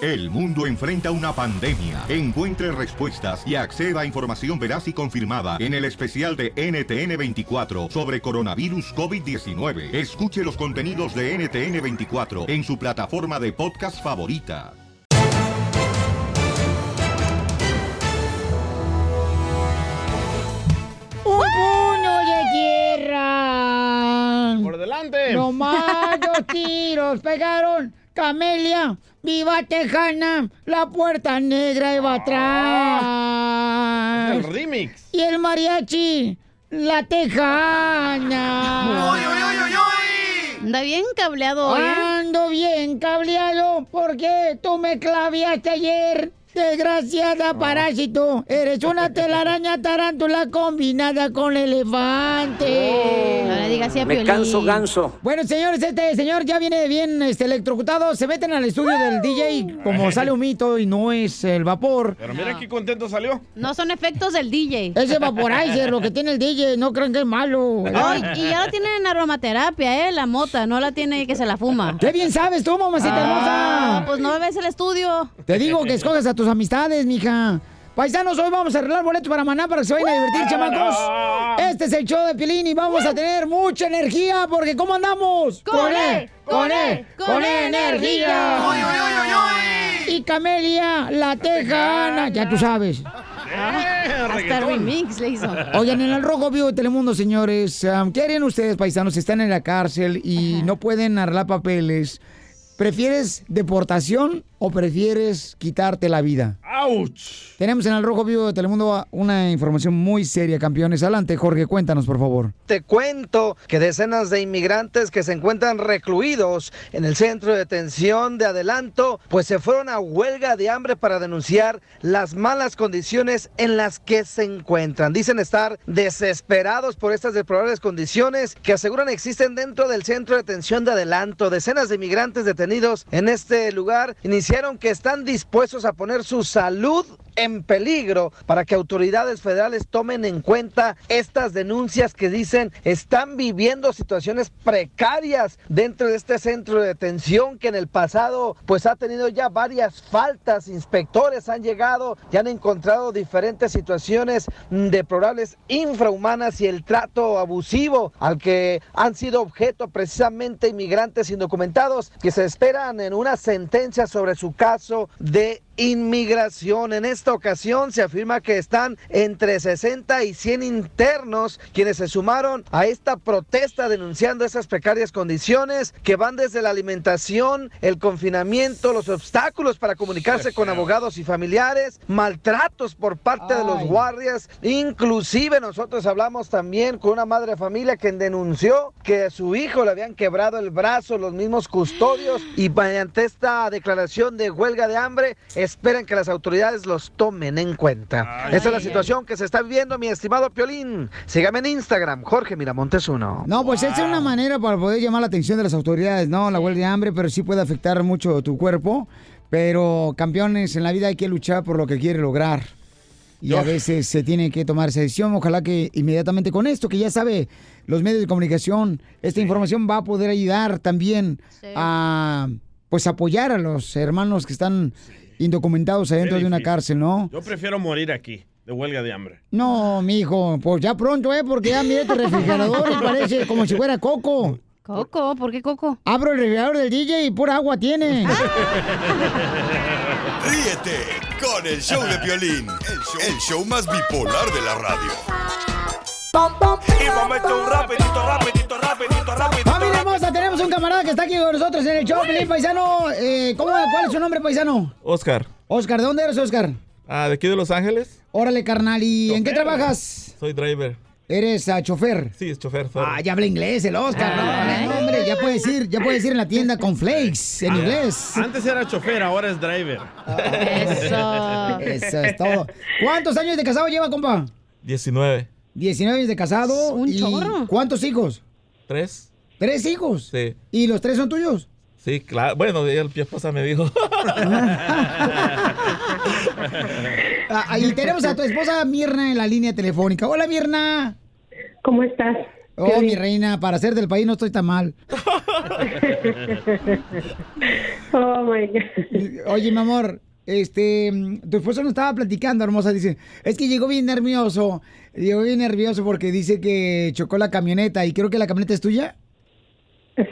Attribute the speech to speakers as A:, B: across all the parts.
A: El mundo enfrenta una pandemia. Encuentre respuestas y acceda a información veraz y confirmada en el especial de NTN24 sobre coronavirus COVID-19. Escuche los contenidos de NTN24 en su plataforma de podcast favorita.
B: ¡Un puño de tierra!
C: Por delante.
B: No más dos tiros pegaron. Camelia, viva Tejana, la puerta negra de
C: Ah,
B: atrás.
C: el remix.
B: Y el mariachi, la Tejana.
D: Anda bien cableado hoy, ¿eh?
B: Ando bien cableado porque tú me claviaste ayer. Desgraciada
D: Ah.
B: parásito, eres una telaraña tarántula combinada con elefante.
D: Oh. No le digas así a
E: Me
D: Piolín.
E: canso ganso.
B: Bueno, señores, este señor ya viene bien este, electrocutado. Se meten al estudio del DJ como sale un mito y no es el vapor.
C: Pero mira qué contento salió.
D: No son efectos del DJ.
B: Ese vaporizer, lo que tiene el DJ, no crean que es malo.
D: Ay, y ya la tienen en aromaterapia, ¿eh? La mota, no la tiene que se la fuma.
B: ¡Qué bien sabes tú, mamacita
D: Ah,
B: hermosa!
D: pues no ves el estudio.
B: Te digo que escoges a tus amistades, mija. Paisanos, hoy vamos a arreglar boletos para Maná para que se vayan a divertir, chamacos. Este es el show de Pilín y vamos a tener mucha energía porque ¿cómo andamos?
D: Con E, con E, con E energía.
B: Y Camelia, la tejana, ya tú sabes.
C: Eh,
D: Hasta el
C: reggaetón.
D: remix le hizo.
B: Oigan, en el Rojo Vivo de Telemundo, señores, um, ¿qué harían ustedes, paisanos? Están en la cárcel y no pueden arreglar papeles. ¿Prefieres deportación o prefieres quitarte la vida?
C: ¡Auch!
B: Tenemos en el Rojo Vivo de Telemundo una información muy seria, campeones. Adelante, Jorge, cuéntanos, por favor.
F: Te cuento que decenas de inmigrantes que se encuentran recluidos en el centro de detención de adelanto, pues se fueron a huelga de hambre para denunciar las malas condiciones en las que se encuentran. Dicen estar desesperados por estas deplorables condiciones que aseguran existen dentro del centro de detención de adelanto. Decenas de inmigrantes detenidos en este lugar iniciaron que están dispuestos a poner su salud en peligro para que autoridades federales tomen en cuenta estas denuncias que dicen están viviendo situaciones precarias dentro de este centro de detención que en el pasado pues ha tenido ya varias faltas, inspectores han llegado y han encontrado diferentes situaciones mm, deplorables infrahumanas y el trato abusivo al que han sido objeto precisamente inmigrantes indocumentados que se esperan en una sentencia sobre su caso de inmigración. En esta ocasión se afirma que están entre 60 y 100 internos quienes se sumaron a esta protesta denunciando esas precarias condiciones que van desde la alimentación, el confinamiento, los obstáculos para comunicarse con abogados y familiares, maltratos por parte de los
B: Ay.
F: guardias, inclusive nosotros hablamos también con una madre de familia que denunció que a su hijo le habían quebrado el brazo los mismos custodios y mediante esta declaración de huelga de hambre esperan que las autoridades los tomen en cuenta.
C: Ay.
F: Esa es la situación que se está viviendo, mi estimado Piolín. Sígame en Instagram, Jorge Miramontes 1.
B: No, pues esa es una manera para poder llamar la atención de las autoridades, ¿no? La huelga de hambre, pero sí puede afectar mucho tu cuerpo. Pero, campeones, en la vida hay que luchar por lo que quiere lograr. Y a veces se tiene que tomar esa decisión. Ojalá que inmediatamente con esto, que ya sabe los medios de comunicación, esta información va a poder ayudar también
D: Sí.
B: a pues apoyar a los hermanos que están indocumentados adentro
C: Qué
B: de una
C: difícil.
B: cárcel, ¿no?
C: Yo prefiero morir aquí, de huelga de hambre.
B: No, mijo, pues ya pronto, ¿eh? Porque ya mira este refrigerador y parece como si fuera coco.
D: Coco, ¿por qué Coco?
B: Abro el refrigerador del DJ y pura agua tiene.
G: Ah. Ríete con el show de Piolín, el show, el show más bipolar de la radio.
H: Y vamos a meter un rapidito, rapidito, rapidito, rapidito.
B: Familia hermosa, tenemos un camarada que está aquí con nosotros en el show, Pelín Paisano. Eh, ¿cómo, ¿Cuál es su nombre, paisano?
I: Oscar,
B: Oscar, ¿de dónde eres, Oscar?
I: ah, de aquí de Los Ángeles,
B: Órale, carnal, ¿y en qué trabajas?
I: soy driver.
B: Eres ah, chofer.
I: Sí, es chofer, sorry.
B: Ah, ya habla inglés el Oscar,
D: Ah.
B: no, no, hombre, ya puedes ir, ya puedes ir en la tienda con flakes en inglés.
C: Antes era chofer, ahora es driver.
D: Eso.
B: Eso es todo. ¿Cuántos años de casado lleva, compa?
I: 19.
B: 19 años de casado.
D: Un
B: ¿y
D: chorro.
B: ¿Cuántos hijos?
I: ¿Tres?
B: ¿Tres hijos?
I: Sí.
B: ¿Y los tres son tuyos?
I: Sí, claro. Bueno, ella- mi esposa me dijo.
B: Ah, ah, y tenemos a tu esposa Mirna en la línea telefónica. Hola, Mirna.
J: ¿Cómo estás?
B: Oh, mi reina, para ser del país no estoy tan mal.
E: Oh my God.
B: Oye, mi amor, este, mm, tu esposo nos estaba platicando, hermosa, dice, es que llegó bien nervioso, llegó bien nervioso porque dice que chocó la camioneta y creo que la camioneta es tuya.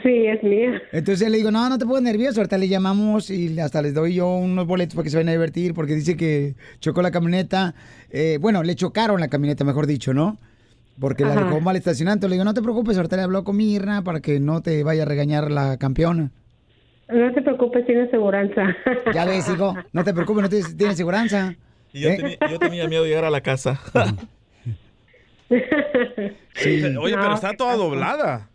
E: Sí, es mía.
B: Entonces le digo, no, no te pongas nervioso, ahorita le llamamos y hasta les doy yo unos boletos para que se vayan a divertir porque dice que chocó la camioneta, eh, bueno, le chocaron la camioneta, mejor dicho, ¿no? Porque la
E: Ajá.
B: dejó mal estacionada. Entonces le digo, no te preocupes, ahorita le hablo con Mirna para que no te vaya a regañar la campeona.
E: No te preocupes, tiene aseguranza.
B: Ya ves, hijo, no te preocupes, no tienes, tienes seguranza.
I: Y yo,
B: ¿Eh?
I: tenía, yo tenía miedo de llegar a la casa.
C: Oye, pero está toda doblada.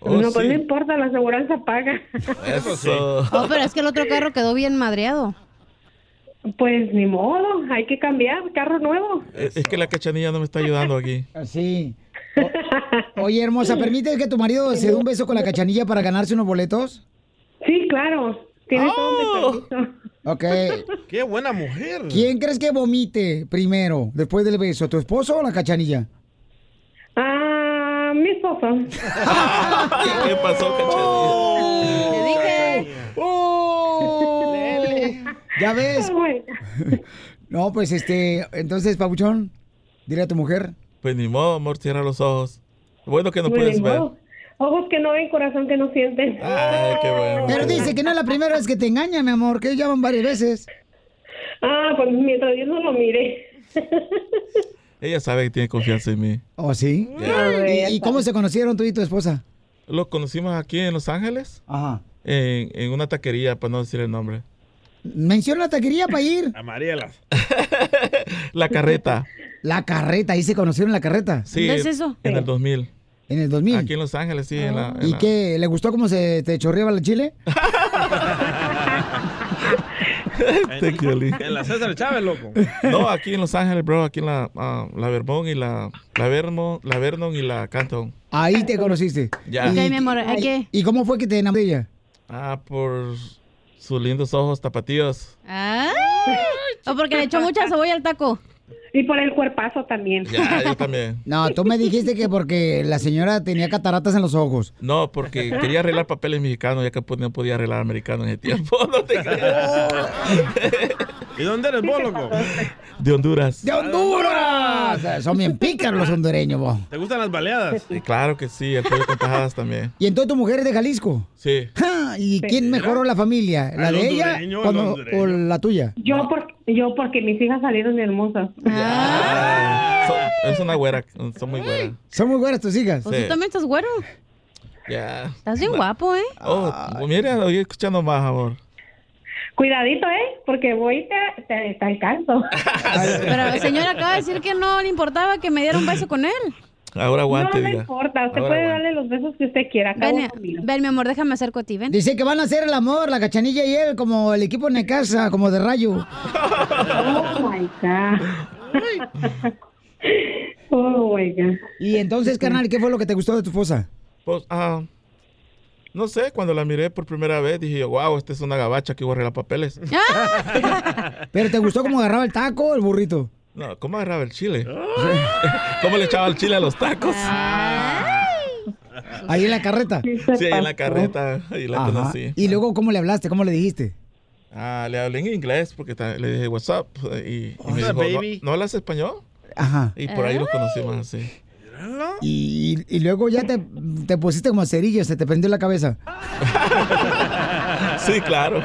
I: Oh,
E: no, pues no importa, la aseguranza paga.
I: Eso sí.
D: Oh, pero es que el otro carro quedó bien madreado.
E: Pues ni modo, hay que cambiar, carro nuevo.
I: Es es que la cachanilla no me está ayudando aquí.
B: Sí. O- oye, hermosa, ¿permite que tu marido se dé un beso con la cachanilla para ganarse unos boletos? ¡Oh!
E: Sí, claro. Tiene todo mi permiso.
B: Ok.
C: Qué buena mujer.
B: ¿Quién crees que vomite primero, después del beso? ¿Tu esposo o la cachanilla?
E: Ah, mi esposo.
I: ¿Qué pasó, cachanilla?
D: Te dije.
H: Oh.
B: ¿Ya ves?
E: Bueno,
B: No, pues este, entonces, Pabuchón, dile a tu mujer.
I: Pues ni modo, amor, cierra los ojos. Bueno que no
E: bueno,
I: puedes
E: ni
I: ver.
E: modo. Ojos que no ven, corazón que no sienten.
I: Ay, qué bueno.
B: Pero dice que no es la primera vez que te engaña, mi amor, que llaman varias veces.
E: Ah, pues mientras Dios no lo mire.
I: Ella sabe que tiene confianza en mí.
B: ¿O Oh, sí?
D: Ah,
B: ¿Y, y cómo se conocieron tú y tu esposa?
I: Lo conocimos aquí en Los Ángeles,
B: Ajá.
I: en, en una taquería, para no decir el nombre.
B: Menciona la taquería para ir.
C: A Mariela.
I: La carreta.
B: La carreta, ahí se conocieron en la carreta,
I: Sí,
D: ¿Dónde es eso?
I: en el 2000.
B: en el 2000.
I: Aquí en Los Ángeles, sí. en la- en
B: ¿Y
I: la-
B: qué? ¿Le gustó cómo se te chorreaba el chile?
I: Te quiero.
C: En la César Chávez, loco.
I: No, aquí en Los Ángeles, bro. Aquí en la, ah, la Vermont y la, la, Vermont, la Vernon y la Canton.
B: Ahí te conociste.
I: Ya.
D: Ok, mi amor, eh. ¿a qué?
B: ¿Y cómo fue que te enamoraste de ella?
I: Ah, por sus lindos ojos tapatíos.
D: Ay, o porque le echó mucha cebolla al taco.
E: Y por el cuerpazo también.
I: Ya, yo también.
B: No, tú me dijiste que porque la señora tenía cataratas en los ojos.
I: No, porque quería arreglar papeles mexicanos, ya que pues, no podía arreglar americanos en ese tiempo. No te creas.
C: ¿Y dónde eres vos, loco?
I: De Honduras.
B: ¡De Honduras! Son bien pícaros los hondureños, vos.
C: ¿Te gustan las baleadas?
I: Sí, claro que sí, el pollo con tajadas también.
B: Y entonces tu mujer es de Jalisco.
I: Sí.
B: Ja, ¿Y quién mejoró la familia? ¿La
C: El
B: de ella
C: hondureño, el
B: cuando-
C: hondureño.
B: o la tuya?
E: Yo, por, yo porque mis hijas salieron hermosas.
I: Ah, son- es una güera, son muy güeras.
B: Son muy buenas tus hijas.
D: Pues
I: Sí.
D: tú también estás güero.
I: Ya.
D: Estás bien guapo, ¿eh?
I: Oh, mira, estoy escuchando más, amor.
E: Cuidadito, ¿eh? Porque voy y te, te, te alcanzo.
D: Pero la señora acaba de decir que no le importaba que me diera un beso con él.
I: Ahora aguante,
E: no, no
I: diga.
E: importa. Usted
I: Ahora
E: puede
I: aguante.
E: darle los besos que usted quiera. Acabo
D: Ven,
E: conmigo.
D: ven, mi amor, déjame acerco a ti, ven.
B: Dice que van a hacer el amor, la cachanilla y él, como el equipo Necaxa, como de rayo.
E: Oh, my God. Oh, my God.
B: Y entonces, carnal, ¿qué fue lo que te gustó de tu esposa?
I: Pues, ah, no sé, cuando la miré por primera vez dije, wow, esta es una gabacha que voy a arreglar papeles.
B: ¿Pero te gustó cómo agarraba el taco o el burrito?
I: No, ¿cómo agarraba el chile? ¿Cómo le echaba el chile a los tacos?
C: Ah.
B: Ahí en la carreta.
E: Se
I: Sí, ahí en
E: pasó.
I: la carreta, ahí la
B: Ajá.
I: conocí.
B: Y luego, ¿cómo le hablaste? ¿Cómo le dijiste?
I: Ah, le hablé en inglés porque ta- le dije WhatsApp eh, y, y me
C: Hola,
I: dijo, ¿no,
C: baby. ¿Eh?
I: ¿no hablas español?
B: Ajá.
I: Y por ahí lo conocimos así.
B: Y, y luego ya te, te pusiste como cerillo, se te prendió la cabeza.
I: Sí, claro.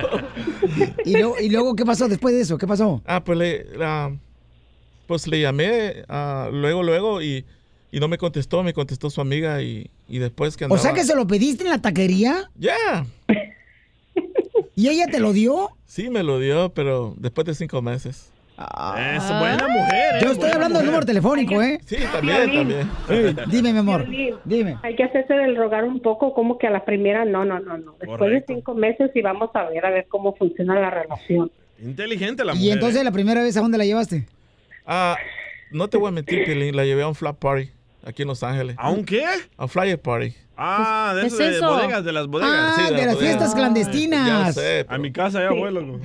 B: Y luego, y luego ¿qué pasó después de eso? ¿Qué pasó?
I: Ah, pues le, ah, pues le llamé ah, luego, luego y, y no me contestó, me contestó su amiga y, y después
B: O
I: que andaba...
B: sea que se lo pediste en la taquería
I: Yeah.
B: y ella te lo dio.
I: Sí, me lo dio, pero después de cinco meses.
C: Es buena mujer, ¿eh?
B: Yo estoy
C: Buena
B: hablando del
C: mujer.
B: número telefónico, ¿eh?
I: Sí, también,
E: Violín.
I: también.
B: Ey, Dime, mi amor.
E: Violín.
B: Dime.
E: Hay que hacerse del rogar un poco, como que a la primera, no, no, no, no. Después
C: Correcto.
E: de cinco meses y vamos a ver, a ver cómo funciona la relación.
C: Inteligente la mujer. ¿eh?
B: Y entonces la primera vez a dónde la llevaste?
I: Ah, no te voy a mentir, Piolín, la llevé a un flat party aquí en Los Ángeles.
C: ¿A un qué?
I: A flyer party.
C: Ah, de
D: ¿Qué es
C: eso, de
D: eso?
C: bodegas, de las bodegas.
B: Ah,
I: sí,
B: de
I: la
B: las
I: podía-
B: fiestas
I: Ya
B: clandestinas.
I: sé,
C: A
I: pero-
C: mi casa ya voy, loco.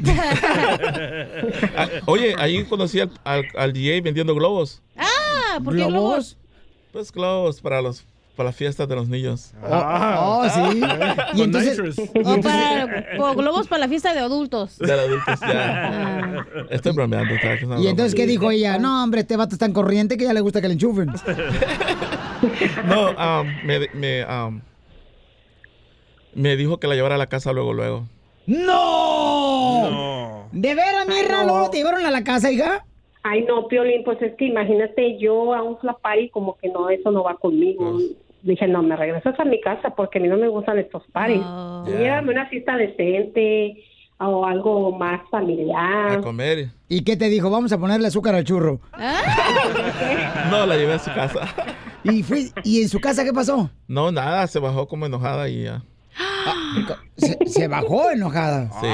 I: Ah, oye, ahí conocí al, al, al DJ vendiendo globos.
D: Ah, ¿por qué globos?
I: Pues globos para los para las fiestas de los niños. Ah.
B: Oh, sí. Y
C: Con
B: entonces, oh,
C: nitrous.
D: O para o globos para la fiesta de adultos.
I: De los adultos, ya. Estoy bromeando. está, es una
B: ¿Y
I: broma.
B: entonces qué dijo ella? No, hombre, este vato es tan corriente que ya le gusta que le enchufen.
I: No, ah, me, me, ah, me dijo que la llevara a la casa luego, luego.
B: ¡No!
C: No.
B: ¿De veras, Mirra? ¿Luego te llevaron a la casa, hija?
E: Ay, no, Piolín, pues es que imagínate yo a un flapari como que no, eso no va conmigo.
I: Pues-
E: Dije, no, me regresas a mi casa porque a mí no me gustan estos paris.
B: Ah.
D: No.
I: Ya.
E: Llévame una fiesta decente o algo más
I: A Ah,
E: familiar.
I: comer.
B: ¿Y qué te dijo? Vamos a ponerle azúcar al churro.
D: Ah,
I: No, la llevé a su casa.
B: ¿Y, fui- ¿y en su casa qué pasó?
I: No, nada, se bajó como enojada y ya.
B: Se, se bajó enojada.
I: Sí.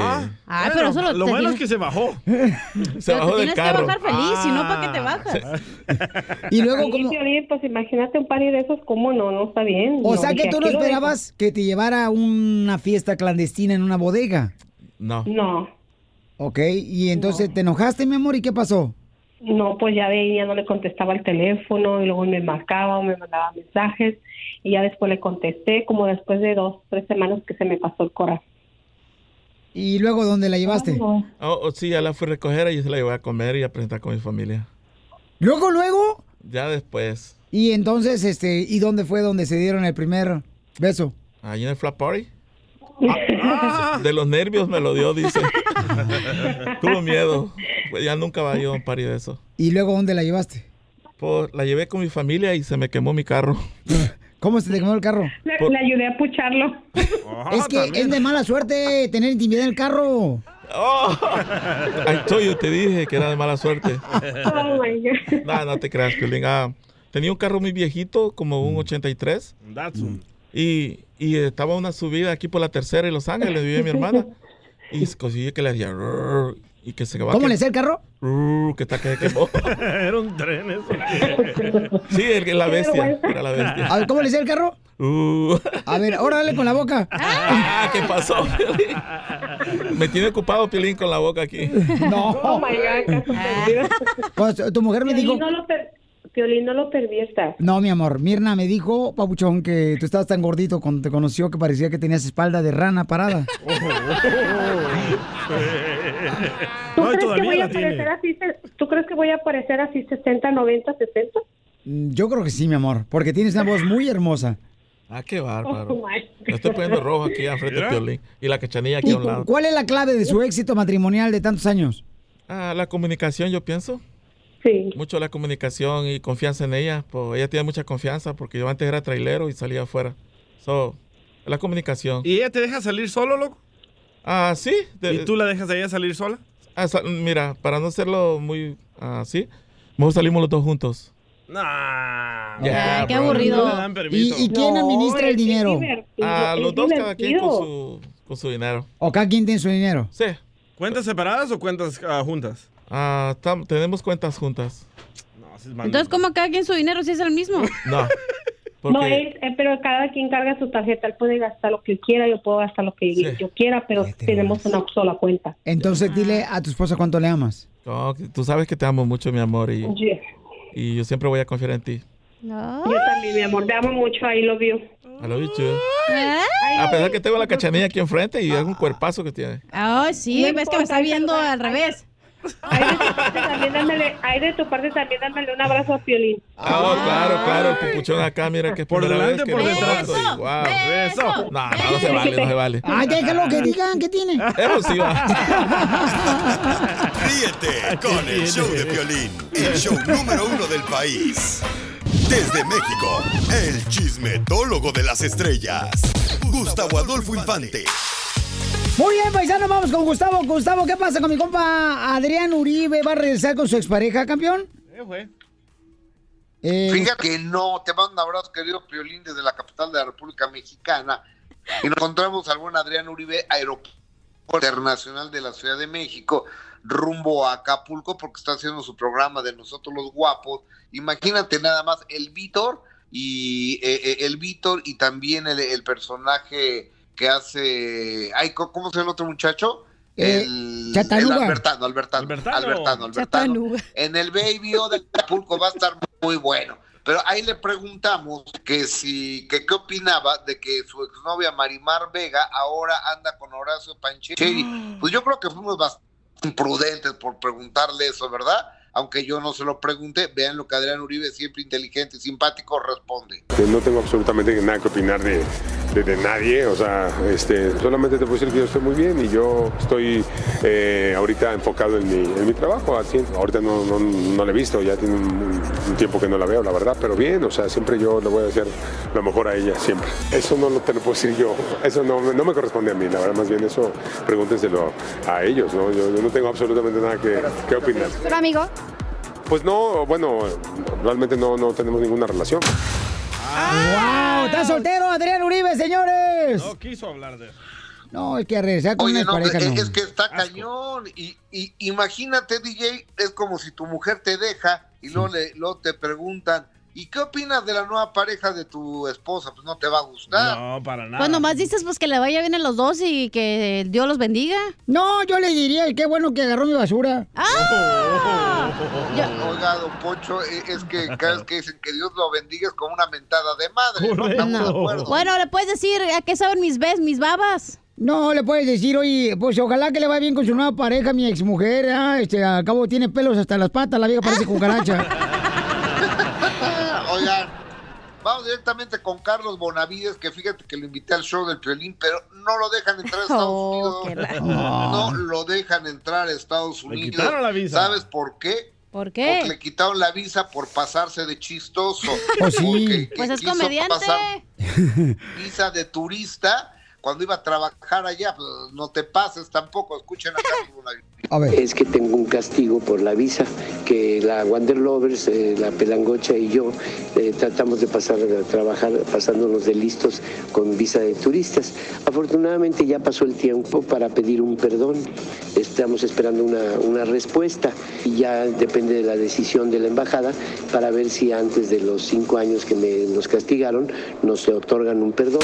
D: Ah, pero eso lo,
C: lo
D: te
C: bueno es
D: tienes-
C: que se bajó.
I: Se
D: pero
I: bajó
D: te tienes
I: del carro.
D: que bajar feliz, si no, ¿para
I: Ah,
D: qué te bajas?
B: Y luego,
E: Sí,
B: como.
E: Piolín, pues imagínate un pari de esos, ¿cómo no? No está bien.
B: Ah. O
E: No,
B: sea que
E: dije,
B: tú no
E: aquí lo dejo.
B: esperabas que te llevara a una fiesta clandestina en una bodega.
I: No.
E: No,
B: ¿Ok? Y entonces te enojaste, mi amor, ¿y qué pasó?
E: no, pues ya de ella no le contestaba el teléfono y luego me marcaba o me mandaba mensajes y ya después le contesté, como después de dos, tres semanas que se me pasó el corazón.
B: ¿Y luego dónde la llevaste?
I: Oh, oh, sí, ya la fui a recoger y se la llevé a comer y a presentar con mi familia.
B: Luego, luego.
I: Ya después,
B: Y entonces, este, ¿y dónde fue donde se dieron el primer beso?
I: allí en el flat party.
C: Ah.
I: De los nervios me lo dio, dice. Tuvo miedo. Pues Ya nunca va yo a un party de eso.
B: ¿Y luego dónde la llevaste?
I: Pues, la llevé con mi familia y se me quemó mi carro.
B: ¿Cómo se te quemó el carro?
E: Le,
I: Por-
E: le ayudé a pucharlo.
I: Ah,
B: es que es de mala suerte tener intimidad en el carro.
I: Oh, I told you, te dije que era de mala suerte.
E: Oh my God.
I: No, no te creas, Piolín. Ah, tenía un carro muy viejito, como un 83,
C: Mm. That's one.
I: y, y estaba una subida aquí por la tercera y Los Ángeles, vivía mi hermana. Y conseguí que le hacía "Rrr", y que se va
B: ¿Cómo
I: que,
B: le hacía el carro?
I: "Rrr", que está que se quemó.
C: Era un tren eso.
I: Sí, el- la bestia.
E: vergüenza.
I: Era la
B: A
I: bestia.
B: ver, ¿cómo le hacía el carro?
I: Uh.
B: A ver, órale con la boca.
I: Ah, ¿qué pasó, Piolín? Me tiene ocupado Piolín con la boca aquí.
B: No.
E: Oh my God, caso
C: Ah.
E: perdido.
B: Pues, tu mujer me dijo.
E: Piolín no lo per- Piolín no lo perdí esta.
B: No, mi amor, Mirna me dijo, Papuchón, que tú estabas tan gordito cuando te conoció que parecía que tenías espalda de rana parada.
E: ¿Tú,
C: No, y
E: crees que
C: todavía
E: voy a
C: la tiene.
E: aparecer así, se- ¿Tú crees que voy a aparecer así 60, 90, 60?
B: Mm, Yo creo que sí, mi amor, porque tienes una voz muy hermosa.
I: Ah, qué
E: Oh
I: bárbaro.
E: my
I: Me estoy poniendo rojo aquí al frente de Piolín. Y la cachanilla aquí
B: ¿Y
I: a un lado.
B: cuál es la clave de su éxito matrimonial de tantos años?
I: Ah, la comunicación, yo pienso.
E: Sí.
I: mucho la comunicación y confianza en ella. Pues ella tiene mucha confianza porque yo antes era trailero y salía afuera. So, la comunicación.
C: ¿Y ella te deja salir solo, loco?
I: Ah, sí. de-
C: ¿Y tú la dejas a ella salir sola?
I: ah, sa- mira, para no hacerlo muy así, mejor salimos los dos juntos.
C: Nah.
I: Ya,
D: Ah, qué
I: bro.
D: aburrido.
C: No le dan permiso.
B: ¿Y- y- ¿Quién administra el
E: es que es
B: dinero?
E: divertido,
I: Ah,
E: es
I: los dos, cada quien con
E: divertido.
I: su, con su dinero.
B: ¿O cada quien tiene su dinero?
I: Sí.
C: ¿Cuentas separadas o cuentas ah, juntas?
I: Ah, tam- tenemos cuentas juntas.
C: No, así es mal.
D: Entonces, ¿cómo cada quien su dinero si es el mismo?
I: No.
E: No,
I: Porque
E: es, eh, pero cada quien carga su tarjeta, él puede gastar lo que quiera, yo puedo gastar lo que
I: Sí.
E: yo quiera, pero tenemos una sola cuenta.
B: Entonces dile a tu esposa cuánto le amas.
I: no, tú sabes que te amo mucho, mi amor, y,
E: Yo,
I: y yo siempre voy a confiar en ti.
D: No.
E: yo también, mi amor, te amo mucho, ahí lo vio.
I: A lo dicho.
D: ¿Eh?
I: A pesar que tengo la cachanilla aquí enfrente y es un cuerpazo que tiene.
D: Ah, sí,
E: No
D: ves que me está
E: importa,
D: viendo
E: eso no-
D: al revés.
E: Ahí de tu parte también dándole, ahí de tu parte también dándole un abrazo a Piolín.
I: Ah, oh, claro, claro, el pupuchón acá, mira que es
C: Por
I: primera
C: delante,
I: vez que
C: por
I: lo
C: detrás.
I: encuentro
D: Beso,
I: y, wow.
C: Beso.
D: beso.
I: Ah, No, no, no se vale, no se vale.
B: Ay, déjalo que digan, ¿qué tiene?
I: Eso sí va.
G: Ríete con el show de Piolín, el show número uno del país. Desde México, el chismetólogo de las estrellas, Gustavo Adolfo Infante.
B: Muy bien, paisano, vamos con Gustavo. Gustavo, ¿qué pasa con mi compa Adrián Uribe? ¿Va a regresar con su expareja, campeón?
C: Eh, güey.
B: Eh,
J: Fíjate que no, te mando un abrazo, querido Piolín, desde la capital de la República Mexicana. Y nos encontramos al buen Adrián Uribe, aeropuerto internacional de la Ciudad de México, rumbo a Acapulco, porque está haciendo su programa de Nosotros los Guapos. Imagínate nada más el Víctor y eh, eh, el Víctor y también el, el personaje que hace. Ay, co- ¿Cómo se llama el otro muchacho?
B: Eh,
J: el,
B: Chatanuga.
J: el Albertano, Albertano,
C: Albertano.
J: Albertano, Albertano.
D: Chatanuga.
J: En el Baby O de Acapulco va a estar muy bueno. Pero ahí le preguntamos que si, que qué opinaba de que su exnovia Marimar Vega ahora anda con Horacio Pancheri. Pues yo creo que fuimos bastante imprudentes por preguntarle eso, ¿verdad? Aunque yo no se lo pregunté, vean lo que Adrián Uribe, siempre inteligente y simpático, responde.
K: Que Pues no tengo absolutamente nada que opinar de, de- de nadie, o sea, este, solamente te puedo decir que yo estoy muy bien y yo estoy eh, ahorita enfocado en mi, en mi trabajo. así, ahorita no, no, no la he visto, ya tiene un, un tiempo que no la veo, la verdad, pero bien, o sea, siempre yo le voy a hacer lo mejor a ella, siempre. Eso no lo te lo puedo decir yo, eso no, no me corresponde a mí, la verdad, más bien eso pregúntenselo a ellos, ¿no? Yo, yo no tengo absolutamente nada que, que opinar.
L: Pero amigo,
K: Pues no, bueno, realmente no, no tenemos ninguna relación.
B: ¡Wow! ¡Está soltero Adrián Uribe, señores!
C: No quiso hablar de eso.
B: No, el que regresar con
J: Oye,
B: una
J: no,
B: pareja
J: es,
B: no.
J: es que está cañón. Y, y imagínate, DJ, es como si tu mujer te deja y luego, le- luego te preguntan, ¿y qué opinas de la nueva pareja de tu esposa? Pues no te va a gustar.
C: No, para nada.
D: Cuando más dices, pues que le vaya bien a los dos y que Dios los bendiga.
B: No, yo le diría, y qué bueno que agarró mi basura.
D: "Ah".
J: Oiga, don Pocho, e- es que cada vez que dicen que Dios lo bendiga es como una mentada de madre. ¿no? Estamos de acuerdo.
D: Bueno, le puedes decir a qué saben mis bes, mis babas.
B: No, le puedes decir, oye, pues ojalá que le vaya bien con su nueva pareja, mi exmujer. Ah, este, al cabo tiene pelos hasta las patas, la vieja parece cucaracha.
J: Oigan, vamos directamente con Carlos Bonavides, que fíjate que lo invité al show del Piolín, pero no lo dejan entrar a Estados
D: Oh,
J: Unidos. No lo dejan entrar a Estados Unidos.
C: quitaron la visa.
J: ¿Sabes por qué?
D: ¿Por
J: Porque le quitaron la visa por pasarse de chistoso.
C: Oh,
B: Pues sí.
J: Porque
D: Pues es
J: quiso
D: comediante.
J: pasar visa de turista cuando iba a trabajar allá. Pues, no te pases tampoco. Escuchen a Carlos Bonavides.
M: Es que tengo un castigo por la visa, que la Wander Lovers, eh, la Pelangocha y yo eh, tratamos de pasar a trabajar pasándonos de listos con visa de turistas. Afortunadamente ya pasó el tiempo para pedir un perdón. Estamos esperando una, una respuesta y ya depende de la decisión de la embajada para ver si antes de los cinco años que me- nos castigaron nos otorgan un perdón.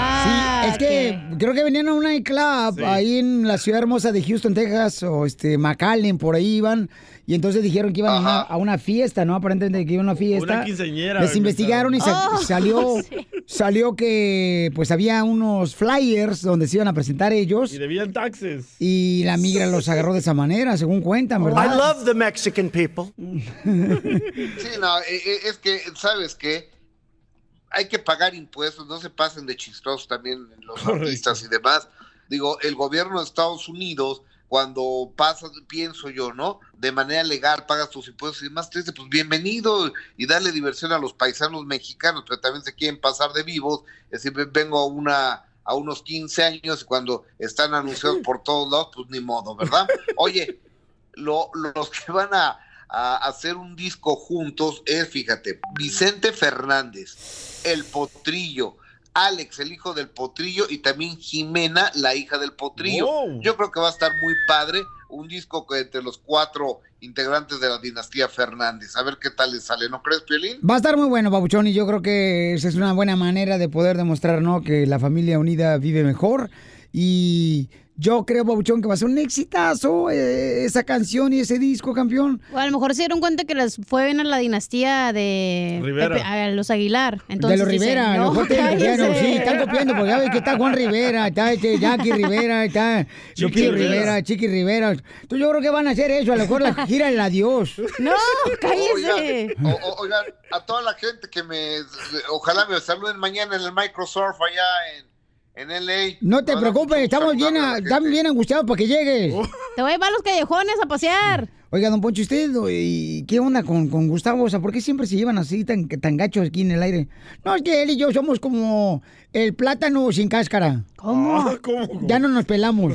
C: Ah,
B: es que creo que venían a una nightclub ahí en la ciudad hermosa de Houston, Texas, o este, McAllen, por ahí iban. Y entonces dijeron que iban a una, a una fiesta, ¿no? Aparentemente que iban a una fiesta.
C: Una quinceañera,
B: Les
C: me
B: investigaron y sa-
C: inventaron. Oh,
B: salió, salió que pues había unos flyers donde se iban a presentar ellos.
C: Y debían taxes.
B: Y la migra los agarró de esa manera, según cuentan, ¿verdad?
N: Oh, I love the Mexican people.
J: Sí, no, e- e- es que, ¿sabes qué? Hay que pagar impuestos, no se pasen de chistosos también los artistas y demás. Digo, el gobierno de Estados Unidos, cuando pasa, pienso yo, ¿no? De manera legal, pagas tus impuestos y demás, te dice, pues bienvenido y dale diversión a los paisanos mexicanos, pero también se quieren pasar de vivos. Es decir, vengo a una a unos 15 años y cuando están anunciados por todos lados, pues ni modo, ¿verdad? Oye, lo- los que van a, a hacer un disco juntos es, fíjate, Vicente Fernández, el potrillo, Alex, el hijo del potrillo, y también Jimena, la hija del potrillo.
C: Wow.
J: Yo creo que va a estar muy padre un disco que entre los cuatro integrantes de la dinastía Fernández. A ver qué tal le sale, ¿no crees, Piolín?
B: Va a estar muy bueno, Babuchón, y yo creo que esa es una buena manera de poder demostrar, ¿no? Que la familia unida vive mejor. Y yo creo, Babuchón, que va a ser un exitazo eh, esa canción y ese disco, campeón.
D: O a lo mejor se dieron cuenta que les fue bien a la dinastía de
B: Rivera.
D: Pepe- a los Aguilar. Entonces
B: de los
D: dicen,
B: Rivera, los fuertes de los
D: cállense".
B: Rivera, sí, están copiando, porque ya ves que está Juan Rivera, está este Jackie Rivera, está
D: Chiqui
B: Lupillo
D: Rivera.
B: Rivera, Chiqui Rivera. Entonces yo creo que van a hacer eso, a lo mejor la gira el adiós.
D: No,
J: Oigan, o- o- oigan, a toda la gente que me. Ojalá me saluden mañana en el Microsoft allá en, en LA.
B: No te
J: Ojalá
B: preocupes, estamos bien, a- estamos bien angustiados para que llegues.
D: Te voy a llevar a los callejones a pasear.
B: Oiga, don Poncho, ¿usted y qué onda con, con Gustavo? O sea, ¿por qué siempre se llevan así tan, tan gachos aquí en el aire? No, es que él y yo somos como el plátano sin cáscara.
D: ¿Cómo?
H: Ah,
B: Ya no nos pelamos.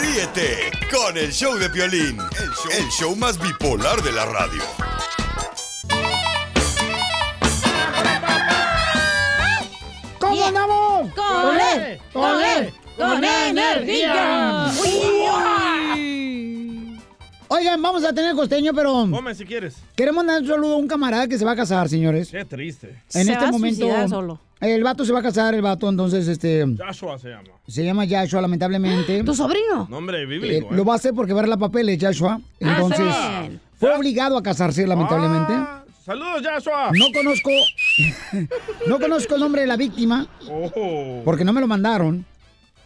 G: Ríete con el show de Piolín, el show, el show más bipolar de la radio.
B: ¿Cómo andamos?
H: Con él, con él, con energía.
B: Oigan, vamos a tener costeño, pero
C: Come si quieres.
B: queremos dar un saludo a un camarada que se va a casar, señores.
C: Qué triste.
B: En este momento, el vato se va a casar, el vato, entonces, este,
C: Joshua se llama.
B: se llama Joshua, lamentablemente.
C: Nombre
B: Eh,
C: bíblico.
H: Ah,
B: lo va a hacer porque va a dar la papeles, Joshua. Entonces,
C: está bien.
B: Fue obligado a casarse, lamentablemente.
C: Ah. Saludos, Joshua.
B: No conozco. no conozco el nombre de la víctima.
C: Oh.
B: Porque no me lo mandaron.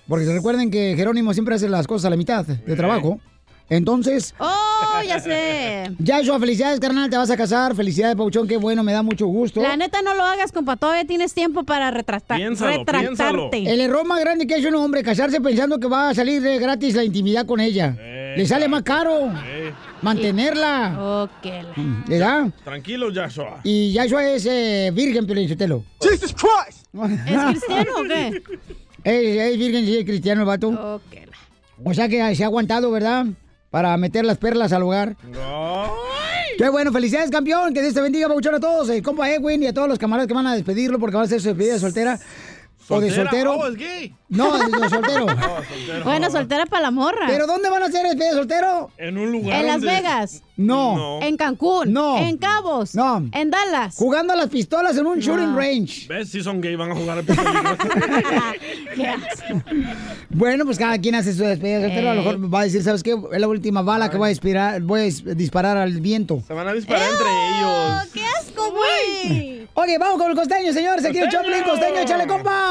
B: Porque recuerden que Jerónimo siempre hace las cosas a la mitad de trabajo. Entonces.
D: ¡Oh, ya sé!
B: Ya, Joshua, felicidades, carnal. Te vas a casar. Felicidades, Pauchón. Qué bueno, me da mucho gusto.
D: La neta no lo hagas, compa. Todavía tienes tiempo para retractar, retractarte.
B: El error más grande que hace un hombre, casarse pensando que va a salir de gratis la intimidad con ella. Le sale más caro mantenerla. Mm,
D: Ok.
B: ¿Verdad?
C: Tranquilo, Joshua.
B: Y Joshua es eh, virgen, Piolín Sotelo. ¡Jesus Christ!
C: ¿Es cristiano o qué?
B: Es, es virgen, sí, es cristiano el vato. O sea que se ha aguantado, ¿verdad? Para meter las perlas al hogar. Qué bueno, felicidades campeón, que Dios te bendiga, Pauchón, a todos, el compa Edwin y a todos los camaradas que van a despedirlo porque va a ser su despedida de soltera. O de soltero.
C: Oh, es gay.
B: No, de, de soltero.
C: soltero.
D: Bueno, soltera para la morra.
B: ¿Pero dónde van a hacer el de soltero?
C: En un lugar.
D: En Las
C: donde-
D: Vegas.
B: No.
D: En Cancún.
B: No.
D: En Cabos.
B: No.
D: En Dallas.
B: Jugando a las pistolas en un shooting range.
C: ¿Ves? Si son gay, van a jugar al peligro.
B: Bueno, pues cada quien hace su despedida de soltero. A lo
C: Ey.
B: mejor va a decir, ¿sabes qué? Es la última bala que voy a, disparar, voy a dis- disparar al viento.
C: Se van a disparar entre ellos.
D: ¡Oh, ¡Qué asco, güey!
B: Oye, vamos con el costeño, señores. Aquí el Choplin costeño, échale compa.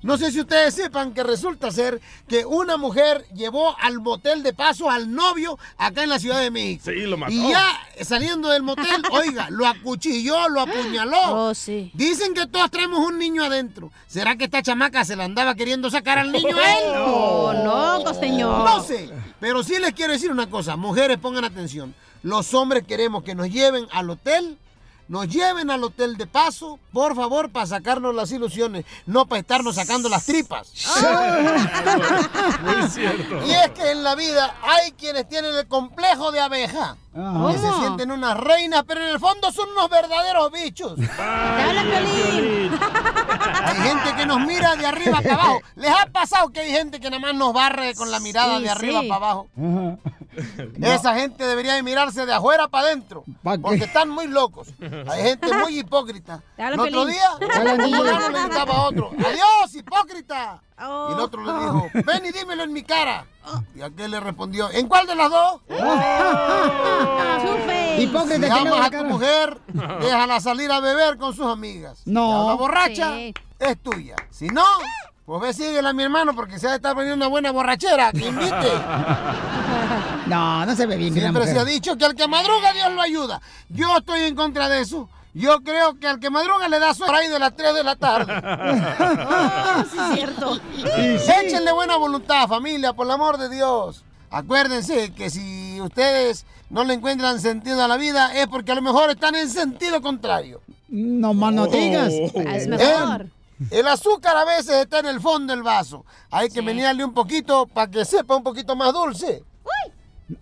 L: No sé si ustedes sepan que resulta ser que una mujer llevó al motel de paso al novio acá en la Ciudad de México.
C: Sí, lo mató.
L: Y ya saliendo del motel, oiga, lo acuchilló, lo
B: Oh,
L: apuñaló. Dicen que todos traemos un niño adentro. ¿Será que esta chamaca se la andaba queriendo sacar al niño a él?
D: No, no, costeño.
L: No sé, Este, pero sí les quiero decir una cosa. Mujeres, pongan atención. Los hombres queremos que nos lleven al hotel. Nos lleven al hotel de paso, por favor, para sacarnos las ilusiones, no para estarnos sacando las tripas.
H: Muy cierto.
L: Y es que en la vida hay quienes tienen el complejo de abeja.
H: Ajá.
L: Que se
H: ¿Cómo?
L: sienten unas reinas, pero en el fondo son unos verdaderos bichos. Hay gente que nos mira de arriba para abajo. ¿Les ha pasado que hay gente que nada más nos barre con la mirada
H: Sí,
L: de arriba
H: sí.
L: para abajo? Esa gente debería de mirarse de afuera para adentro. Porque están muy locos. Hay gente muy hipócrita.
H: Te habla
L: El otro
H: Pelín.
L: día,
H: Te habla
L: un
H: Pelín.
L: fulano le gritaba a otro, ¡Adiós, hipócrita! Y el otro le dijo, ven y dímelo en mi cara. Y aquel le respondió, ¿en cuál de las dos?
B: Hipócrita,
L: Si
B: que no en la
L: amas a tu
B: cara.
L: mujer, déjala salir a beber con sus amigas.
B: No.
L: Si habla borracha,
B: Sí.
L: es tuya. Si no, pues ve, síguela a mi hermano porque se ha de estar poniendo una buena borrachera. Que invite.
B: No, no se ve bien. que una
L: Siempre se
B: mujer.
L: ha dicho que al que madruga Dios lo ayuda. Yo estoy en contra de eso. Yo creo que al que madruga le da su ahí de las 3 de la tarde.
H: sí, es cierto.
L: Échenle buena voluntad, familia, por el amor de Dios. Acuérdense que si ustedes no le encuentran sentido a la vida es porque a lo mejor están en sentido contrario.
B: No más
L: Oh.
C: Oh.
B: no digas.
L: ¿Eh? El azúcar a veces está en el fondo del vaso. Hay que menearle un poquito para que sepa un poquito más dulce.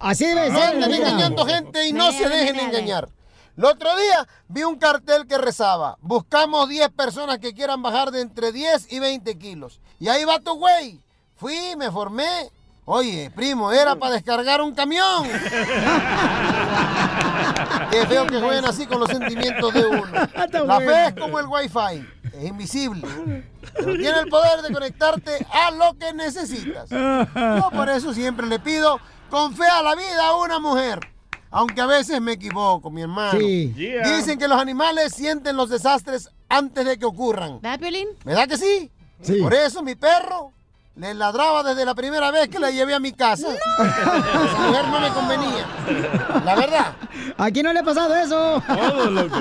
B: Así debe
L: Ah, No
B: ser.
L: anden
B: mira.
L: engañando gente y no se
B: Meneale,
L: dejen
B: meneale.
L: engañar. El otro día vi un cartel que rezaba, buscamos 10 personas que quieran bajar de entre 10 y 20 kilos. Y ahí va tu güey. Fui, me formé. Oye, primo, era para descargar un camión. Qué feo que jueguen así con los sentimientos de uno. La
H: bueno.
L: fe es como el wifi, es invisible. Pero tiene el poder de conectarte a lo que necesitas. Yo por eso siempre le pido con fe a la vida a una mujer. Aunque a veces me equivoco, mi hermano.
B: Sí.
H: Yeah.
L: Dicen que los animales sienten los desastres antes de que ocurran.
D: ¿Verdad, Piolín?
L: ¿Verdad que sí?
B: Sí.
L: Por eso mi perro le ladraba desde la primera vez que la llevé a mi casa. Esa mujer no me convenía. La verdad.
B: ¿A quién no le ha pasado eso?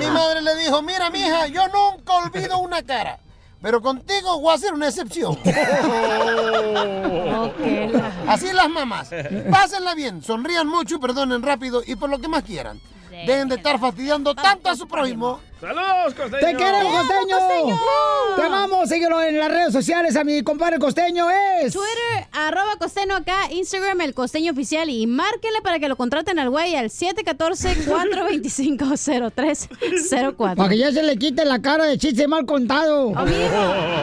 L: Mi madre le dijo, mira, mija, yo nunca olvido una cara, pero contigo voy a hacer una excepción. Así las mamás. Pásenla bien, sonrían mucho, y perdonen rápido y por lo que más quieran. Dejen de estar fastidiando tanto a su prójimo.
C: ¡Saludos, costeño!
B: ¡Te queremos, costeño! ¡Te amamos! Síguelo en las redes sociales a mi compadre costeño, ¿eh? es...
D: Twitter, arroba costeño acá, Instagram, el costeño oficial. Y márquenle para que lo contraten al güey al 714-425-0304.
B: Para que ya se le quite la cara de chiste mal contado.
H: Oh,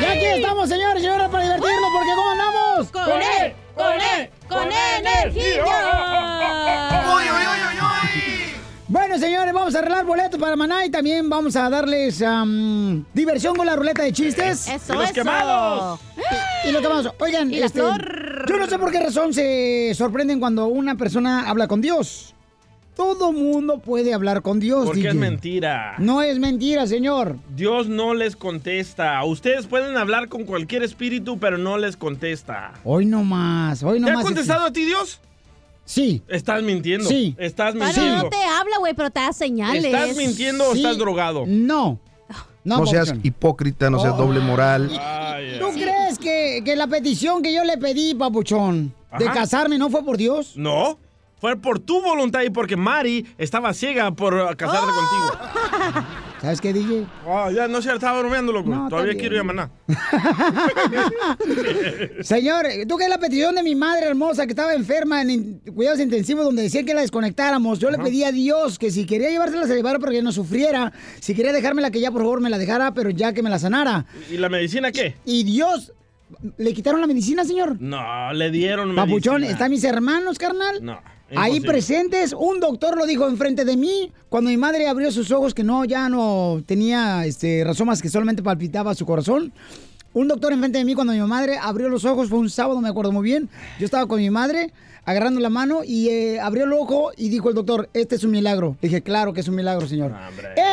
B: Y aquí estamos, señores y señoras, para divertirnos, porque ¿cómo andamos?
H: ¡Con él! ¡Con él! ¡Con él, energía!
B: Bueno, señores, vamos vamos a arreglar boletos para Maná y también vamos a darles am, diversión con la ruleta de chistes.
D: Eso, Y los eso. quemados.
B: Y, y los quemados. Oigan,
D: Y la
B: este,
D: flor.
B: yo no sé por qué razón se sorprenden cuando una persona habla con Dios. Todo mundo puede hablar con Dios,
C: Porque es
B: DJ.
C: mentira.
B: No es mentira, señor.
C: Dios no les contesta. Ustedes pueden hablar con cualquier espíritu, pero no les contesta.
B: Hoy no más, hoy no
C: ¿Te ha
B: más. este.
C: contestado a ti Dios?
B: Sí.
C: Estás mintiendo.
B: Sí.
C: Estás
D: Bueno,
C: mintiendo.
D: Ah, no te habla, güey, pero te da señales.
C: ¿Estás mintiendo o estás drogado?
B: No.
O: No, seas hipócrita, no seas doble moral.
B: ¿Tú crees que, que la petición que yo le pedí, papuchón, de
C: Ajá.
B: casarme no fue por Dios?
C: No. Fue por tu voluntad y porque Mari estaba ciega por uh, casarse contigo.
B: Oh. ¿Sabes qué, DJ?
C: Ah, ya no se estaba bromeando, loco. Todavía quiero ir a Maná.
B: Señor, ¿tú qué es la petición de mi madre hermosa que estaba enferma en in- cuidados intensivos donde decía que la desconectáramos? Yo le pedí a Dios que si quería llevársela, se la llevara para que no sufriera. Si quería dejármela, que ya por favor me la dejara, pero ya que me la sanara.
C: ¿Y la medicina qué?
B: Y Dios, ¿le quitaron la medicina, señor?
C: No, le dieron medicina.
B: Papuchón, ¿están mis hermanos, carnal?
C: No.
B: Ahí
C: imposible.
B: presentes, un doctor lo dijo enfrente de mí cuando mi madre abrió sus ojos que no ya no tenía este razomas que solamente palpitaba su corazón. Un doctor enfrente de mí cuando mi madre abrió los ojos fue un sábado, me acuerdo muy bien. Yo estaba con mi madre agarrando la mano y eh, abrió el ojo y dijo el doctor, "Este es un milagro." Le dije, "Claro que es un milagro, señor."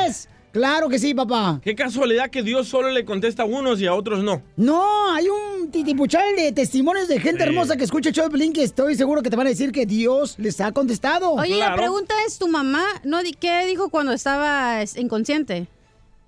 B: Es Claro que sí, papá.
C: Qué casualidad que Dios solo le contesta a unos y a otros no.
B: No, hay un titipuchal de testimonios de gente
C: Sí.
B: hermosa que escucha el show de Piolín que estoy seguro que te van a decir que Dios les ha contestado.
D: Oye, la pregunta es, ¿tu mamá no di- qué dijo cuando estaba es, inconsciente?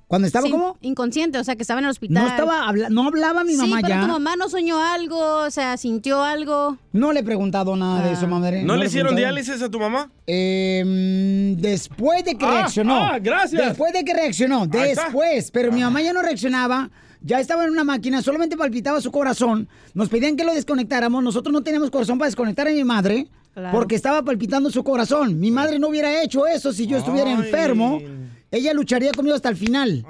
B: ¿Cuando estaba
D: Sí,
B: cómo?
D: Inconsciente, o sea, que estaba en el hospital.
B: No estaba habla- no hablaba mi mamá
D: sí, pero
B: ya.
D: tu mamá no soñó algo, o sea, sintió algo. Ah.
B: No le he preguntado nada de eso, madre.
C: ¿No, le
B: he
C: hicieron
B: preguntado.
C: diálisis a tu mamá?
B: Eh, mm, después de que
C: Ah,
B: reaccionó.
C: ah, gracias.
B: Después de que reaccionó.
C: Ahí está.
B: Después. Pero mi mamá ya no reaccionaba. Ya estaba en una máquina, solamente palpitaba su corazón. Nos pedían que lo desconectáramos. Nosotros no teníamos corazón para desconectar a mi madre.
P: Claro.
B: Porque estaba palpitando su corazón. Mi madre no hubiera hecho eso si yo estuviera enfermo. Ella lucharía conmigo hasta el final.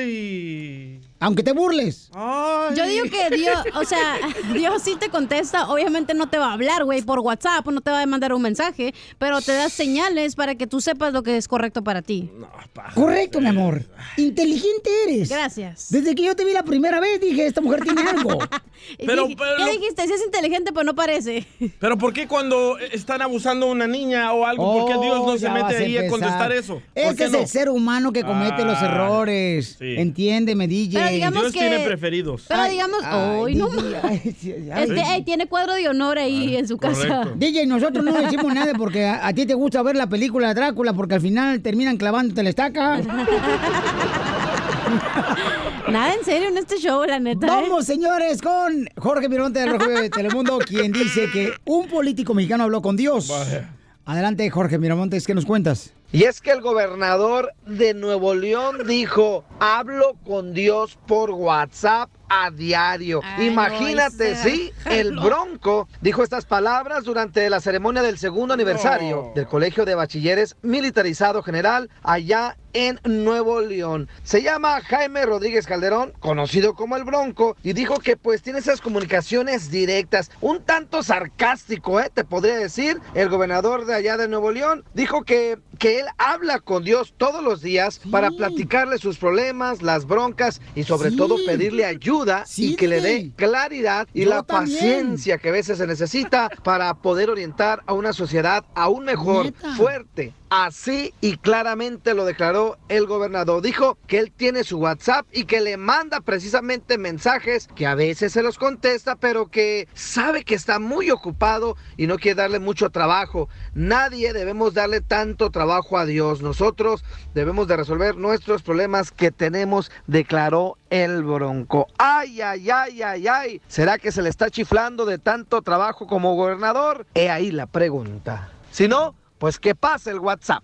C: Ay.
B: Aunque te burles.
D: Yo digo que Dios, o sea, Dios sí te contesta, obviamente no te va a hablar, güey, por WhatsApp, no te va a mandar un mensaje, pero te da señales para que tú sepas lo que es correcto para ti.
B: Correcto, mi amor. Inteligente eres.
D: Gracias.
B: Desde que yo te vi la primera vez dije, esta mujer tiene algo.
D: Y
C: Pero-
D: dije,
C: pero-
D: ¿Qué dijiste? Si es inteligente, pues no parece.
C: Pero ¿por qué cuando están abusando a una niña o algo, por qué Dios no
B: Oh,
C: se
B: ya
C: mete
B: vas
C: ahí a
B: empezar.
C: contestar eso? ¿Por
B: Ese
C: qué
B: es
C: no?
B: el ser humano que comete los
C: Ah,
B: errores. Entiéndeme, DJ.
D: Pero digamos
C: Dios
D: que-
C: tiene preferidos.
D: Pero digamos, hoy no más. Este, ey, tiene cuadro de honor
C: Ah,
D: ahí en su casa.
B: DJ, nosotros no decimos nada porque a, a ti te gusta ver la película de Drácula porque al final terminan clavándote la estaca.
D: Nada en serio en este show, la neta.
B: Vamos, señores, con Jorge Pironte del Rojo Vivo de Telemundo, quien dice que un político mexicano habló con Dios.
F: Vaya.
B: Adelante, Jorge Miramontes, ¿qué nos cuentas?
F: Y es que el gobernador de Nuevo León dijo, hablo con Dios por WhatsApp a diario. Imagínate,
Q: ese
F: sí, el
Q: ángelo.
F: Bronco dijo estas palabras durante la ceremonia del segundo aniversario del Colegio de Bachilleres Militarizado General allá en Nuevo León. Se llama Jaime Rodríguez Calderón, conocido como el Bronco, y dijo que pues tiene esas comunicaciones directas, un tanto sarcástico, ¿eh? te podría decir, el gobernador de allá de Nuevo León dijo que, que él habla con Dios todos los días para platicarle sus problemas, las broncas y sobre
Q: Sí.
F: todo pedirle ayuda
Q: Sí,
F: y que le
Q: DJ.
F: dé claridad y
Q: Yo
F: la
Q: también.
F: paciencia que a veces se necesita para poder orientar a una sociedad aún mejor,
Q: Neta.
F: fuerte. Así y claramente lo declaró el gobernador. Dijo que él tiene su WhatsApp y que le manda precisamente mensajes que a veces se los contesta, pero que sabe que está muy ocupado y no quiere darle mucho trabajo. Nadie debemos darle tanto trabajo a Dios. Nosotros debemos de resolver nuestros problemas que tenemos, declaró el bronco. Ay, ay, ay, ay, ay. ¿Será que se le está chiflando de tanto trabajo como gobernador? He ahí la pregunta. Si no, pues que pase el WhatsApp.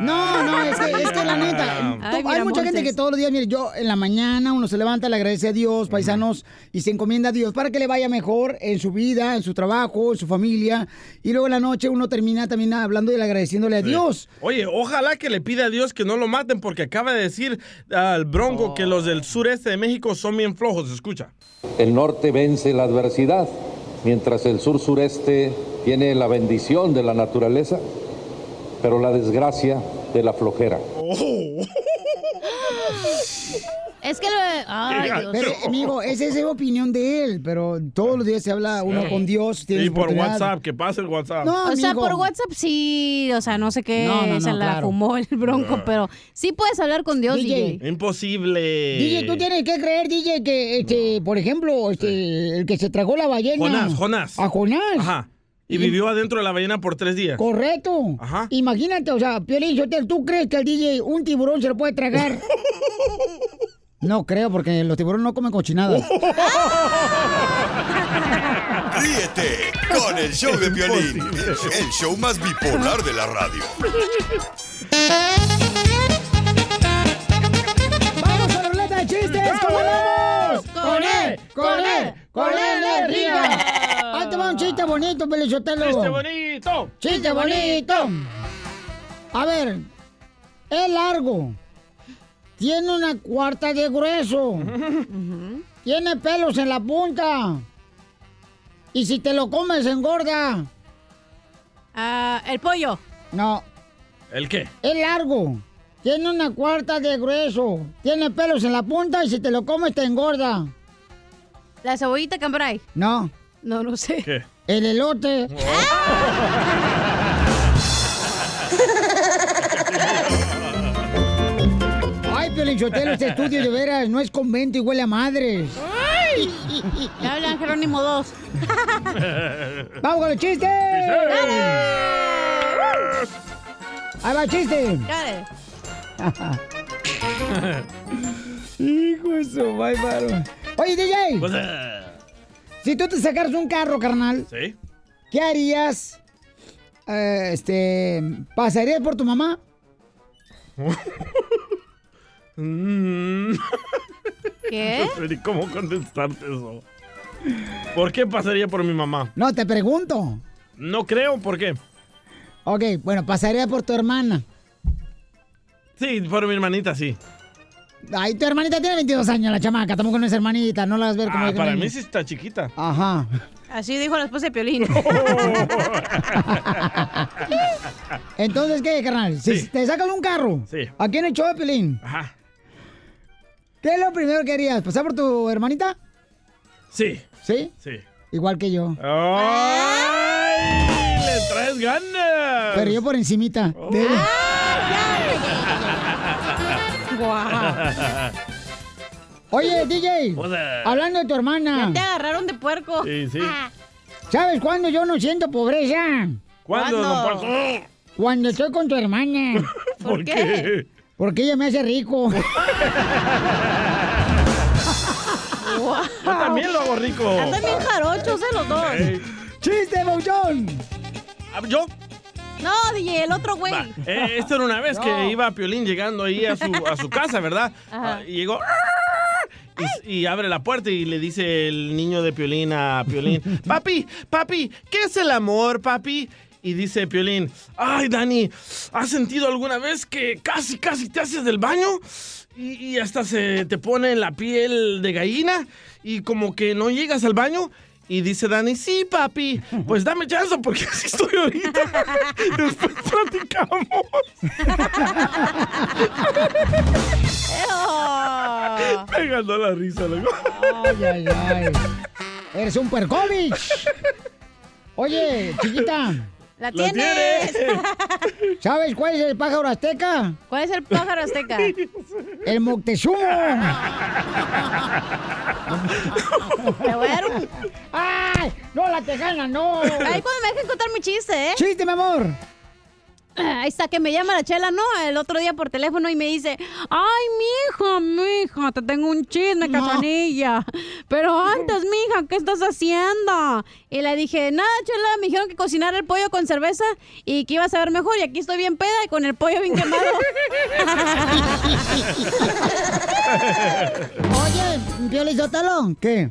B: No, no, es que, es que la
C: Ah.
B: neta,
F: Ay,
B: to- hay
F: mira,
B: mucha gente
F: Montes.
B: que todos los días, mire, yo en la mañana uno se levanta, le agradece a Dios, paisanos, y se encomienda a Dios para que le vaya mejor en su vida, en su trabajo, en su familia, y luego en la noche uno termina también hablando y agradeciéndole a Dios.
C: Oye, ojalá que le pida a Dios que no lo maten porque acaba de decir al Bronco que los del sureste de México son bien flojos, escucha.
R: El norte vence la adversidad, mientras el sur sureste tiene la bendición de la naturaleza, pero la desgracia de la flojera.
C: Oh.
D: Es que lo. Ay, Dios.
B: Pero, amigo, esa es la opinión de él, pero todos los días se habla uno con Dios. tienes
C: Y por
B: oportunidad.
C: WhatsApp, que pase el WhatsApp.
D: o sea, por WhatsApp sí, o sea, no sé qué,
C: No, no, no,
D: se la
C: claro.
D: fumó el bronco,
C: Ah.
D: pero sí puedes hablar con Dios,
B: DJ.
D: DJ.
C: Imposible.
B: DJ,
C: Eh.
B: tú tienes que creer, DJ, que, este, por ejemplo, este, el que se tragó la ballena.
C: Jonás, Jonás.
B: A Jonás.
C: Ajá. Y vivió adentro de la ballena por tres días.
B: Correcto.
C: Ajá.
B: Imagínate, o sea, Piolín, Sotelo, ¿tú crees que al DJ un tiburón se lo puede tragar? no creo, porque los tiburones no comen cochinadas.
G: Ríete con el show de Piolín, el show más bipolar de la radio.
B: ¡Vamos a la ruleta de chistes! ¡Cómo vamos!
H: ¡Con él! ¡Con él! ¡Con él, energía!
B: Ahí te va un chiste bonito, Pelizotelo.
H: ¡Chiste bonito!
B: ¡Chiste bonito! A ver, es largo. Tiene una cuarta de grueso. Tiene pelos en la punta. Y si te lo comes, engorda.
H: Ah,
D: el pollo.
B: No,
C: ¿El qué?
B: es largo. Tiene una cuarta de grueso. Tiene pelos en la punta y si te lo comes, te engorda.
D: La cebollita cambrai.
B: No. Eh.
D: No lo sé.
C: ¿Qué?
B: El elote. Ay, Piolinchotelo, este estudio de veras no es convento y huele a madres.
D: ¡Ay! Me hablan Jerónimo 2.
B: ¡Vamos con los chistes! ¡Ahí va el chiste!
D: Dale.
B: Hijo de su bárbaro. Oye,
C: Pues,
B: DJ, si tú te sacaras un carro, carnal,
C: eh. ¿Sí?
B: ¿qué harías? Eh, este, ¿pasarías por tu mamá?
D: ¿Qué?
C: Mm. No sé ni ¿Cómo contestarte eso? ¿Por qué pasaría por mi mamá?
B: No, te pregunto.
C: No creo, ¿por qué?
B: Ok, bueno, pasaría por tu hermana.
C: Sí, por mi hermanita, sí.
B: Ay, tu hermanita tiene 22 años, la chamaca. Tampoco no es hermanita, no la vas a ver como...
C: Ah,
B: de
C: para
B: grande.
C: mí sí está chiquita.
B: Ajá.
D: Así dijo la esposa de Piolín.
B: Entonces, ¿qué, carnal? Si te sacan un carro,
C: Sí.
B: aquí en el show de Pelín,
C: Ajá.
B: ¿qué es lo primero que harías? ¿Pasar por tu hermanita?
C: Sí.
B: ¿Sí?
C: Sí.
B: Igual que yo.
C: ¡Ay! ¡Le traes ganas! Oh.
B: Pero yo por encimita. De- Oye, DJ,
H: Hola.
B: hablando de
D: Ya
B: tu
D: te
B: hermana,
D: agarraron de puerco. Ah.
C: Sí, sí.
B: ¿sabes cuándo yo no siento pobreza?
C: ¿Cuándo, don Paco?
B: Cuando estoy con tu hermana.
C: ¿Por ¿Por qué? qué?
B: Porque ella me hace rico.
C: Yo también lo hago rico.
D: Andan bien jarochos, eh, los dos.
C: Ey.
B: ¡Chiste, Bouchón!
C: Ah, ¿Yo?
D: No, DJ, el otro güey.
C: Va. Eh, esto era una vez que iba Piolín llegando ahí a su, a su casa, ¿verdad?
D: Ajá.
C: Ah, Y llegó... ¡ah! y- Y, abre la puerta y le dice el niño de Piolín a Piolín, papi, papi, ¿qué es el amor, papi? Y dice Piolín, ay, Dani, ¿has sentido alguna vez que casi, casi te haces del baño? Y, y hasta se te pone la piel de gallina y como que no llegas al baño. Y dice Dani, sí, papi, pues dame chance porque así estoy ahorita. Después platicamos.
D: Ah.
C: Me ganó la risa, loco.
B: Ay, ay, ay. Eres un puercovich. Oye, chiquita.
D: La La tienes.
B: ¿Sabes cuál es el pájaro azteca?
D: ¿Cuál es el pájaro azteca?
B: El Moctezuma.
D: Te voy a dar un...
B: ¡Ay! ¡No, la tejana, no!
D: Ahí cuando pues, me dejen contar mi chiste, ¿eh?
B: ¡Chiste, mi amor!
D: Ahí está, que me llama la chela, ¿no? El otro día por teléfono y me dice, ay, mija, mija, te tengo un chisme, cachanilla. Pero antes, mija, ¿qué estás haciendo? Y le dije, nada, chela, me dijeron que cocinar el pollo con cerveza y que iba a saber mejor. Y aquí estoy bien peda y con el pollo bien quemado.
B: Oye, Piolizotelo. ¿Qué?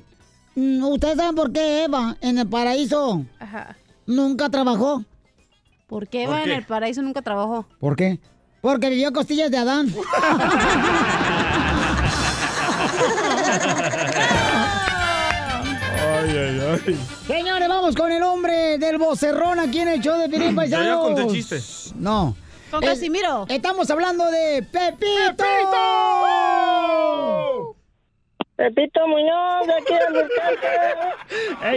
B: Mm, ¿Ustedes saben por qué Eva en el paraíso
D: Ajá.
B: nunca trabajó?
D: ¿Por qué
B: ¿Por
D: va en
B: qué?
D: el paraíso nunca trabajó?
B: ¿Por qué? Porque vivió costillas de Adán.
H: Ay, ay, ay.
B: Señores, vamos con el hombre del vocerrón aquí en el show de Pirín
H: Ya, ya
B: Paisanos.
H: conté chistes.
B: No.
D: Con Casimiro.
B: Estamos hablando de Pepito. ¡Pepito!
S: Pepito Muñoz, de aquí del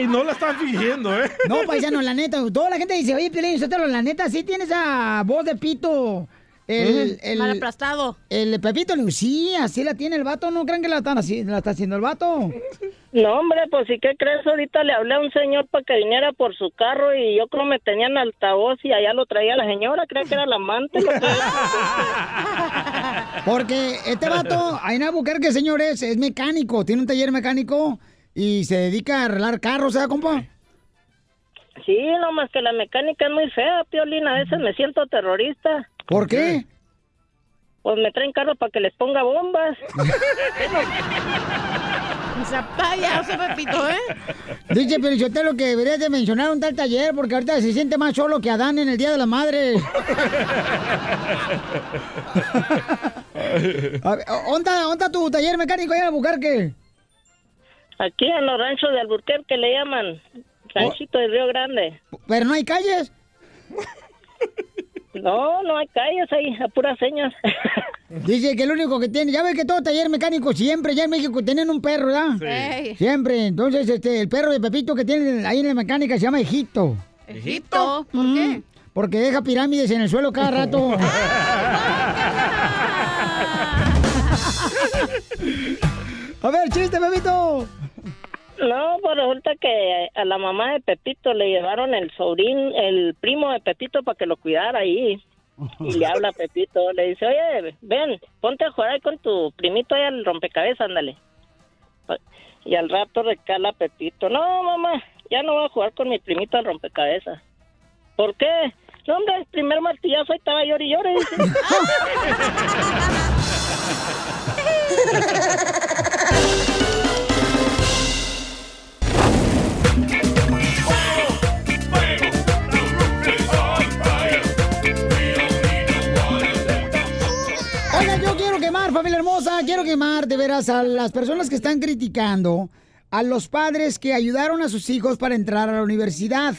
C: Ey, no la están fingiendo, ¿eh?
B: No, paisano, la neta, toda la gente dice, oye, Piolín, Sotelo, la neta, sí tiene esa voz de pito. El,
D: Ujú. Mal aplastado.
B: El Pepito Lucía, así la tiene el vato, ¿no creen que la, están así, la está haciendo el vato?
S: No, hombre, pues sí que crees, ahorita le hablé a un señor para que viniera por su carro y yo creo me tenían altavoz y allá lo traía la señora, creía que era la amante. lo
B: Porque este vato, ahí en Albuquerque, señores, es mecánico, tiene un taller mecánico y se dedica a arreglar carros, ¿sabes, compa?
S: que- sí, no más que la mecánica es muy fea, Piolín, a veces me siento terrorista.
B: ¿Por qué?
S: Pues me traen carro para que les ponga bombas.
D: O sea, vaya, o sea, Pepito, ¿eh?
B: Dice Pelichotelo que deberías de mencionar un tal taller porque ahorita se siente más solo que Adán en el Día de la Madre. A ver, ¿Onda, onda tu taller mecánico allá en Albuquerque?
S: Aquí en los ranchos de Alburquerque le llaman Ranchito de Río Grande.
B: ¿Pero no hay calles?
S: No, no hay calles ahí, a puras señas.
B: Dice que el único que tiene, ya ves que todo taller mecánico siempre, ya en México tienen un perro, ¿verdad?
D: Sí. Ey.
B: Siempre. Entonces, este, el perro de Pepito que tienen ahí en la mecánica se llama Egipto.
D: Egipto.
B: ¿Por qué? Porque deja pirámides en el suelo cada rato. A ver, chiste, Pepito.
S: No, pues resulta que a la mamá de Pepito le llevaron el sobrín, el primo de Pepito para que lo cuidara ahí. Y le habla a Pepito, le dice, oye, ven, ponte a jugar ahí con tu primito ahí al rompecabezas, ándale. Y al rato recala Pepito, no, mamá, ya no voy a jugar con mi primito al rompecabezas. ¿Por qué? No, hombre, el primer martillazo ahí estaba llori y llore", dice.
B: Oiga, yo quiero quemar, familia hermosa, quiero quemar de veras a las personas que están criticando a los padres que ayudaron a sus hijos para entrar a la universidad.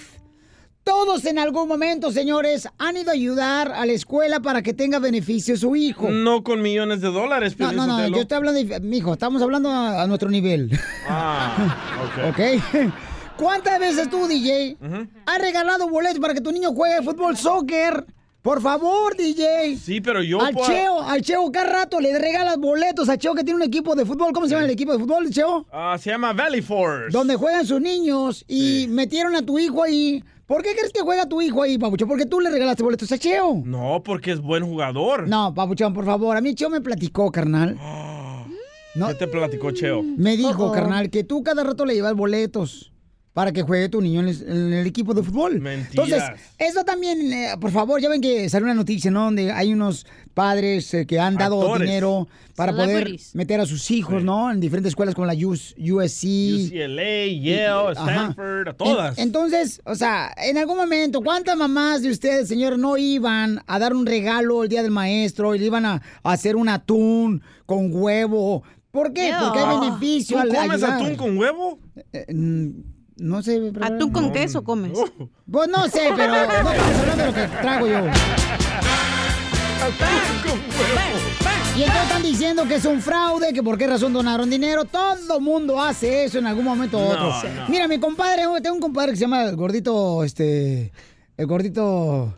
B: Todos en algún momento, señores, han ido a ayudar a la escuela para que tenga beneficio su hijo.
C: No con millones de dólares,
B: No,
C: Piolín
B: no, no,
C: Sotelo.
B: yo estoy hablando, de, mijo, estamos hablando a, a nuestro nivel.
C: Ah, ok.
B: ¿Ok? ¿Cuántas veces tú, DJ, has regalado boletos para que tu niño juegue fútbol, soccer? Por favor, DJ.
C: Sí, pero yo
B: Al
C: puedo-
B: Cheo, al Cheo, cada rato le regalas boletos al Cheo que tiene un equipo de fútbol. ¿Cómo se llama el equipo de fútbol, Cheo?
C: Ah, se llama Valley Force.
B: Donde juegan sus niños y metieron a tu hijo ahí. ¿Por qué crees que juega tu hijo ahí, Papuchón? Porque tú le regalaste boletos a Cheo.
C: No, porque es buen jugador.
B: No, Papuchón, por favor. A mí Cheo me platicó, carnal. No.
C: ¿Qué te platicó Cheo?
B: Me dijo,
C: Oh, oh.
B: carnal, que tú cada rato le llevas boletos para que juegue tu niño en el, en el equipo de fútbol. Entonces, eso también, eh, por favor, ya ven que salió una noticia, ¿no? Donde hay unos padres eh, que han dado
C: Actores.
B: dinero para poder
C: Celebrities.
B: meter a sus hijos, ¿no? En diferentes escuelas como la US USC.
C: UCLA,
B: Ajá.
C: Yale, Stanford, a todas.
B: En- entonces, o sea, en algún momento, ¿cuántas mamás de ustedes, señor, no iban a dar un regalo el día del maestro y le iban a, a hacer un atún con huevo? ¿Por qué?
C: No.
B: Porque hay beneficio
C: Ah, ¿Tú
B: al
C: comes
B: ayudar.
C: atún con huevo?
B: Eh, mm, no sé. pero-
D: ¿Atún con queso comes?
B: Pues no sé, pero no estamos hablando de lo que trago yo. Y entonces están diciendo que es un fraude, que por qué razón donaron dinero. Todo mundo hace eso en algún momento u
H: No,
B: otro.
H: no.
B: Mira, mi compadre, tengo un compadre que se llama el gordito, este, el gordito,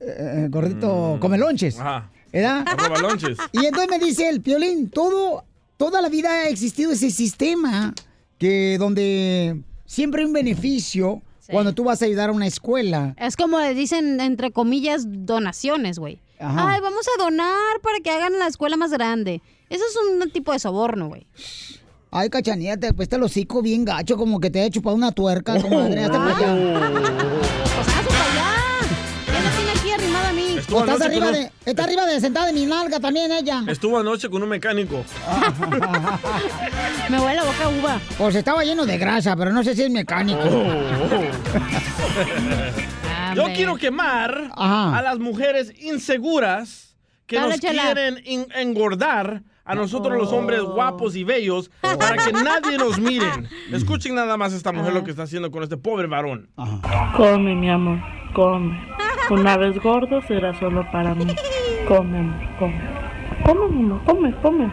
B: eh, el gordito come lonches.
C: Ajá.
B: ¿Edad?
C: Arroba lonches.
B: Y entonces me dice el Piolín, todo, toda la vida ha existido ese sistema que donde siempre hay un beneficio cuando tú vas a ayudar a una escuela.
D: Es como le dicen, entre comillas, donaciones, güey.
B: Ajá.
D: Ay, vamos a donar para que hagan la escuela más grande. Eso es un tipo de soborno, güey.
B: Ay, cachanilla, te apesta el hocico bien gacho, como que te ha chupado una tuerca,
C: Oh,
B: comadre. Hazte para allá.
D: Pues ¿Qué no tiene aquí arrimada a mí?
B: O
C: Estuvo
B: estás
C: anoche
B: arriba
C: con un-
B: de, está arriba de sentada de mi nalga también ella.
C: Estuvo anoche con un mecánico.
B: Ah. Me huele la boca uva. Pues estaba lleno de grasa, pero no sé si es mecánico.
C: Oh. Yo
B: hombre.
C: quiero quemar
B: Ajá.
C: a las mujeres inseguras que
B: Dale,
C: nos
B: Chela. Oh.
C: quieren in- engordar a nosotros los hombres guapos y bellos para que nadie nos miren. Escuchen nada más esta mujer lo que está haciendo con este pobre varón.
S: Come, mi amor, come.
Q: Una vez gordo será solo para mí. Come, amor, come. Come, mamá, come, come.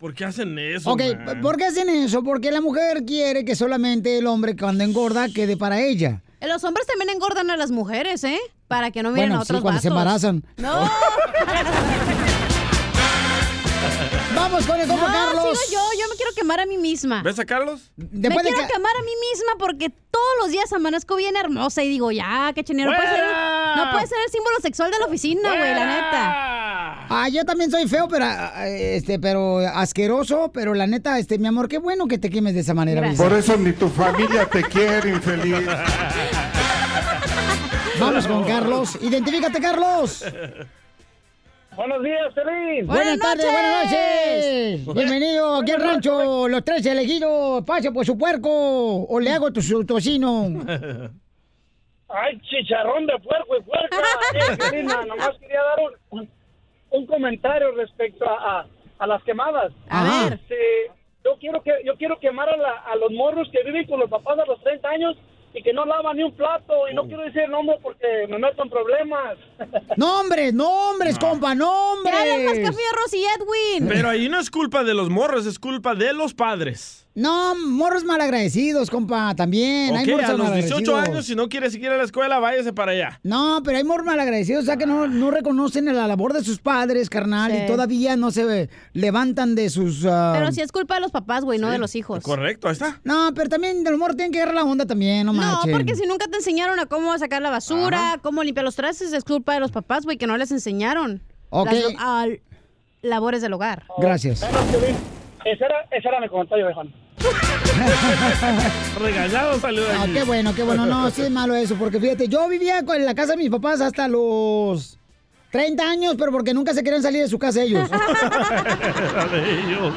C: ¿Por qué hacen eso?
B: Ok,
C: man?
B: ¿por qué hacen eso? Porque la mujer quiere que solamente el hombre cuando engorda quede para ella.
D: Los hombres también engordan a las mujeres, ¿eh? Para que no miren
B: bueno,
D: a
B: sí,
D: otros
B: cuando se
D: vatos.
B: embarazan.
D: No.
B: Vamos con el compa
D: No,
B: Carlos.
D: sigo yo, yo me quiero quemar a mí misma.
C: ¿Ves a Carlos?
D: me
B: Después de
D: quiero
B: que-
D: quemar a mí misma porque todos los días amanezco bien hermosa y digo, ya, qué chenero. No puede, ser,
B: ¡Fuera!
D: no puede ser el símbolo sexual de la oficina, güey, la neta.
B: Ah, yo también soy feo, pero ah, ah, este, pero asqueroso, pero la neta, este, mi amor, qué bueno que te quemes de esa manera. Luis.
T: Por eso ni tu familia te quiere, infeliz.
B: Vamos con Carlos. Identifícate, Carlos.
U: Buenos días, Pelín.
B: Buenas, tardes, buenas noches. Bienvenido aquí al rancho. Los tres elegidos. Pase por su puerco o le hago tu su tocino.
U: Ay, chicharrón de puerco y puerca. Eh, Piolín, nada más quería dar un, un- un comentario respecto a, a- a las quemadas.
B: A ver.
U: Este, yo quiero que yo quiero quemar a, la- a los morros que viven con los papás a los 30 años y que no lavan ni un plato. Y
T: Oh.
U: no quiero decir el nombre porque me meto en problemas.
B: Nombres, nombres, compa, nombres.
D: y Edwin?
C: Pero ahí no es culpa de los morros, es culpa de los padres.
B: No, morros malagradecidos, compa, también. hay
C: Ok,
B: morros
C: a los 18
B: malagradecidos.
C: años, si no quieres ir a la escuela, váyase para allá.
B: No, pero hay morros malagradecidos, o sea que no, no reconocen la labor de sus padres, carnal,
D: Sí.
B: y todavía no se levantan de sus... ah,
D: Pero si es culpa de los papás, güey, no de los hijos.
C: Correcto, ahí está.
B: No, pero también del humor tienen que agarrar la onda también, no
D: No,
B: marchen.
D: porque si nunca te enseñaron a cómo sacar la basura, cómo limpiar los trastes, es culpa de los papás, güey, que no les enseñaron.
B: Ok.
D: Las lo- a- labores del hogar.
B: Gracias.
U: Ese era, ese era mi comentario, Juan.
C: Regañado salió de
B: No,
C: allí.
B: Ah, qué bueno, qué bueno. No, sí es malo eso, porque fíjate, yo vivía con- en la casa de mis papás hasta los 30 años, pero porque nunca se querían salir de su casa ellos.
H: Era de ellos.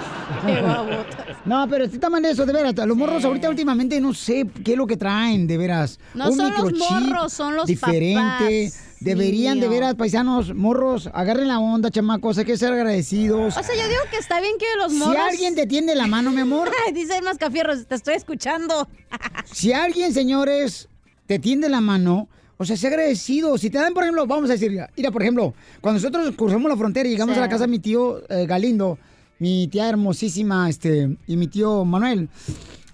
B: No, pero sí está mal eso, de veras. Los morros ahorita últimamente no sé qué es lo que traen, de veras.
D: No son los morros, son los
B: diferente.
D: papás,
B: Deberían, de
D: niño.
B: veras, paisanos, morros, agarren la onda, chamacos, hay que ser agradecidos.
D: O sea, yo digo que está bien que los
B: Si
D: morros...
B: alguien te tiende la mano, mi amor.
D: Dice el Mascafierros, te estoy escuchando.
B: Si alguien, señores, te tiende la mano, o sea, sea agradecido. Si te dan, por ejemplo, vamos a decir, mira, mira, por ejemplo, cuando nosotros cruzamos la frontera y llegamos
V: Sí.
B: a la casa de mi tío eh, Galindo, mi tía hermosísima, este, y mi tío Manuel,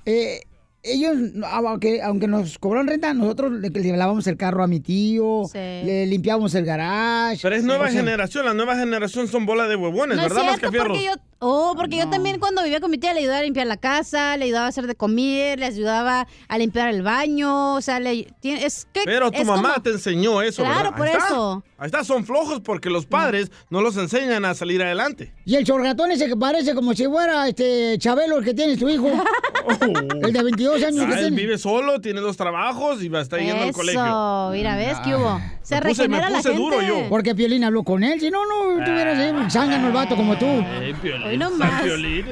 B: eh, ellos, aunque, aunque nos cobraron renta, nosotros le, le lavábamos el carro a mi tío, le limpiábamos el garage.
C: Pero es nueva
B: O sea,
C: generación, la nueva generación son bola de huevones,
D: No es
C: ¿verdad,
D: cierto,
C: Mascafierros?
D: porque yo... Oh, porque yo también cuando vivía con mi tía le ayudaba a limpiar la casa, le ayudaba a hacer de comer, le ayudaba a limpiar el baño, o sea, le... tiene- Es que...
C: Pero tu
D: es
C: mamá
D: como-
C: te enseñó eso.
D: Claro,
C: ¿verdad?
D: por
C: Ahí está.
D: eso.
C: Ahí está, son flojos porque los padres no los enseñan a salir adelante.
B: Y el chorgatón ese que parece como si fuera este Chabelo el que tiene tu hijo. el de 22 años que
C: Ah, él
B: tiene.
C: vive solo, tiene dos trabajos y va a estar yendo al
D: Eso,
C: colegio.
D: mira, ¿ves qué hubo? Se
C: Me puse- me
D: regenera la
C: puse
D: gente.
C: duro yo. Ah.
B: Porque Piolín habló con él. Si no, no tuvieras ahí un zángano el vato como tú.
C: Ey, Piolín,
D: Hoy no
C: San
D: más.
C: Piolín.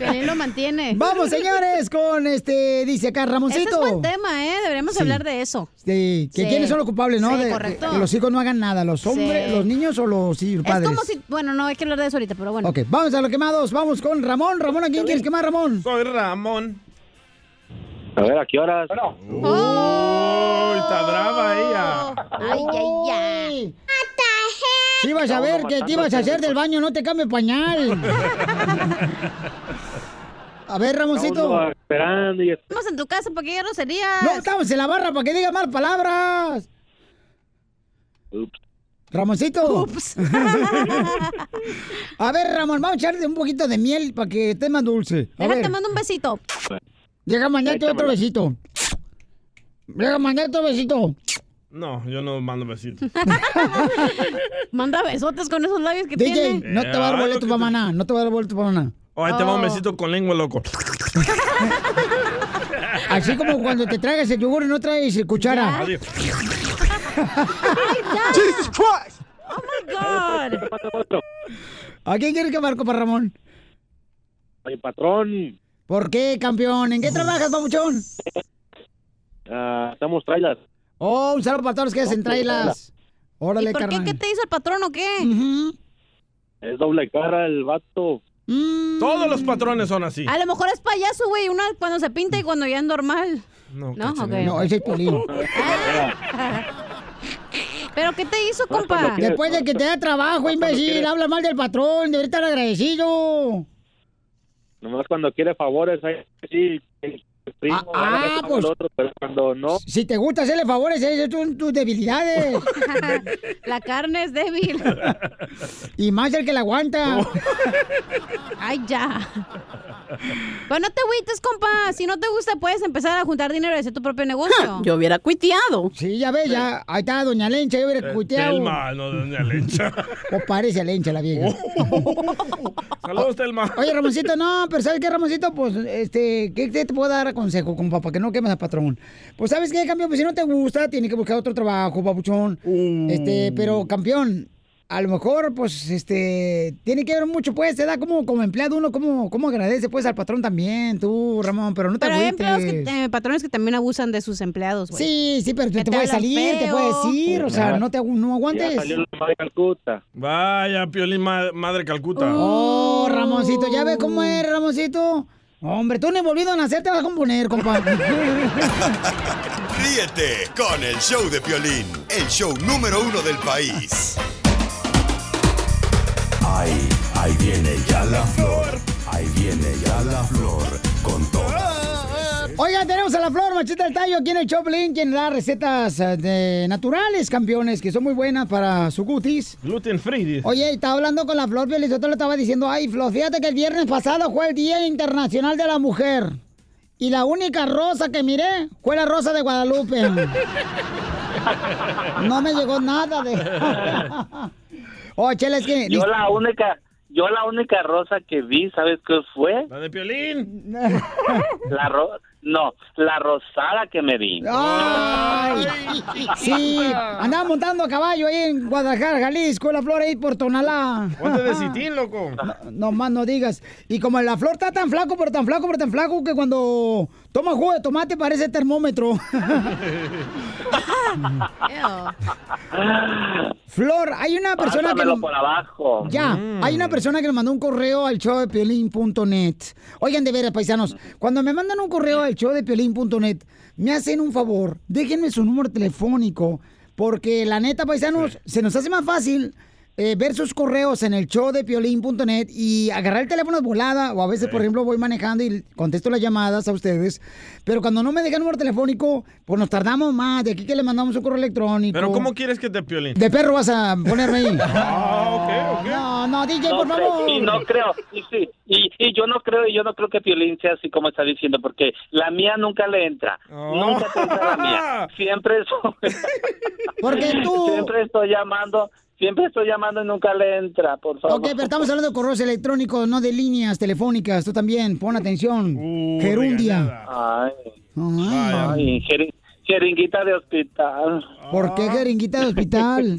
D: Piolín lo mantiene.
B: Vamos, señores, con este, dice acá
D: Ese es
B: Ramoncito.
D: buen tema, ¿eh? Deberíamos
B: Sí.
D: hablar de eso.
B: Sí, que
D: Sí.
B: quiénes son los culpables, ¿no?
D: Sí,
B: De- de-
D: correcto.
B: que los hijos no hagan nada, los hombres,
D: Sí.
B: los niños o los sí, padres.
D: Es como si... Bueno, no, hay que hablar de eso ahorita, pero bueno.
B: Ok, vamos a los quemados, vamos con Ramón. Ramón, ¿a quién quieres quemar, Ramón?
C: Soy Ramón.
W: A ver, ¿a qué horas?
T: Oh.
C: Uy, está brava ella.
D: Oh. Ay, ay, ay.
B: Si ibas a
W: No,
B: ver
W: no,
B: que te
W: matando,
B: ibas a hacer
W: pero-
B: del baño, no te cambie pañal. a ver, Ramoncito.
W: Estamos esperando y
D: Estamos en tu casa para que ya no sería.
B: No, estamos en la barra para que diga mal palabras.
W: Ups.
B: Ramoncito. a ver, Ramón, vamos a echarle un poquito de miel para que esté más dulce. A
D: Déjate,
B: ver,
D: mando un besito.
B: llega mañana
D: Échamela.
B: otro besito. Llega mañana otro besito.
C: No, yo no mando besitos.
D: Manda besotes con esos labios que
B: DJ,
D: tiene.
B: no te va a dar
C: Eh,
B: boleto para maná, no te va a dar boleto para maná.
C: Oh, ahí te va un besito con lengua, loco.
B: Así como cuando te tragas el yogur y no traes el
T: Ah.
B: cuchara.
C: Adiós.
B: Jesus Christ.
D: Oh
W: God.
B: ¿A quién quieres que marco para Ramón?
W: Oye, patrón,
B: ¿Por qué, campeón? ¿En qué trabajas, papuchón?
W: ah, estamos trailers.
B: Oh, un saludo para todos los que hacen trailas. Órale,
D: ¿Y por qué?
B: carnal.
D: ¿Qué te hizo el patrón o qué?
W: Es doble cara el vato.
C: Todos los patrones son así.
D: Mm. A lo mejor es payaso, güey. Una cuando se pinta y cuando ya es normal.
C: No,
D: No,
C: cachanilla.
D: ok.
B: Ah, No, ese es Piolín.
D: ¿Pero qué te hizo, compa?
B: Después de que te da trabajo, imbécil, habla mal del patrón, debería estar agradecido.
W: Nomás cuando quiere favores, ahí sí, el primo,
B: ah,
W: ahí está
B: pues.
W: el otro, pero cuando no,
B: Si te gusta hacerle favores, esas son tus debilidades.
D: La carne es débil.
B: y más el que la aguanta.
D: Ay, ya. Pues no te agüites, compa. Si no te gusta, puedes empezar a juntar dinero y hacer tu propio negocio.
B: Yo hubiera cuiteado. Sí, ya ves, ya. Ahí está Doña Lencha, yo hubiera cuiteado.
C: Telma, Eh, no, doña Lencha.
B: O parece a Lencha la vieja.
C: Saludos, Telma.
B: Oye, Ramoncito, no, pero ¿sabes qué, Ramoncito? Pues, este, ¿qué te puedo dar a consejo, compa, para que no quemes al patrón? Pues, ¿sabes qué, campeón? Pues, si no te gusta, tienes que buscar otro trabajo, papuchón.
C: Mm.
B: Este, pero, campeón, a lo mejor, pues, este, tiene que ver mucho, pues, te da como, como empleado uno, como, como agradece, pues, al patrón también, tú, Ramón, pero no te
D: Pero hay
B: agüites.
D: empleados que, eh, patrones que también abusan de sus empleados, güey.
B: Sí, sí, pero te,
D: Que
B: te
D: te
B: puede
D: hablan
B: salir, te
D: feo.
B: puede decir, o sea,
C: Ya.
B: no te agu- no
W: ya
B: aguantes.
W: salió la madre Calcuta.
C: Vaya, Piolín ma- Madre Calcuta.
B: Oh, Ramoncito, ya ves cómo es, Ramoncito. Hombre, tú ni volvido a nacer te vas a componer, compa.
G: Ríete con el show de Piolín, el show número uno del país.
A: Ahí, ahí viene ya la flor. Ahí viene ya la flor. Con todas
B: Oigan, tenemos a la flor, machita del tallo, aquí en el Choplin, quien da recetas eh, de naturales, campeones, que son muy buenas para su cutis.
C: Gluten free. dice.
B: Oye, estaba hablando con la Flor Pielizoto, le estaba diciendo, ay, Flor, fíjate que el viernes pasado fue el Día Internacional de la Mujer. Y la única rosa que miré fue la rosa de Guadalupe. No me llegó nada de... Oh, chela, es que...
W: Yo la única, yo la única rosa que vi, ¿sabes qué fue?
C: La de Piolín.
W: La ro- no, la rosada que me di.
B: Ah. Ay, sí, andaba montando a caballo ahí en Guadalajara, Jalisco, la flor ahí por Tonalá.
C: Ponte de citín, loco.
B: No más no digas. Y como la flor está tan flaco, pero tan flaco, pero tan flaco, que cuando toma jugo de tomate parece termómetro. flor, hay una persona que...
W: Pásamelo
B: nos-
W: por abajo.
B: Ya, hay
C: Mm.
B: una persona que nos mandó un correo al show de piolín.net. Oigan, de veras, paisanos, cuando me mandan un correo al show de piolín.net, me hacen un favor, déjenme su número telefónico, porque la neta, paisanos, se nos hace más fácil eh, ver sus correos en el show de piolín.net y agarrar el teléfono de volada, o a veces, por ejemplo, voy manejando y contesto las llamadas a ustedes, pero cuando no me dejan número telefónico, pues nos tardamos más, de aquí que le mandamos un correo electrónico.
C: Pero ¿cómo quieres que te Piolín?
B: De perro vas a ponerme ahí.
C: Ah, ok, ok.
B: No, no, DJ, por
W: creo-
B: favor.
W: Y no creo, y sí, y, y yo no creo, y yo no creo que Piolín sea así como está diciendo, porque la mía nunca le entra,
C: Oh.
W: nunca te entra la mía, siempre es-
B: Porque tú-
W: siempre estoy llamando, siempre estoy llamando y nunca le entra, por favor.
B: Ok, pero estamos hablando de correos electrónicos, no de líneas telefónicas. Tú también, pon
C: Uh,
B: atención. Gerundia.
W: Ay,
B: Ay.
W: ay, jeri- jeringuita de hospital.
B: ¿Por
C: Ah.
B: qué jeringuita de hospital?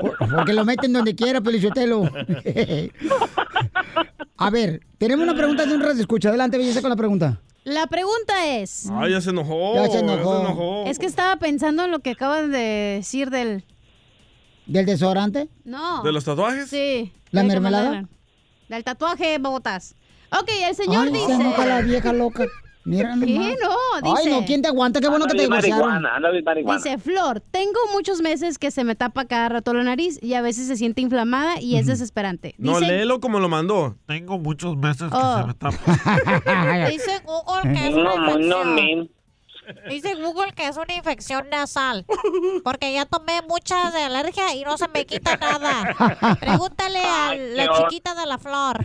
B: Por- porque lo meten donde quiera, Pelichotelo. A ver, tenemos una pregunta de un radio escucha. Adelante, belleza, con la pregunta.
D: La pregunta es...
C: Ah, ya se enojó.
B: oh, Ya se enojó.
D: Es que estaba pensando en lo que acabas de decir del...
B: ¿Del desodorante?
D: No.
C: ¿De los tatuajes?
D: Sí.
B: ¿La
D: Del que
B: mermelada?
D: mandaron. Del tatuaje botas. Ok, el señor
B: Ay,
D: dice...
B: se enoja la vieja loca. Mira
D: ¿Qué?
B: nomás.
D: No,
B: Ay,
D: dice-
B: no, ¿quién te aguanta? Qué bueno que te
W: Anda bien
B: divorciaron.
W: marihuana, anda bien marihuana.
D: Dice, Flor, tengo muchos meses que se me tapa cada rato la nariz y a veces se siente inflamada y es desesperante.
C: No,
D: Dicen-
C: léelo como lo mandó. Tengo muchos meses
D: que Oh. se me
C: tapa.
D: Dice Google que es una infección. Dice Google que es una infección nasal. Porque ya tomé muchas de alergia y no se me quita nada. Pregúntale a la
W: Dios.
D: chiquita de la flor.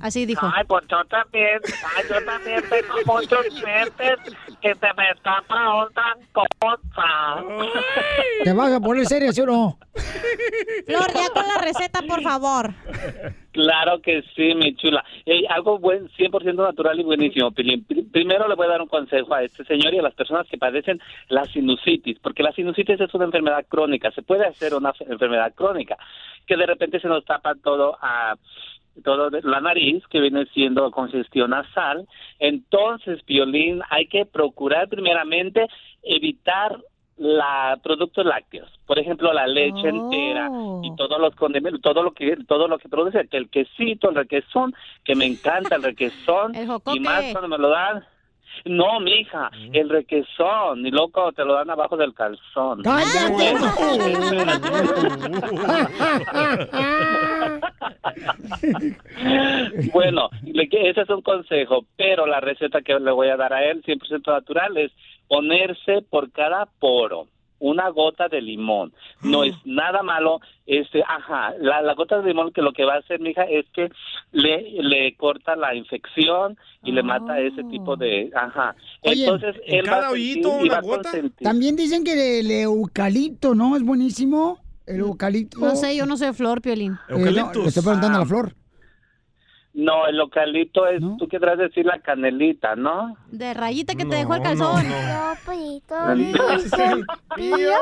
D: Así dijo.
W: Ay, pues yo también, ay, yo también tengo muchos clientes que se me tapa otra cosa.
B: ¿Te vas a poner seria, sí o no?
D: Flor, ya con la receta, por favor.
W: Claro que sí, mi chula. Ey, algo buen, 100% natural y buenísimo, Pilín. Pri- Primero le voy a dar un consejo a este señor y a las personas que padecen la sinusitis, porque la sinusitis es una enfermedad crónica, se puede hacer una fe- enfermedad crónica, que de repente se nos tapa todo a todo de- la nariz, que viene siendo congestión nasal. Entonces, Piolín, hay que procurar primeramente evitar la productos lácteos, por ejemplo la leche entera y todos los condimentos, todo lo que todo lo que produce, que el quesito, el requesón, que me encanta el requesón
D: El
W: y más
D: jocoque.
W: cuando me lo dan No, mija, el requesón. Y loco, te lo dan abajo del calzón. bueno, le que- ese es un consejo, pero la receta que le voy a dar a él, 100% natural, es ponerse por cada poro una gota de limón. No es nada malo. Este, ajá, la, la gota de limón que lo que va a hacer, mija, es que le, le corta la infección y le mata ese tipo de, ajá.
B: Ah. Oye,
W: Entonces,
B: ¿en
W: él
B: cada
W: va a sentir
B: hoyito
W: y
B: una
W: va a
B: gota?
W: consentir.
B: También dicen que el eucalipto, ¿no? Es buenísimo. El eucalipto.
D: No sé, yo no sé flor, Piolín.
B: Eh, no, le estoy preguntando a la flor.
W: Ah. No, el eucalipto es, tú querrás decir la canelita, ¿no?
D: De rayita que te dejó el calzón.
W: Pío,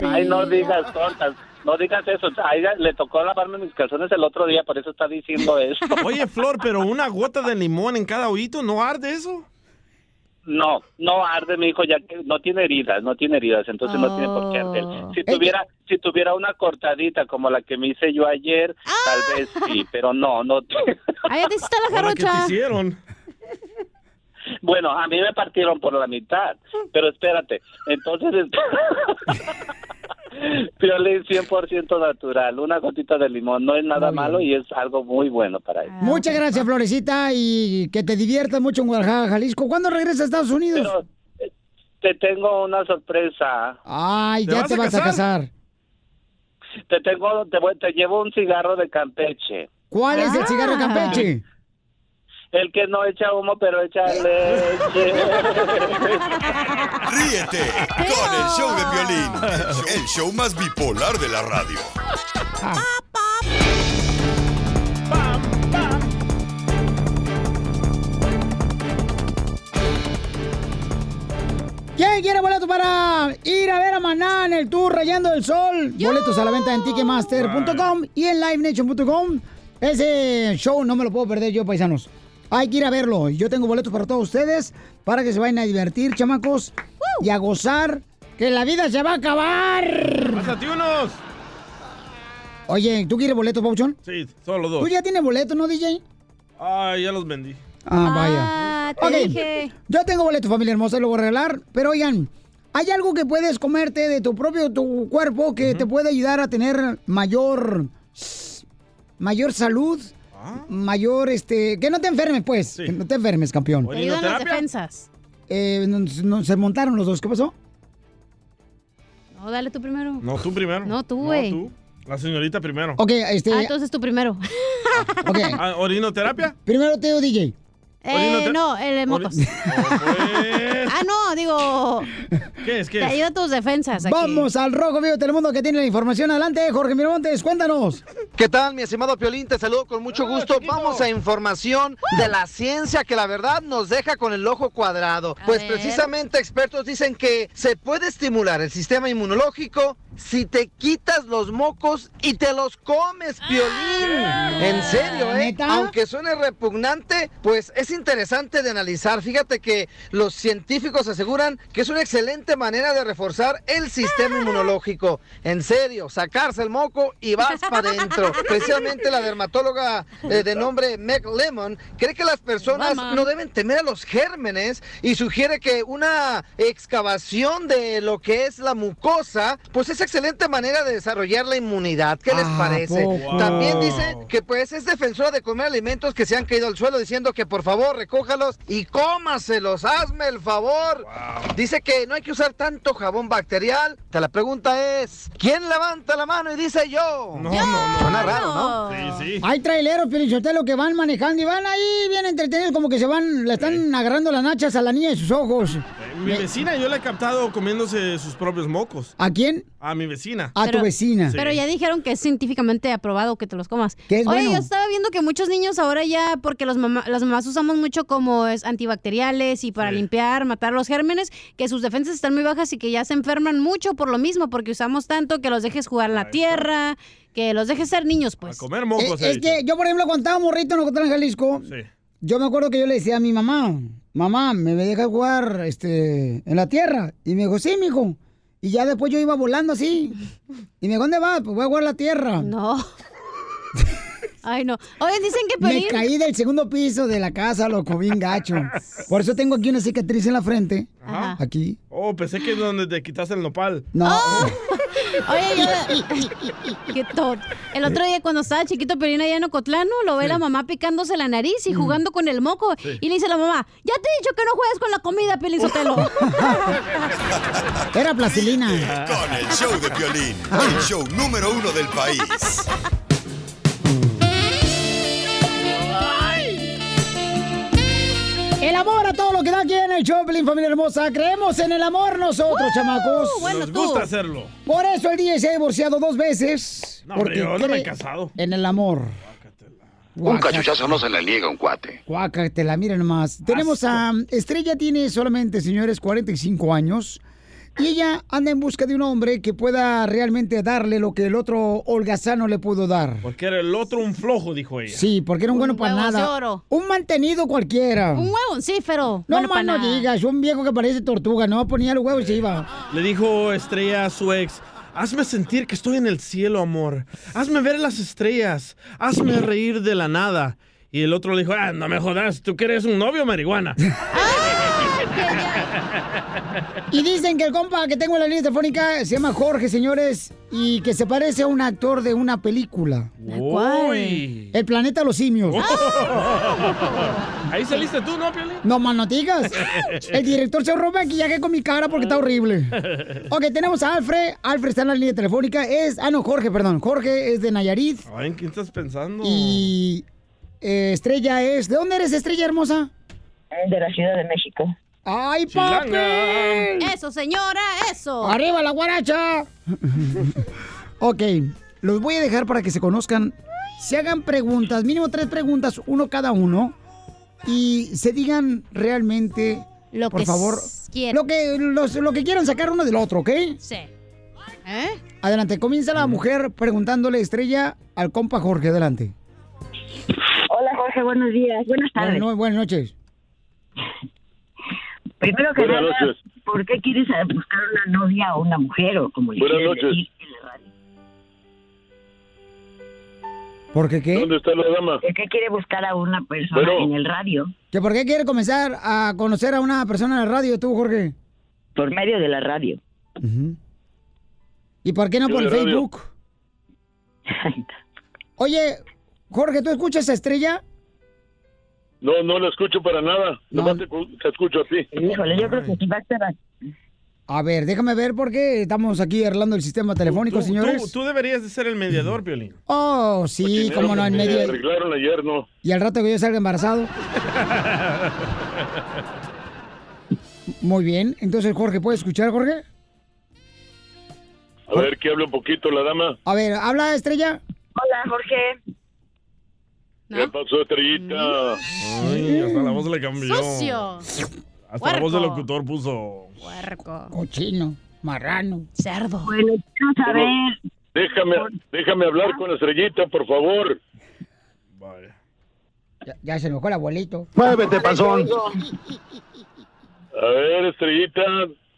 W: Ay, no digas tontas. No digas eso. A ella le tocó lavarme mis calzones el otro día, por eso está diciendo eso.
C: Oye, Flor, pero una gota de limón en cada oído, ¿no arde eso?
W: No, no arde mi hijo, ya que no tiene heridas, no tiene heridas, entonces no tiene por qué arder. Si tuviera, si tuviera una cortadita como la que me hice yo ayer, tal vez sí, pero no, no.
D: Ahí te está la jarocha.
C: hicieron?
W: Bueno, a mí me partieron por la mitad, pero espérate, entonces es- Piolín 100% natural, una gotita de limón no es nada malo y es algo muy bueno para
D: Ah.
W: él.
B: Muchas gracias, Florecita, y que te diviertas mucho en Guadalajara, Jalisco. ¿Cuándo regresas a Estados Unidos?
W: Te tengo una sorpresa.
D: Ah.
B: Ay, ya te vas a casar.
W: Te tengo, te, voy- te llevo un cigarro de Campeche.
B: ¿Cuál
D: Ah.
B: es el cigarro de Campeche?
W: El que no echa humo, pero echa leche.
G: Ríete con el show de violín, el show más bipolar de la radio.
B: ¿Quién quiere boleto para ir a ver a Maná en el Tour Rayando el Sol? Boletos a la venta en Ticketmaster.com y en LiveNation.com. Ese show no me lo puedo perder yo, paisanos. Hay que ir a verlo. Yo tengo boletos para todos ustedes para que se vayan a divertir, chamacos, y a gozar que la vida se va a acabar.
C: ¡Pásate unos!
B: Oye, ¿tú quieres boletos, Pauchón?
C: Sí, solo dos.
B: ¿Tú Pues ya tienes boletos, no, DJ?
C: Ah, ya los vendí.
B: Ah, vaya.
D: te
B: Ok,
D: dije.
B: Yo tengo boleto, familia hermosa, lo voy a regalar. Pero oigan, hay algo que puedes comerte de tu propio tu cuerpo que te puede ayudar a tener mayor. mayor salud.
F: Ah.
B: Mayor, este. Que no te enfermes, pues. Que no te enfermes, campeón.
D: Te ayudan las defensas.
B: Eh, nos- nos- se montaron los dos. ¿Qué pasó?
D: No, dale tú primero.
C: No, tú primero.
D: No, tú, güey.
C: La señorita primero.
B: Ok, este.
D: Ah, entonces tú primero.
C: Ah, ¿Orinoterapia?
B: Primero te digo, DJ.
D: Eh, no, el de motos. ah, no, digo,
C: pues. ¿Qué es? ¿Qué
D: te
C: es?
D: ayuda a tus defensas aquí.
B: Vamos al rojo vivo de Telemundo que tiene la información. Adelante, Jorge Miramontes, cuéntanos.
F: ¿Qué tal, mi estimado Piolín? Te saludo con mucho gusto. Vamos a información de la ciencia que la verdad nos deja con el ojo cuadrado. pues precisamente expertos dicen que se puede estimular el sistema inmunológico si te quitas los mocos y te los comes, Piolín. En serio, ¿eh? Aunque suene repugnante, pues es interesante de analizar. Fíjate que los científicos aseguran que es una excelente manera de reforzar el sistema inmunológico. En serio, sacarse el moco y vas para adentro. Precisamente la dermatóloga eh, de nombre Meg Lemon cree que las personas
E: Lemon.
F: no deben temer a los gérmenes y sugiere que una excavación de lo que es la mucosa, pues es excelente manera de desarrollar la inmunidad. ¿Qué les
E: ¿A
F: parece?
E: poco?
F: También
E: Wow.
F: dice que pues es defensora de comer alimentos que se han caído al suelo diciendo que por favor recójalos y cómaselos, hazme el favor. Dice que no hay que usar tanto jabón bacterial. Te la pregunta es, ¿quién levanta la mano y dice yo? No, no, no. Suena raro, ¿no?
C: Sí,
B: Hay traileros, Pelichotelo, que van manejando y van ahí bien entretenidos, como que se van, le están agarrando las nachas a la niña de sus ojos.
C: Mi vecina, yo la he captado comiéndose sus propios mocos.
B: ¿A quién?
C: A mi vecina.
D: Pero-
C: Sí.
D: Pero ya dijeron que es científicamente aprobado que te los comas.
C: Que es
D: Oye,
C: bueno.
D: yo estaba viendo que muchos niños ahora ya, porque los mamá- las mamás usamos mucho como es antibacteriales y para limpiar, matar los gérmenes, que sus defensas están muy bajas y que ya se enferman mucho por lo mismo, porque usamos tanto que los dejes jugar en la tierra, que los dejes ser niños, pues.
C: comer
B: Eh, es que yo, por ejemplo, cuando estaba morrito en Ocotlán, Jalisco, yo me acuerdo que yo le decía a mi mamá, mamá, ¿me deja jugar este, en la tierra? Y me dijo, sí, mijo. Y ya después yo iba volando así. Y me dijo, ¿dónde vas? Pues voy a jugar a la tierra.
D: No. Ay, no. Oye, dicen que
B: Me
D: Piolín...
B: caí del segundo piso de la casa, loco, bien gacho. Por eso tengo aquí una cicatriz en la frente.
D: Ajá.
B: Aquí.
C: Oh, pensé que es donde te quitaste el nopal. Ah,
B: No.
D: Oye, yo... Qué tonto. El otro día cuando estaba chiquito Piolín allá en Ocotlán, ¿no? lo ve la mamá picándose la nariz y jugando con el moco.
B: Sí.
D: Y le dice a la mamá, ya te he dicho que no juegues con la comida, Piolín Sotelo.
B: Era plastilina.
G: Con el show de violín, el show número uno del país.
B: El amor a todo lo que da aquí en el Choplin, familia hermosa. Creemos en el amor nosotros, chamacos.
C: Nos gusta hacerlo.
B: Por eso el DJ se ha divorciado dos veces.
C: No, hombre, yo no me
B: cree
C: he casado.
B: En el amor.
E: Un cachuchazo no se le niega a un cuate.
B: Guácatela, miren más. Tenemos a um, Estrella, tiene solamente, señores, 45 años. Y ella anda en busca de un hombre que pueda realmente darle lo que el otro holgazano le pudo dar.
C: Porque era el otro un flojo, dijo ella.
B: Sí, porque era un bueno para
C: huevo de
B: nada.
C: oro.
B: Un mantenido cualquiera.
D: Un huevoncífero.
B: No,
D: bueno
B: más
D: para
B: no
D: nada.
B: digas, un viejo que parece tortuga, no, ponía los huevos y se iba.
C: Le dijo Estrella a su ex, hazme sentir que estoy en el cielo, amor. Hazme ver las estrellas. Hazme reír de la nada. Y el otro le dijo, ah, no me jodas, tú que eres un novio marihuana.
B: Y dicen que el compa que tengo en la línea telefónica se llama Jorge, señores, y que se parece a un actor de una película.
C: Uy.
B: El planeta de los simios.
C: ¡Ah! Ahí saliste tú, ¿no, Piolín?
B: No más no digas. El director se roba el maquillaje con mi cara porque está horrible. Ok, tenemos a Alfred. Alfred está en la línea telefónica. Es. Ah, no, Jorge, perdón. Jorge es de Nayarit.
C: Ay, ¿en quién estás pensando?
B: Y eh, Estrella es. ¿De dónde eres, Estrella hermosa?
V: Eh, De la Ciudad de México.
B: ¡Ay, papi!
D: Eso, señora, eso.
B: ¡Arriba la guaracha! ok, los voy a dejar para que se conozcan. Se hagan preguntas, mínimo tres preguntas, uno cada uno. Y se digan realmente,
D: Lo
B: por
D: que
B: favor,
D: s- quieren.
B: Lo, que, los- lo que quieran sacar uno del otro, ¿ok?
D: Sí. ¿Eh?
B: Adelante, comienza la mujer preguntándole estrella al compa Jorge, adelante.
V: Hola Jorge, buenos días, buenas tardes.
B: Buenas, no- buenas noches.
V: Primero que
X: Buenas
V: nada,
X: noches.
V: ¿por qué quieres eh, buscar una novia o una mujer o como le
X: Buenas
V: quieras
X: noches.
V: decir?
B: ¿Por qué qué?
X: ¿Dónde está la dama?
V: ¿Por qué quiere buscar a una persona
X: Bueno.
V: en el radio?
B: ¿Que por qué quiere comenzar a conocer a una persona en la radio tú, Jorge?
V: Por medio de la radio.
B: ¿Y por qué no
V: Yo
B: por
V: de
B: el
V: radio.
B: Facebook? Oye, Jorge, ¿tú escuchas a Estrella?
X: No, no la escucho para nada. Nomás te, cu- te escucho a ti.
V: Híjole, yo creo que aquí va a estar...
B: A ver, déjame ver por qué estamos aquí arreglando el sistema telefónico,
C: Tú,
B: señores.
C: tú deberías de ser el mediador, Piolín.
B: Oh, sí, como no, en
X: Me
B: medio.
X: arreglaron ayer, ¿no?
B: Y al rato que yo salga embarazado. Muy bien. Entonces, Jorge, ¿puedes escuchar, Jorge?
X: A ver, que hable un poquito la dama.
B: A ver, habla, Estrella.
V: Hola, Jorge.
X: ¿Qué pasó, estrellita?
C: Ay, hasta la voz le cambió.
V: Sucio.
C: Hasta la voz del
V: Puerco.
C: locutor puso.
B: Cochino, marrano, cerdo.
V: Bueno, quiero saber
X: Déjame, déjame hablar con la estrellita, por favor.
B: Ya, ya se enojó el abuelito.
X: Muévete, panzón. A ver, estrellita,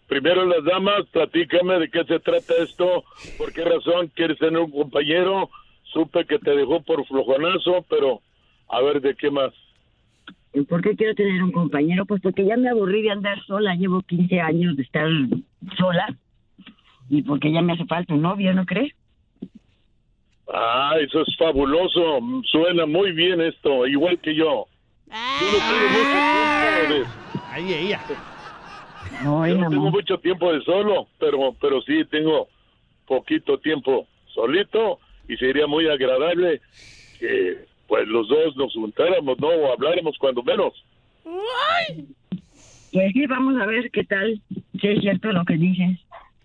X: primero las damas, platícame de qué se trata esto, por qué razón quieres tener un compañero. Supe que te dejó por flojonazo, pero a ver, ¿de qué más?
V: ¿Y ¿Por qué quiero tener un compañero? Pues porque ya me aburrí de andar sola. Llevo 15 años de estar sola. Y porque ya me hace falta un novio, ¿no crees?
X: Ah, eso es fabuloso. Suena muy bien esto, igual que yo.
C: Ah. Ahí, ella.
X: yo no tengo mucho tiempo de solo, pero, pero sí tengo poquito tiempo solito y sería muy agradable que pues los dos nos juntáramos, ¿no? O habláramos cuando menos.
V: Pues sí, vamos a ver qué tal. Si es cierto lo que dices.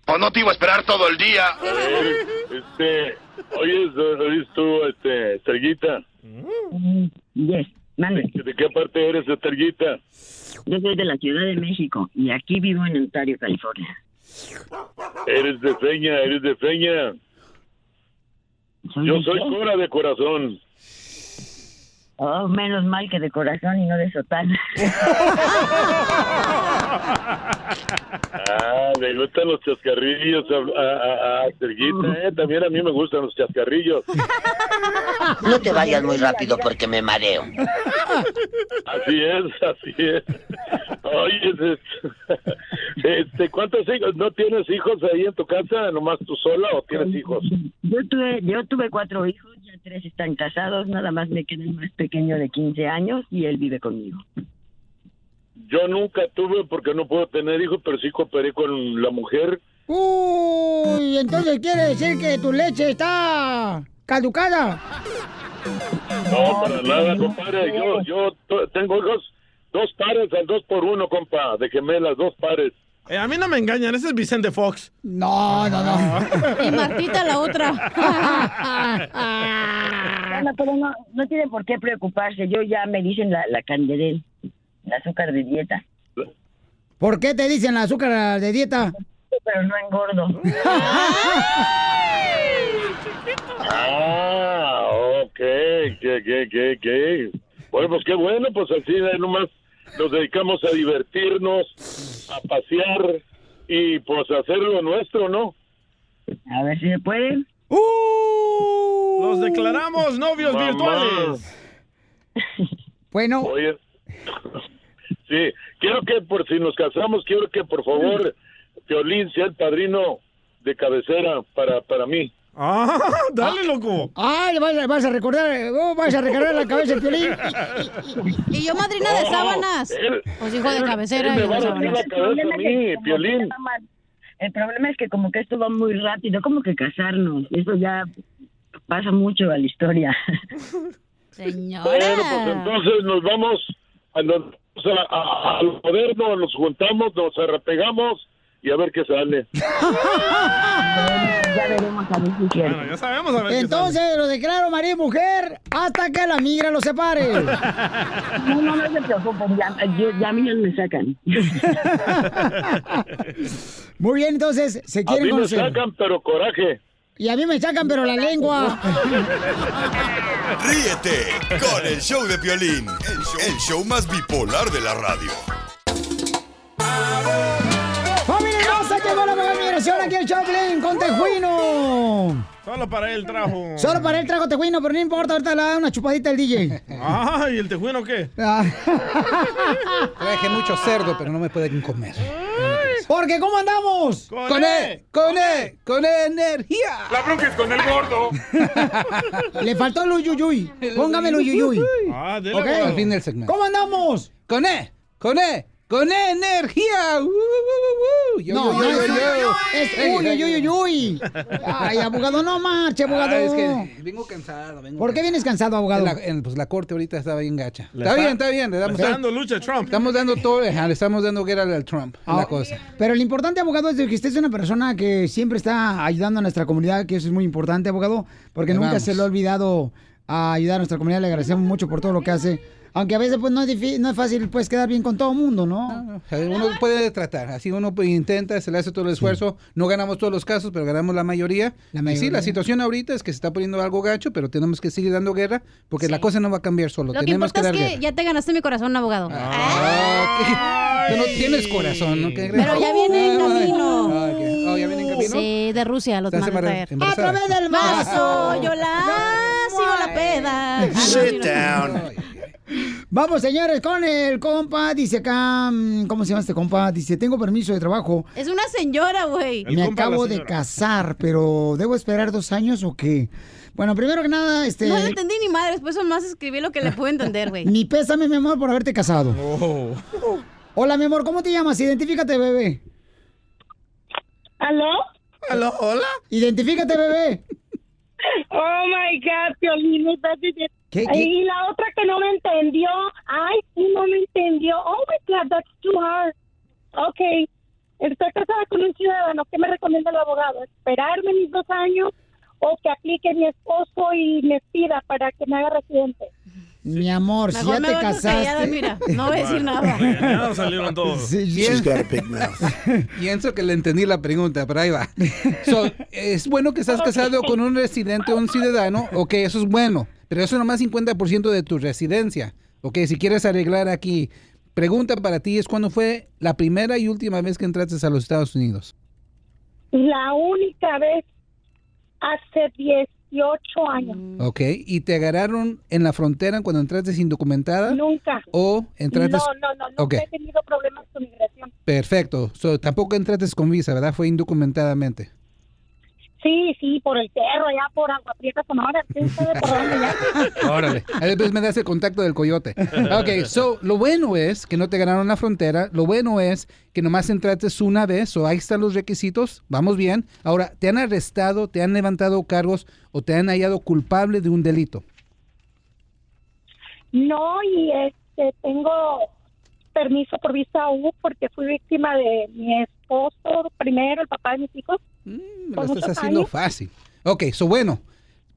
X: Pues no te iba a esperar todo el día. este, oye, oye tú, este, Estrellita.
V: Mm, Yes, mande.
X: ¿De qué parte eres, Estrellita?
V: Yo soy de la Ciudad de México y aquí vivo en Ontario, California.
X: Eres de feña, eres de feña. Yo soy cora de corazón.
V: Oh, menos mal que de corazón y no de sotana.
X: Ah, le gustan los chascarrillos a, a, a- a Serguita, ¿eh? También a mí me gustan los chascarrillos.
V: No te vayas muy rápido porque me mareo.
X: Así es, así es. Oye, es- este, ¿cuántos hijos? ¿No tienes hijos ahí en tu casa, nomás tú sola o tienes hijos?
V: Yo tuve, yo tuve cuatro hijos, ya tres están casados, nada más me queda el más pequeño de 15 años y él vive conmigo.
X: Yo nunca tuve porque no puedo tener hijos, pero sí cooperé con la mujer.
B: Uy, entonces quiere decir que tu leche está caducada.
X: No, para nada, compadre. Yo, yo to- tengo hijos, dos pares al dos por uno, compa, de gemelas, dos pares.
C: Eh, a mí no me engañan, ese es Vicente Fox.
B: No, no, no.
D: Y Martita la otra.
H: Ah,
V: Bueno, pero no, no tiene por qué preocuparse, yo ya me dicen la, la candelel, el azúcar de dieta.
B: ¿Por qué te dicen azúcar de dieta?
V: Pero no engordo.
X: Ah, ok, que, que, que, que. Bueno, pues qué bueno, pues así de nomás nos dedicamos a divertirnos, a pasear y pues a hacer lo nuestro, ¿no?
V: A ver si se puede.
X: ¡Uh!
C: Nos declaramos novios
X: Mamá.
C: virtuales.
B: Bueno.
X: Oye, sí, quiero que por si nos casamos, quiero que por favor, Violín sea el padrino de cabecera para, para mí.
C: Ah, dale, loco.
B: Ah, le vas, a- vas a recordar, eh, oh, vas a recargar la cabeza el piolín.
D: Y yo madrina de
B: No,
D: sábanas.
B: él-
D: Pues hijo de
B: él-
D: cabecera.
X: él me
D: hijo de
X: va a
D: sábanas.
X: decir la cabeza a mí,
V: como que estaba mal. El problema es que como que esto va muy rápido, como que casarnos, eso ya pasa mucho a la historia.
X: Bueno, pues entonces nos vamos a, nos- a- a- al moderno, nos juntamos, nos arrepegamos y a ver qué sale.
V: ya veremos a ver si es cierto.
X: ya sabemos a ver
B: Entonces lo declaro marido y mujer hasta que la migra los separe.
V: No, no, no se preocupen, ya, yo- ya a mí ya me sacan.
B: Muy bien, entonces se
X: a
B: quieren
X: mí me
B: conocer.
X: sacan, pero coraje.
B: Y a mí me sacan, pero la lengua.
G: Ríete con el show de Piolín, el show, el show más bipolar de la radio.
B: ¡Familia hermosa! Llegó la mejor migración aquí el Choplin con Tejuino.
C: Solo para él trajo.
B: Solo para él trago Tejuino, pero no importa, ahorita le da una chupadita al DJ.
C: Ah, ¿y el tejuino qué?
O: Traje mucho cerdo, pero no me pueden comer.
B: Porque ¿cómo andamos?
O: Con, E, con E, con E energía.
Y: La bronca es con el gordo.
B: Le faltó el uyuyuy. Póngamelo uyuyuy.
O: Ah,
B: dele,
O: Ok,
B: bueno.
O: al fin del segmento.
B: ¿Cómo andamos?
O: Con E, con E, con E energía. Uh, uh, uh, uh. Yo,
B: No,
O: yo,
B: no
O: yo,
B: es
O: yo,
B: uy,
O: yo.
B: es
O: Ey,
B: uy,
O: ey,
B: uy, uy, uy. Ay, abogado, no marche, abogado.
O: Ah, es que vengo cansado, vengo
B: ¿Por qué vienes cansado, abogado?
O: En la, en, pues la corte ahorita está bien gacha.
B: Le
O: está,
B: está-
O: bien, está bien. Le
B: le
O: damos
B: está dando
C: lucha a Trump.
O: Estamos dando todo, ajá, le estamos dando guerra al Trump. es
B: Ah,
O: la cosa.
B: Pero lo importante, abogado, es de que usted es una persona que siempre está ayudando a nuestra comunidad, que eso es muy importante, abogado, porque
O: Ahí
B: nunca
O: vamos.
B: se le ha olvidado a ayudar a nuestra comunidad. Le agradecemos mucho por todo lo que hace. Aunque a veces pues no es, difí- no es fácil pues quedar bien con todo el mundo, ¿no?
O: O sea, Uno puede tratar, así uno pues, intenta, se le hace todo el esfuerzo. No ganamos todos los casos, pero ganamos la mayoría. Y sí,
B: mayoría.
O: la situación ahorita es que se está poniendo algo gacho, pero tenemos que seguir dando guerra porque la cosa no va a cambiar solo.
D: Lo que
O: tenemos
D: importa
O: que
D: es
O: dar
D: que
O: guerra.
D: ya te ganaste mi corazón, abogado. Ah.
O: Tú no tienes corazón, ¿no? ¿Qué crees?
D: Pero ya viene en camino.
O: Oh, Ah, ok. Oh, ya viene en camino.
D: Sí, de Rusia los
O: ¿Estás
D: mandan a
O: embara-
D: traer.
O: embarazada?
D: A través del vaso, yo la sigo la peda. Ah, no, sí, no.
B: Vamos, señores, con el compa. Dice acá, mm, ¿cómo se llama este compa? Dice, tengo permiso de trabajo.
D: Es una señora, güey.
B: Me acabo de casar, pero ¿debo esperar dos años o qué? Bueno, primero que nada, este...
D: No le entendí ni madre, después más escribí lo que le pude entender, güey.
B: Mi pésame, mi amor, por haberte casado.
O: Oh.
B: Hola, mi amor, ¿cómo te llamas? Identifícate, bebé.
Q: ¿Aló?
B: ¿Aló? Hola. Identifícate, bebé.
Q: Oh my God, Piolín, me estás diciendo-
B: ¿Qué, qué?
Q: Y la otra que no me entendió. Ay, sí, no me entendió. Oh my God, that's too hard. Ok. Estoy casada con un ciudadano. ¿Qué me recomienda el abogado? ¿Esperarme mis dos años o que aplique mi esposo y me pida para que me haga residente?
B: Mi amor, si
Q: Mejor
B: ya
Q: me
B: te
Q: voy
B: casaste.
Q: callada, mira, no voy a decir
B: nada.
C: Ya salieron todos.
O: Pienso que le entendí la pregunta, pero ahí va. So, es bueno que estás casado con un residente o un ciudadano, ok, eso es bueno, pero eso nomás 50% de tu residencia, ok, si quieres arreglar aquí pregunta para ti es cuándo fue la primera y última vez que entraste a los Estados Unidos.
Q: La única vez hace 18 años.
O: Ok, ¿y te agarraron en la frontera cuando entraste indocumentada?
Q: Nunca.
O: ¿O entraste?
Q: No, no, no, nunca
O: Ok,
Q: he tenido problemas con migración.
O: perfecto. So, tampoco entraste con visa, ¿verdad? Fue indocumentadamente.
Q: Sí, sí, por el cerro, allá por Agua Prieta, Sonora, ¿quién sabe por dónde ya?
O: Órale. Ahí Después me das el contacto del coyote. Ok, so, lo bueno es que no te ganaron la frontera. Lo bueno es que nomás entraste una vez. O ahí están los requisitos. Vamos bien. Ahora, ¿te han arrestado, te han levantado cargos o te han hallado culpable de un delito?
Q: No, y este, tengo permiso por visa U porque fui víctima de mi esposo primero, el papá de mis hijos.
O: Mm, Me lo
Q: por
O: estás
Q: muchos
O: haciendo
Q: años.
O: fácil. Ok, so bueno,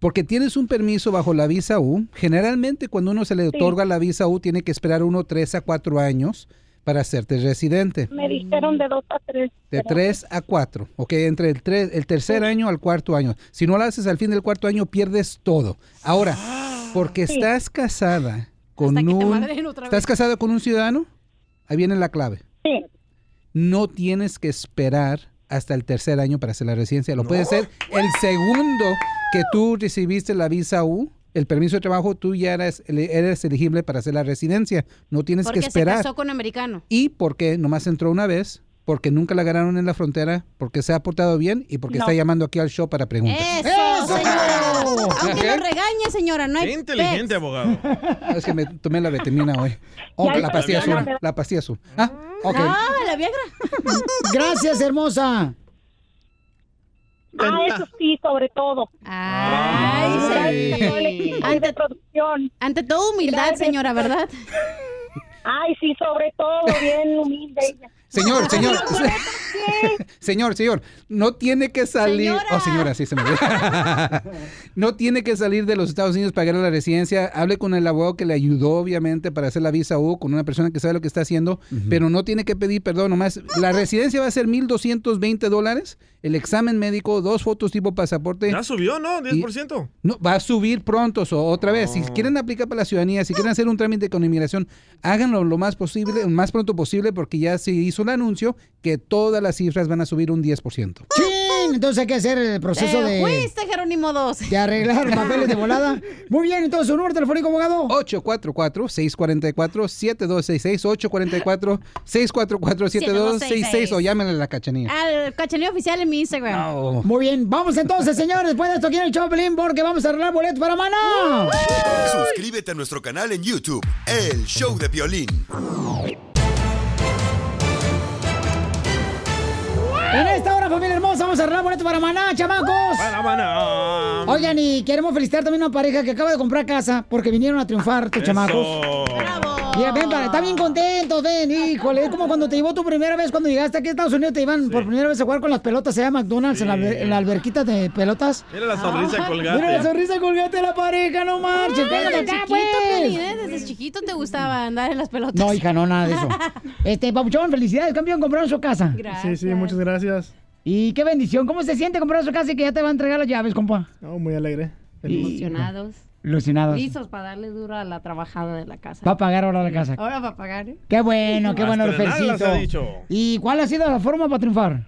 O: porque tienes un permiso bajo la visa U, generalmente cuando uno se le
Q: Sí.
O: otorga la visa U tiene que esperar uno tres a cuatro años para hacerte residente.
Q: Me dijeron de dos a tres.
O: De tres a cuatro, ok, entre el, tres, el tercer año al cuarto año. Si no lo haces al fin del cuarto año, pierdes todo. Ahora, porque
Q: Sí.
O: estás casada con un...
Q: madren otra vez.
O: ¿Estás casada con un ciudadano? Ahí viene la clave.
Q: Sí.
O: No tienes que esperar hasta el tercer año para hacer la residencia. Lo puedes hacer el segundo que tú recibiste la visa U, el permiso de trabajo, tú ya eres, eres elegible para hacer la residencia. No tienes
H: Porque
O: que
H: se
O: esperar.
H: casó con americano.
O: ¿Y por qué? Nomás entró una vez, porque nunca la ganaron en la frontera, porque se ha portado bien y porque
H: No.
O: está llamando aquí al show para preguntas.
H: ¡Eso, señora! Aunque lo
O: Ok.
H: regañe, señora, no hay
O: Qué
H: pex.
O: abogado. es que me tomé la vitamina hoy. Oh,
H: Ya,
O: la
H: ya,
O: pastilla
H: ya,
O: azul.
H: ya.
O: La pastilla azul. Ah, ok.
B: Ah,
H: la vieja.
B: Gracias, hermosa.
Q: Ah, eso sí, sobre todo.
H: Ay, sí.
Q: Ante producción.
H: Ante todo humildad, señora, ¿verdad?
Q: Ay, sí, sobre todo, bien humilde ella.
O: Señor, señor. señor, señor. No tiene que salir. Oh, señora, sí se me olvidó. no tiene que salir de los Estados Unidos para ganar la residencia. Hable con el abogado que le ayudó, obviamente, para hacer la visa U, con una persona que sabe lo que está haciendo, pero no tiene que pedir perdón nomás. La residencia va a ser 1,220 dólares. El examen médico, dos fotos tipo pasaporte.
C: Ya subió, ¿no? 10%.
O: No, va a subir pronto, so, otra vez. Si quieren aplicar para la ciudadanía, si quieren hacer un trámite con inmigración, háganlo lo más posible, más pronto posible, porque ya se hizo el anuncio que todas las cifras van a subir un 10%.
B: ¡Chin! Entonces hay que hacer el proceso
H: Te
B: pues de...
O: pues,
H: fuiste, Jerónimo 2.
B: de arreglar papeles de volada. Muy bien, entonces, su número telefónico, abogado.
O: 844-644-7266, 844-644-7266, o llámenle a la cachanilla.
H: Al cachaneo oficial en mi Instagram.
B: Muy bien, vamos entonces, señores, después de esto aquí en el Choplin, porque vamos a arreglar boletos para Maná.
G: Suscríbete a nuestro canal en YouTube, El Show de Violín.
B: En esta hora, familia hermosa, vamos a arreglar boletos para Maná, chamacos.
C: Para maná.
B: Oigan, y queremos felicitar también a una pareja que acaba de comprar casa porque vinieron a triunfar, estos chamacos. Mira, ven, para, está bien contentos, ven, híjole, es como cuando te llevó tu primera vez, cuando llegaste aquí a Estados Unidos, te iban por primera vez a jugar con las pelotas, allá a McDonald's, en, la, alber- en la alberquita de pelotas.
C: Mira la sonrisa
B: Ah.
C: colgante.
B: Mira la sonrisa colgante de la pareja, no marches,
H: Ah,
B: ven
H: desde
B: acá,
H: chiquito,
B: pues.
H: Piolín, ¿eh? Desde chiquito te gustaba andar en las pelotas.
B: No, hija, no, nada de eso. Este, Papuchón, felicidades, campeón, compraron su casa.
H: Gracias.
D: Sí, sí, muchas gracias.
B: Y qué bendición, ¿cómo se siente comprar su casa y que ya te va a entregar las llaves, compa?
D: No, muy alegre.
B: Y-
D: Emocionados.
B: Ilusionados.
D: Listos para darle duro a la trabajada de la casa.
B: Va a pagar ahora la casa.
D: Ahora va a pagar, ¿eh?
B: Qué bueno, qué
D: A
B: bueno, lo
D: estrenar las
B: felicito.
D: ha dicho.
B: ¿Y cuál ha sido la forma para triunfar?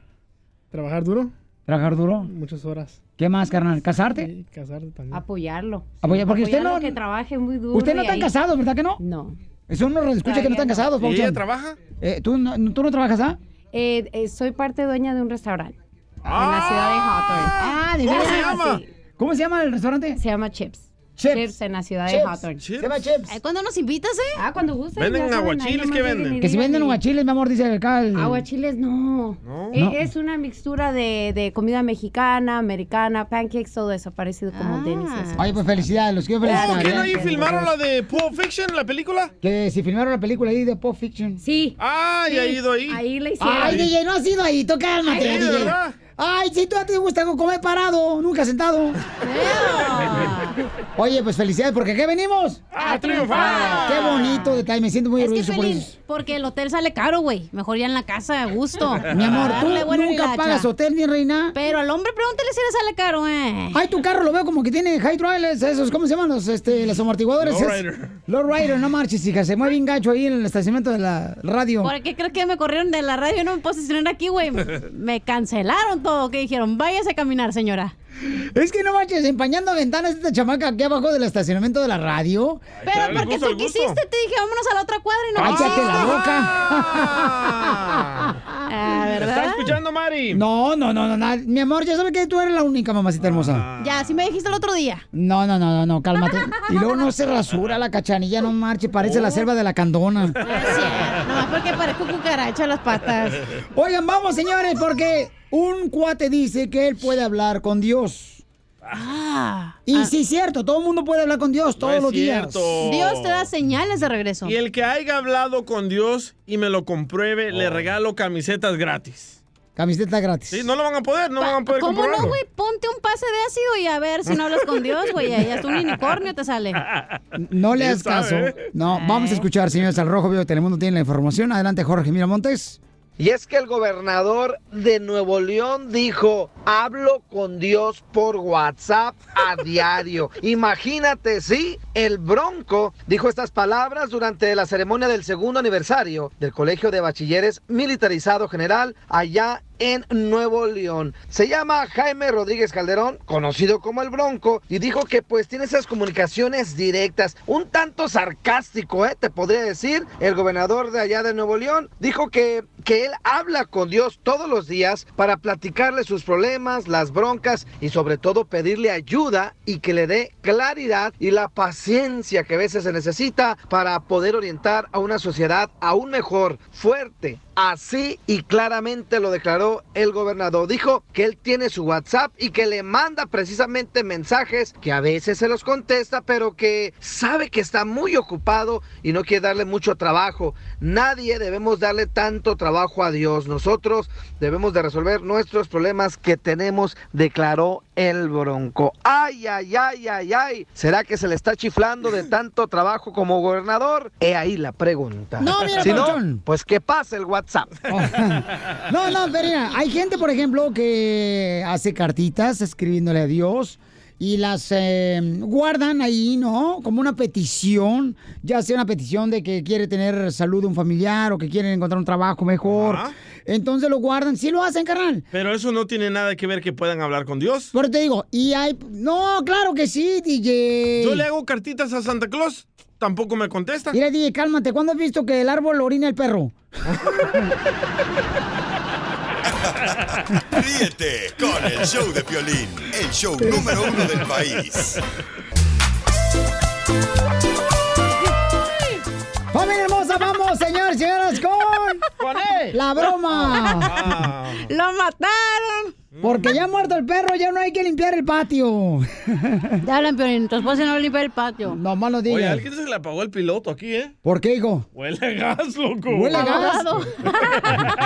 D: ¿Trabajar duro?
B: ¿Trabajar duro?
D: Muchas horas.
B: ¿Qué más, carnal? ¿Casarte?
D: Casarte también. Apoyarlo.
B: Apoyar- porque usted
D: Apoyarlo
B: no-
D: que trabaje muy duro.
B: Ustedes no
D: y
B: están
D: ahí-
B: casados, ¿verdad que no?
D: No.
B: Eso uno escucha que
D: Todavía
B: no están
D: no.
B: casados,
D: ¿Y ella
B: Papuchón.
D: trabaja?
B: Eh, ¿tú, no, ¿Tú no trabajas, ah?
D: Eh, eh, soy parte dueña de un restaurante. En la ciudad de Hawthorne.
B: Ah, ¿de
D: ¿Cómo
B: veras?
D: se llama?
B: ¿Cómo se llama el restaurante?
D: Se llama Chips.
B: Chips.
D: en la ciudad
B: Chips.
D: de Hawthorne.
B: Se llama Chips.
D: Ay,
H: ¿Cuándo nos invitas, eh?
D: Ah, cuando gusten.
C: Venden
D: ya saben, ahí
C: aguachiles,
D: nomás
C: ¿qué
D: lleguen y
C: venden?
B: Que si
D: digan
B: venden
D: y-
B: aguachiles, mi amor, dice acá el...
D: Aguachiles no. Eh,
B: No.
D: Es una mixtura de, de comida mexicana, americana, pancakes, todo eso, parecido como
H: Ah.
D: tenis. y eso.
B: Oye, pues felicidades, los quiero felicitar.
C: Oh, ¿Qué no
B: ¿eh?
C: ahí filmaron la de Pulp Fiction, la película?
B: Que si filmaron la película ahí de Pop Fiction.
D: Sí.
C: Ah, ya ha ido ahí.
D: Ahí le
B: Ay, DJ, no has ido ahí, tú cálmate,
C: Sí,
B: DJ.
C: ¿verdad?
B: Ay, si tú a ti te gusta comer parado, nunca sentado. Oye, pues felicidades, porque ¿qué venimos?
D: ¡A triunfar!
B: Qué bonito detalle, me siento muy
D: Es que
B: orgulloso por
D: feliz,
B: eso.
D: porque el hotel sale caro, güey. Mejor ya en la casa, a gusto.
B: Mi amor, tú
D: Darle buena
B: nunca
D: hilacha.
B: pagas hotel ni reina.
D: Pero al hombre pregúntale si le sale caro, eh.
B: Ay, tu carro lo veo como que tiene high trailers, esos, ¿cómo se llaman los, este, los amortiguadores? Es-
D: Lowrider.
B: Lowrider, no marches, hija, se mueve bien gancho ahí en el estacionamiento de la radio.
D: ¿Por qué crees que me corrieron de la radio y no me puedo estacionar aquí, güey? Me cancelaron todo, que dijeron, váyase a caminar, señora.
B: Es que no manches, empañando ventanas esta chamaca aquí abajo del estacionamiento de la radio.
D: Pero porque tú quisiste, te dije, vámonos a la otra cuadra y no
B: ¡Cállate la boca!
D: Ah. ¿verdad? ¿Está
B: escuchando, Mari? No, no, no, no, na- Mi amor, ya sabes que tú eres la única mamacita hermosa.
D: Ya, así me dijiste el otro día.
B: No, no, no, no, no, cálmate. Y luego no se rasura la cachanilla, no marche, parece
D: Oh.
B: la selva de la candona.
D: Nomás porque parezco cucaracha las patas.
B: Oigan, vamos, señores, porque un cuate dice que él puede hablar con Dios.
D: Ah.
B: Y sí, es cierto, todo el mundo puede hablar con Dios todos
C: es
B: los
C: cierto.
B: días.
D: Dios te da señales de regreso.
C: Y el que haya hablado con Dios y me lo compruebe,
X: Oh.
C: le regalo camisetas gratis.
B: Camiseta gratis.
C: Sí, no lo van a poder, no van a poder
D: ¿Cómo
C: comprobarlo.
D: no, güey? Ponte un pase de ácido y a ver si no hablas con Dios, güey. Ahí hasta un unicornio te sale.
B: No le
D: Él
B: hagas caso.
D: sabe.
B: No, vamos a escuchar, señores, al Rojo Vivo de Telemundo tiene la información. Adelante, Jorge Miramontes.
F: Y es que el gobernador de Nuevo León dijo, hablo con Dios por WhatsApp a diario. Imagínate, sí, el bronco dijo estas palabras durante la ceremonia del segundo aniversario del Colegio de Bachilleres Militarizado General allá en Nuevo León. Se llama Jaime Rodríguez Calderón, conocido como el Bronco, y dijo que pues tiene esas comunicaciones directas, un tanto sarcástico, ¿eh? te podría decir, el gobernador de allá de Nuevo León, dijo que, que él habla con Dios todos los días para platicarle sus problemas, las broncas y sobre todo pedirle ayuda y que le dé claridad y la paciencia que a veces se necesita para poder orientar a una sociedad aún mejor, fuerte, Así y claramente lo declaró el gobernador. Dijo que él tiene su WhatsApp y que le manda precisamente mensajes que a veces se los contesta, pero que sabe que está muy ocupado y no quiere darle mucho trabajo. Nadie debemos darle tanto trabajo a Dios. Nosotros debemos de resolver nuestros problemas que tenemos, declaró el bronco. Ay, ay, ay, ay, ay. ¿Será que se le está chiflando de tanto trabajo como gobernador? He ahí la pregunta.
B: No, mira,
F: si
B: papuchón.
F: no, pues que pase el WhatsApp.
B: No, no, pero mira, hay gente, por ejemplo, que hace cartitas escribiéndole a Dios y las eh, guardan ahí, ¿no? Como una petición, ya sea una petición de que quiere tener salud de un familiar o que quieren encontrar un trabajo mejor.
C: Ajá.
B: Entonces lo guardan, sí lo hacen, carnal.
C: Pero eso no tiene nada que ver que puedan hablar con Dios.
B: Pero te digo, y hay... No, claro que sí, DJ.
C: Yo le hago cartitas a Santa Claus, tampoco me contesta.
B: Mira, DJ, cálmate. ¿Cuándo has visto que el árbol orina el perro?
G: Ríete con el show de Piolín, el show número uno del país.
B: ¡Familia hermosa, vamos, señores y señoras, con... ¡La broma!
D: ¡Lo mataron!
B: Porque ya ha muerto el perro, ya no hay que limpiar el patio.
D: Ya hablan, pero tu esposa no limpia el patio.
B: No, más no
C: Oye,
B: digas.
C: alguien se le apagó el piloto aquí, ¿eh?
B: ¿Por qué, hijo?
C: Huele a gas, loco.
B: Huele a gas.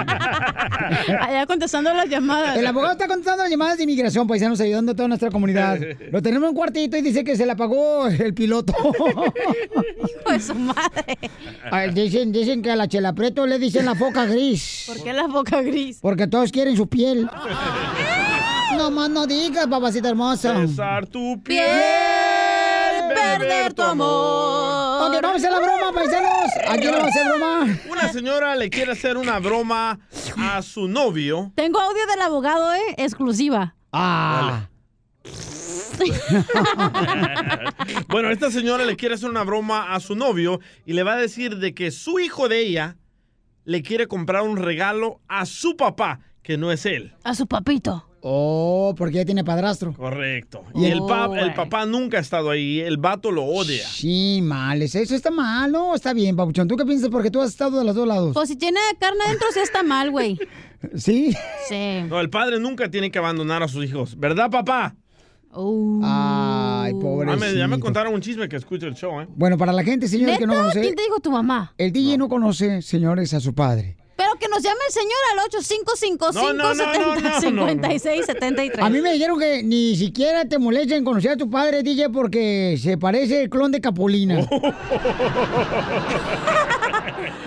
D: Allá contestando las llamadas.
B: El abogado está contestando las llamadas de inmigración, paisanos, ayudando a toda nuestra comunidad. Lo tenemos en un cuartito y dice que se le apagó el piloto. Hijo
D: de su madre.
B: Ah, dicen, dicen que a la chela preto le dicen la foca gris.
D: ¿Por qué la boca gris?
B: Porque todos quieren su piel. No más no digas, papacita hermosa.
C: Besar tu piel,
D: perder tu amor.
B: Ok, vamos a la broma, paisanos. Aquí vamos a hacer broma.
C: Una señora le quiere hacer una broma a su novio.
D: Tengo audio del abogado, ¿eh? Exclusiva.
B: Ah.
C: bueno, esta señora le quiere hacer una broma a su novio y le va a decir de que su hijo de ella le quiere comprar un regalo a su papá, que no es él.
D: A su papito.
B: Oh, porque ya tiene padrastro.
C: Correcto. Y el,
B: Oh,
C: pa- el
B: güey.
C: papá nunca ha estado ahí, el vato lo odia.
B: Sí, males. Eso está mal, ¿no? Está bien, papuchón. ¿Tú qué piensas? Porque tú has estado de los dos lados.
D: Pues si tiene carne adentro, sí está mal, güey.
B: ¿Sí?
D: Sí.
C: No, el padre nunca tiene que abandonar a sus hijos, ¿verdad, papá?
B: Ay, pobre.
C: Ya me, ya me contaron un chisme que escucho el show, ¿eh?
B: Bueno, para la gente, señores, que no
D: ¿Neta?
B: conoce.
D: ¿Quién te dijo tu mamá?
B: El DJ no conoce, señores, a su padre.
D: Pero Pero que nos llame el señor al 855 570
B: A mí me dijeron que ni siquiera te molesta en conocer a tu padre, DJ, porque se parece el clon de Capulina.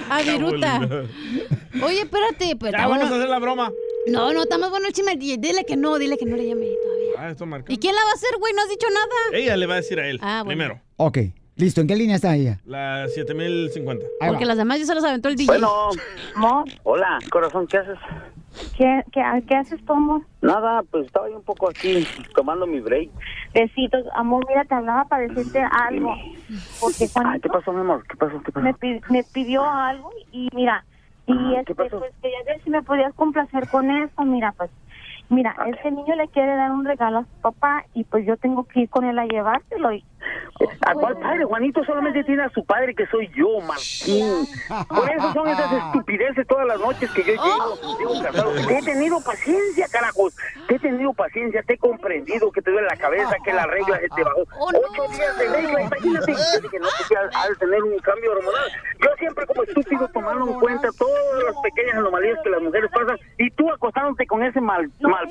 D: A Viruta. Oye, espérate. Pues,
C: Ya
B: Ah,
D: está
C: vamos
D: bueno.
C: a hacer la broma.
D: No, no, está más bueno el chisme. del DJ. Dile que no, dile que no le llame.
C: Ah, esto marca.
D: ¿Y quién la va a hacer, güey? No has dicho nada.
C: Ella le va a decir a él.
D: Ah, bueno.
C: Primero,
B: Ok, listo. ¿En qué línea está ella?
C: la 7050.
D: Porque las demás ya se las aventó el DJ.
P: Bueno. Hola, corazón, ¿qué haces?
Q: ¿Qué, qué, qué haces, Tomo?
P: Nada, pues estaba yo un poco aquí tomando mi break.
Q: Besitos. Amor, mira, te hablaba para decirte algo. Porque
P: Ay, ¿qué pasó, mi amor? ¿Qué pasó? ¿Qué pasó?
Q: me, pi- me pidió algo y mira, y
P: Ajá,
Q: este,
P: ¿qué pasó?
Q: pues quería ver si me podías complacer con eso, mira, pues, mira, este niño le quiere dar un regalo a su papá y pues yo tengo que ir con él a llevárselo y...
P: ¿A Ah, cuál padre? Juanito solamente tiene a su padre que soy yo, Martín. Por eso son esas estupideces todas las noches que yo llego, llego cansado. Te he tenido paciencia, carajos. Te he tenido paciencia, te he comprendido que te duele la cabeza, que la regla se te bajó.
Q: Oh,
P: Ocho días de regla, imagínate.
Q: Ah.
P: Yo dije, no, pues, al, al tener un cambio hormonal. Yo siempre como estúpido tomaron en cuenta todas las pequeñas anomalías que las mujeres pasan y tú acostándote con ese mal, mal,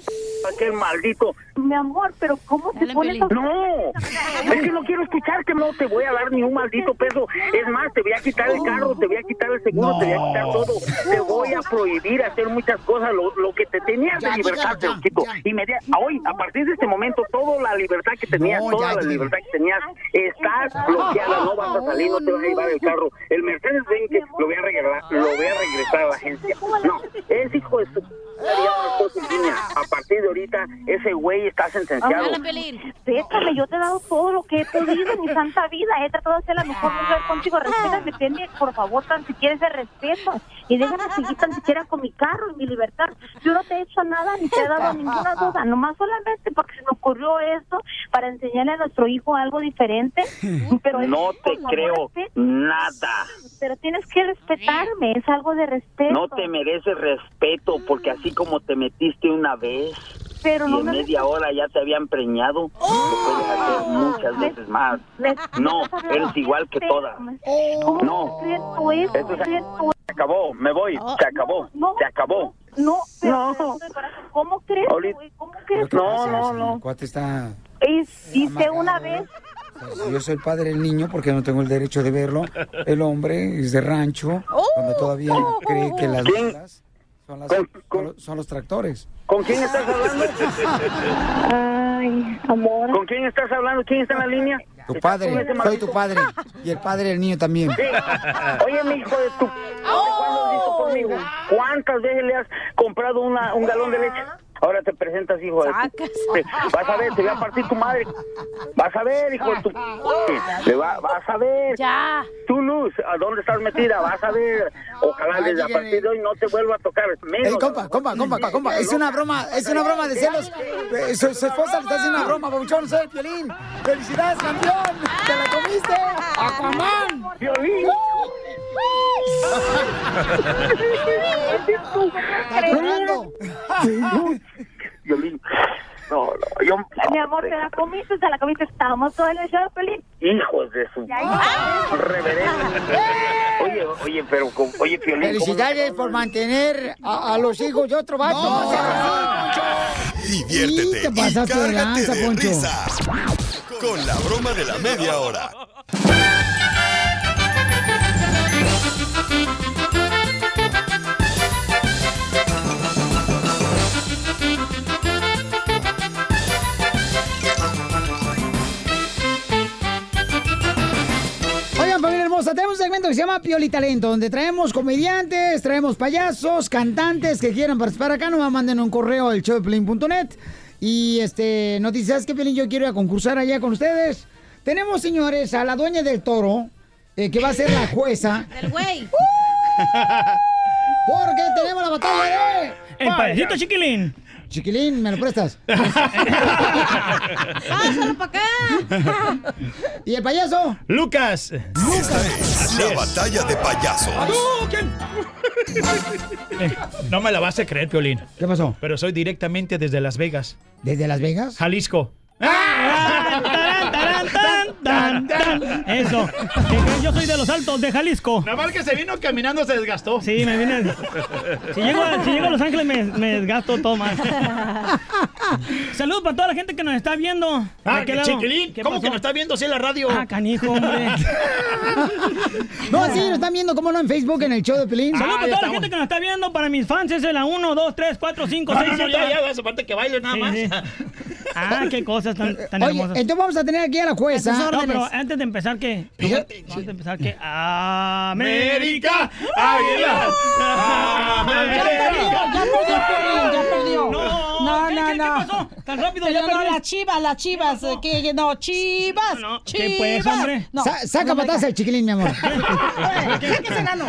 P: aquel maldito.
Q: Mi amor, pero ¿cómo te pones a...
P: No, es que no quiero escucharte, no te voy a dar ni un maldito peso. Es más, te voy a quitar el carro, te voy a quitar el seguro, te voy a quitar todo. Te voy a prohibir hacer muchas cosas. Lo, lo que te tenías de libertad, te lo quito. Y me de- a hoy, a partir de este momento, toda la libertad que tenías,
L: No,
P: toda
L: ya,
P: la
L: ya.
P: libertad que tenías, estás bloqueada. No vas a salir, no te vas a llevar el carro. El Mercedes ven que lo voy a regalar, lo voy a regresar a la agencia. No, es hijo de su... A partir de ahorita, ese güey está sentenciado.
Q: Ah, Pétame, yo te he dado todo lo que he podido en mi santa vida. He tratado de ser la mejor mujer contigo. Respétame, tenme, por favor, tan siquiera ese respeto. Y déjame seguir tan siquiera con mi carro y mi libertad. Yo no te he hecho nada ni te he dado ninguna duda. Nomás solamente porque se me ocurrió esto para enseñarle a nuestro hijo algo diferente. Pues Pero es-
P: No te
Q: por favor,
P: creo Mm.
Q: respeta.
P: nada.
Q: Pero tienes que respetarme. Es algo de respeto.
P: No te mereces respeto porque así como te metiste una vez
Q: Pero
P: y
Q: no
P: en
Q: me-
P: media hora ya te habían preñado, lo puedes hacer muchas veces más. No, eres igual que todas. No,
Q: Tú es-
P: eso se se acabó, me voy, se acabó, se acabó.
Q: No, pero- ¿Cómo crees? güey? ¿Cómo crees?
P: No, no,
B: El cuate está...
Q: Es- Dice una vez
B: Si Yo soy el padre del niño porque no tengo el derecho de verlo. El hombre es de rancho, donde
P: ¡Oh!
B: todavía cree que las vacas son, las- son los- son los tractores.
P: ¿Con quién estás hablando?
Q: Ay, amor.
P: ¿Con quién estás hablando? ¿Quién está en la línea?
B: Tu
P: ¿Estás con
B: padre,
P: ese
B: soy
P: maldito?
B: tu padre. Y el padre del niño también.
P: Sí. Oye, mi hijo de tu... ¿Cuándo has visto conmigo? ¿Cuántas veces le has comprado una- un galón de leche? Ahora te presentas, hijo de... tu- Vas a ver, te voy a partir tu madre. Vas a ver, hijo de tu... Le va- vas a ver.
D: Ya.
P: Tú, Luz, ¿a dónde estás metida? Vas a ver. Ojalá desde a partir de hoy no te vuelva a tocar. Menos.
B: Ey, compa, compa, compa, compa, compa, es una broma, es una broma de celos. Eh, Su, su esposa le está haciendo una broma, babuchón, soy el violín. ¡Felicidades, campeón! ¡Te la comiste! ¡Aquaman!
P: ¡Violín! Violín. No, no, yo...
Q: Mi amor, te la comiste, te la comiste. Estábamos todo en el show, Pelín.
P: Hijos de su... Reverendo. Oye, oye, pero... con- Oye, Piolín, ¿cómo-
B: Felicidades por mantener a, a los hijos de otro vato.
G: Diviértete
B: Sí, te pasaste
G: y
B: de
G: cárgate
B: lanza,
G: de
B: Poncho.
G: risas con la broma de la media hora.
B: Oigan, familia hermosa, tenemos un segmento que se llama Pioli Talento, donde traemos comediantes, traemos payasos, cantantes que quieran participar acá, nos manden un correo al showdepiolín.net y este, nos dice, ¿sabes qué, Piolín? Yo quiero ir a concursar allá con ustedes. Tenemos, señores, a la dueña del toro, eh, que va a ser la jueza.
D: El güey.
B: Porque tenemos la batalla de...
M: Emparejito,
B: chiquilín. Chiquilín, ¿me lo prestas?
D: Pásalo para acá.
B: ¿Y el payaso?
M: Lucas.
G: La batalla de payasos.
M: Eh, No me la vas a creer, Piolín.
B: ¿Qué pasó?
M: Pero soy directamente desde Las Vegas.
B: ¿Desde Las Vegas?
M: Jalisco.
U: Eso. Que- que Yo soy de los altos, de Jalisco.
N: Nada más que se vino caminando se desgastó.
U: Sí, me vine. Si llego, a- si llego a Los Ángeles me, me desgasto todo mal. Saludos para toda la gente que nos está viendo. ¿De
N: Ah,
U: qué lado?
N: chiquilín,
U: ¿Qué
N: ¿cómo
U: pasó?
N: que nos está viendo así en la radio?
U: Ah, canijo, hombre.
B: No, sí, nos están viendo, ¿cómo no? En Facebook, en el show de Pelín.
U: Saludos para toda la gente que nos está viendo, para mis fans, es la 1, 2, 3, 4, 5,
N: No,
U: 6,
N: no, no,
U: 7.
N: ya, ya, hace falta que baile nada
U: Sí,
N: más.
U: sí. Ah, qué cosas tan, tan
B: Eh, Oye,
U: hermosas.
B: entonces vamos a tener aquí a la jueza. ¿ah?
U: No, pero antes de empezar, ¿qué? Antes de empezar, ¿qué? ¡América!
N: ¡Águila!
U: ¡América!
N: Ya perdió, Piolín, ya perdió.
U: No,
N: no, no.
U: Tan rápido,
N: Pero
U: ya
N: no,
U: perdí.
N: las chivas, las chivas. eh, Que, que no, chivas. chivas.
U: ¿qué pues, hombre?
N: No,
B: Sa- saca
N: no me
B: patadas
N: ca-
B: al chiquilín, mi amor.
N: Sáquese el ano.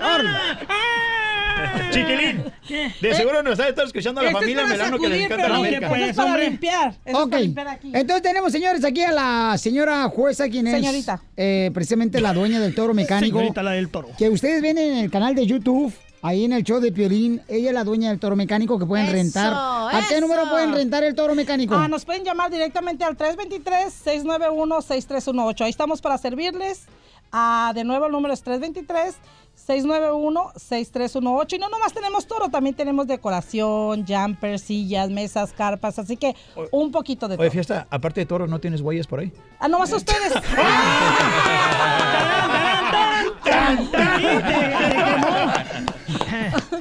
U: Ah,
N: Chiquilín. Eh, De seguro nos está escuchando
U: Este
N: la familia Melano que le encanta la América. es para limpiar. eso es
B: Ok.
N: para limpiar aquí.
B: Entonces tenemos, señores, aquí a la señora jueza, quien es
N: Señorita.
B: eh, precisamente la dueña del toro mecánico.
U: Señorita, la del toro.
B: Que ustedes ven en el canal de YouTube, ahí en el show de Piolín, ella es la dueña del toro mecánico que pueden
N: Eso,
B: rentar. ¿A qué
N: eso.
B: número pueden rentar el toro mecánico?
N: Ah, nos pueden llamar directamente al 323-691-6318. Ahí estamos para servirles. Ah, de nuevo, el número es 323-691-6318. Y no nomás tenemos toro, también tenemos decoración, jumpers, sillas, mesas, carpas. Así que un poquito de
M: Oye,
N: todo.
M: fiesta, aparte de toro, ¿no tienes huellas por ahí?
N: Ah, nomás ustedes.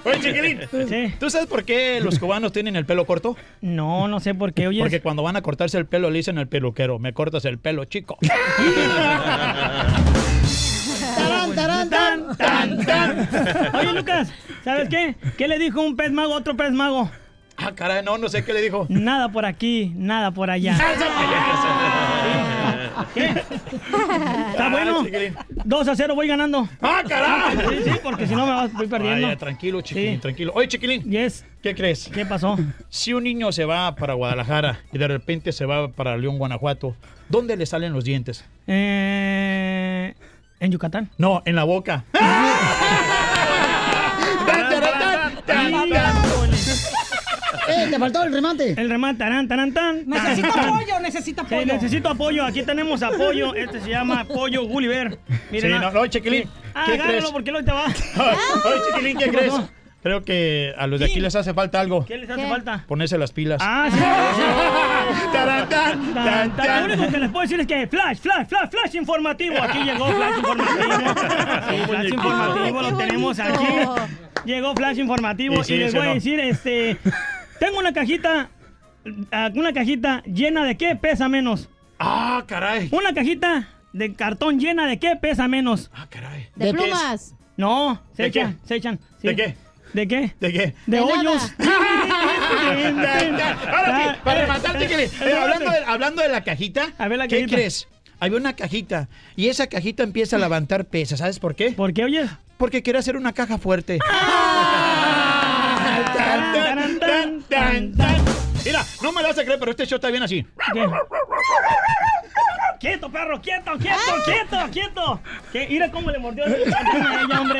M: Oye, chiquilín, ¿tú sabes por qué los cubanos tienen el pelo corto?
U: No, no sé por qué. Oye,
M: Porque cuando van a cortarse el pelo le dicen al peluquero, me cortas el pelo, chico.
B: Tarán, tarán, tarán.
U: Oye, Lucas, ¿sabes qué? ¿Qué le dijo un pez mago a otro pez mago?
M: ah, caray, no, no sé qué le dijo.
U: Nada por aquí, nada por allá. Está Ah, bueno. 2 a 0 voy ganando.
M: ¡Ah, caray!
U: Sí, pues. sí, porque si no me vas, voy perdiendo.
M: Vaya, tranquilo, chiquilín, tranquilo. Oye, chiquilín. ¿Qué crees?
U: ¿Qué pasó?
M: Si un niño se va para Guadalajara y de repente se va para León, Guanajuato, ¿dónde le salen los dientes?
U: Eh, ¿En Yucatán?
M: No, en la boca.
U: Ah.
B: Eh, te faltó el remate.
U: El remate, tarán, tarán, tan.
N: Necesita
U: tarán, tan.
N: apoyo, necesita
U: Sí,
N: apoyo.
U: necesito apoyo. Aquí tenemos apoyo. Este se llama Apoyo Gulliver.
M: Sí, no, no, chiquilín.
U: Ah,
M: ¿Qué
U: agárralo
M: crees?
U: porque luego te va.
M: Oye, chiquilín, ¿qué
U: ¿Qué
M: crees?
U: pasó?
M: Creo que a los de aquí les hace falta algo.
U: ¿Qué les hace falta?
M: Ponerse las pilas.
U: Ah, sí.
M: Tarán, tan, tan, tan.
U: Lo único que les puedo decir es que Flash, Flash, Flash, Flash informativo. Aquí llegó Flash informativo. Sí, flash informativo
M: Ah,
U: lo tenemos aquí. Llegó Flash informativo
M: Y sí,
U: y les
M: ese
U: voy a
M: no.
U: decir, este, tengo una cajita, ah, una cajita llena de qué pesa menos.
M: Ah, caray.
U: Una cajita de cartón llena de qué pesa menos. Ah, caray.
M: ¿De ¿De plumas?
U: No, se
M: ¿De qué?
U: echan, se echan. sí.
M: ¿De qué?
U: ¿De qué?
M: ¿De qué?
U: De, hoyos.
M: Ahora sí, para rematar, chiquilín. Eh, hablando, de, hablando de la cajita, ¿qué
U: cajita.
M: crees? Había una cajita y esa cajita empieza a levantar pesas. ¿Sabes por qué?
U: ¿Por qué, oye? Ah,
M: Porque quiere hacer una caja fuerte. Mira, no me lo vas a creer, pero este show está bien así.
U: Quieto, perro, quieto, quieto, quieto, quieto. Que mira cómo le mordió el pantalón a ella, hombre.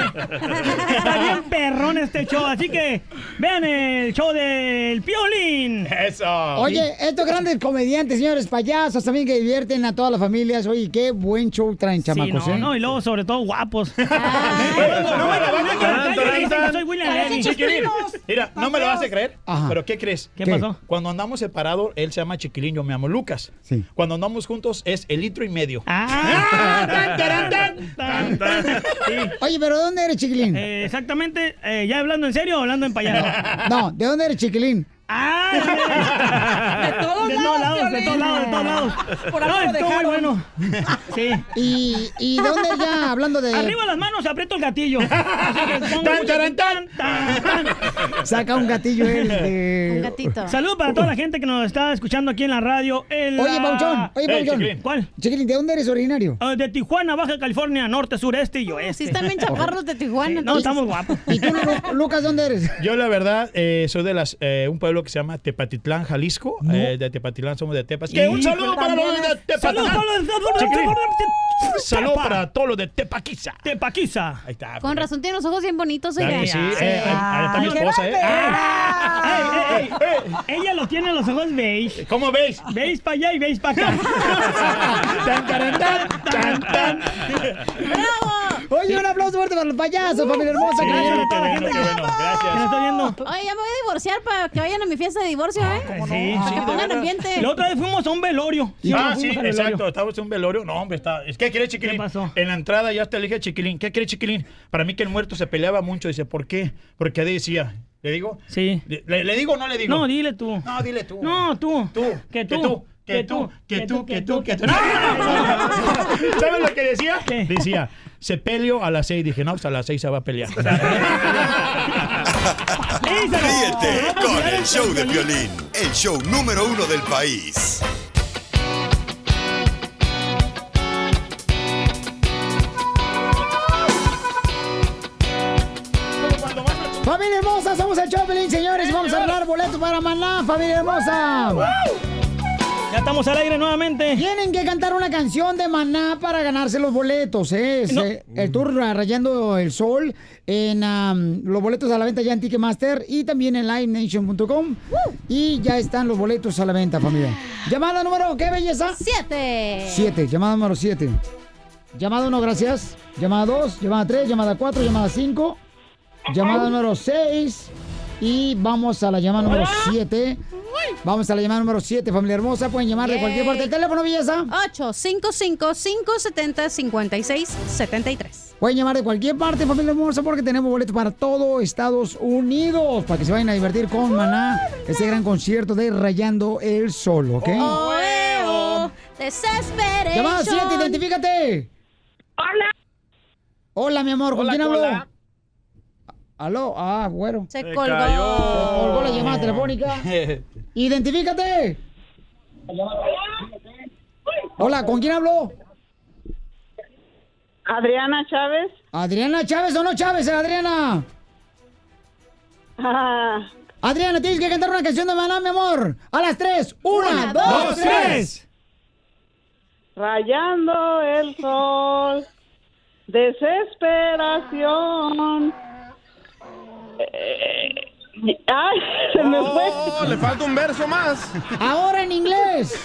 U: Está bien perrón este show, así que vean el show del Piolín.
M: Eso.
B: Oye, estos grandes comediantes, señores payasos también que divierten a todas las familias. Oye, qué buen show traen, chamacos,
U: no,
B: ¿eh?
U: no, y luego sobre todo guapos.
M: No me lo vas a
U: Tarán, tarán,
M: creer.
U: tarán. Soy William Levy.
M: Chiquilín, Mira, no me lo vas a creer.
U: Ajá.
M: Pero ¿qué crees?
U: ¿Qué pasó?
M: Cuando andamos separados, él se llama Chiquilín, yo me llamo Lucas. Cuando andamos juntos es el litro y medio.
U: Ah,
B: Oye, pero ¿dónde eres, chiquilín?
U: Eh, exactamente, eh, ya hablando en serio o hablando en payaso.
B: No, ¿de dónde eres, chiquilín?
U: De todos lados, de todos lados, de todos lados.
B: Por algo
U: No,
B: lo
U: estuvo muy
B: dejaron.
U: bueno. Sí.
B: ¿Y, ¿Y dónde ya hablando de.?
U: Arriba las manos, aprieto el gatillo.
B: Tan, taran, Saca un gatillo él. de-
U: Saludos para toda la gente que nos está escuchando aquí en la radio. en
B: Oye,
U: la-
B: Pauchón, oye, Pauchón.
U: ¿Cuál?
B: Chiquilín, ¿de dónde eres originario?
U: Ah, de Tijuana, Baja California, norte, sureste y oeste.
B: Sí, están bien chaparros
U: de Tijuana. No,
B: entonces.
U: estamos guapos.
B: ¿Y tú, Lu- Lucas, dónde eres?
M: Yo la verdad eh, soy de las eh, un pueblo que se llama Tepatitlán, Jalisco. Eh, de Tepatitlán somos de Tepas. Que un saludo para los de Tepatitlán.
U: Saludos para los de-
M: Chiquilín. Saludo para todos los de Tepaquiza.
L: Tepaquiza.
M: Ahí está.
D: Con razón tiene los ojos bien bonitos,
M: Claro
D: oiga.
M: que sí. Eh, ahí- ahí está mi
U: Ah.
M: esposa, ¿eh?
L: ¡Ey, ey, ey! Ella lo tiene los ojos beige.
M: ¿Cómo veis?
L: Veis para allá y veis para acá.
M: Tan, tan, tan, tan, tan.
B: Oye, un aplauso fuerte para los payasos, familia hermosa.
M: Uh-huh. Sí,
B: Gracias a
M: qué
B: toda la
M: bueno,
B: gente.
M: qué bueno. Gracias.
D: Oye, ya me voy a divorciar para que vayan a mi fiesta de divorcio,
M: Ah,
D: ¿eh?
M: Sí,
D: Para
M: sí,
D: que
M: de
D: pongan
M: veras.
D: ambiente.
L: La otra vez fuimos a un velorio.
M: Sí, ah,
L: fuimos
M: sí,
L: a un velorio.
M: exacto. Estábamos en un velorio. No, hombre, está. Es que quiere Chiquilín. En la entrada ya hasta le dije a Chiquilín, ¿qué quiere Chiquilín? Para mí que el muerto se peleaba mucho. Dice, ¿por qué? Porque decía, ¿le digo?
L: Sí.
M: ¿Le, le digo o no le digo?
L: No, dile tú.
M: No, dile tú.
L: No, tú. Tú. Que
M: Que
L: tú.
M: tú, que tú, que tú, que tú, que tú. ¡No! ¿Sabes lo que decía? Decía, se peleó a las seis. Dije, no, pues a las seis se va a pelear.
G: Ríete con el show de violín, el show número uno del país.
B: Familia hermosa, somos el Choplin, señores, y vamos a hablar boleto para Maná, familia hermosa.
L: Ya estamos al aire nuevamente.
B: Tienen que cantar una canción de Maná para ganarse los boletos, ¿eh? Es, eh, El tour ah, Rayando el Sol en am, los boletos a la venta ya en Ticketmaster y también en livenation.com. Y ya están los boletos a la venta, familia. Llamada número, ¿qué belleza?
D: Siete.
B: Siete, llamada número siete. Llamada uno, gracias. Llamada dos, llamada tres, llamada cuatro, llamada cinco. Llamada número seis. Y vamos a la llamada número siete. Vamos a la llamada número siete, familia hermosa. Pueden llamar de cualquier parte del teléfono, belleza.
D: 855-570-5673.
B: Pueden llamar de cualquier parte, familia hermosa, porque tenemos boletos para todo Estados Unidos. Para que se vayan a divertir con Maná. Este gran concierto de Rayando el Sol, ¿ok?
D: Oh, Oeo, desesperé.
B: Llamada 7, identifícate. Hola. Hola, mi amor, ¿con
D: Hola,
B: quién hablo?
D: cola.
B: Aló, ah, bueno.
D: Se
B: Se
D: colgó.
B: Se colgó la llamada telefónica. Identifícate. Hola, ¿con quién hablo?
O: Adriana Chávez.
B: Adriana Chávez o no Chávez, eh, Adriana. Adriana, tienes que cantar una canción de Maná, mi amor. A las tres. Una, dos, tres.
O: Rayando el sol, desesperación. Eh, ay, se me fue.
C: Oh, le falta un verso más.
B: Ahora en inglés.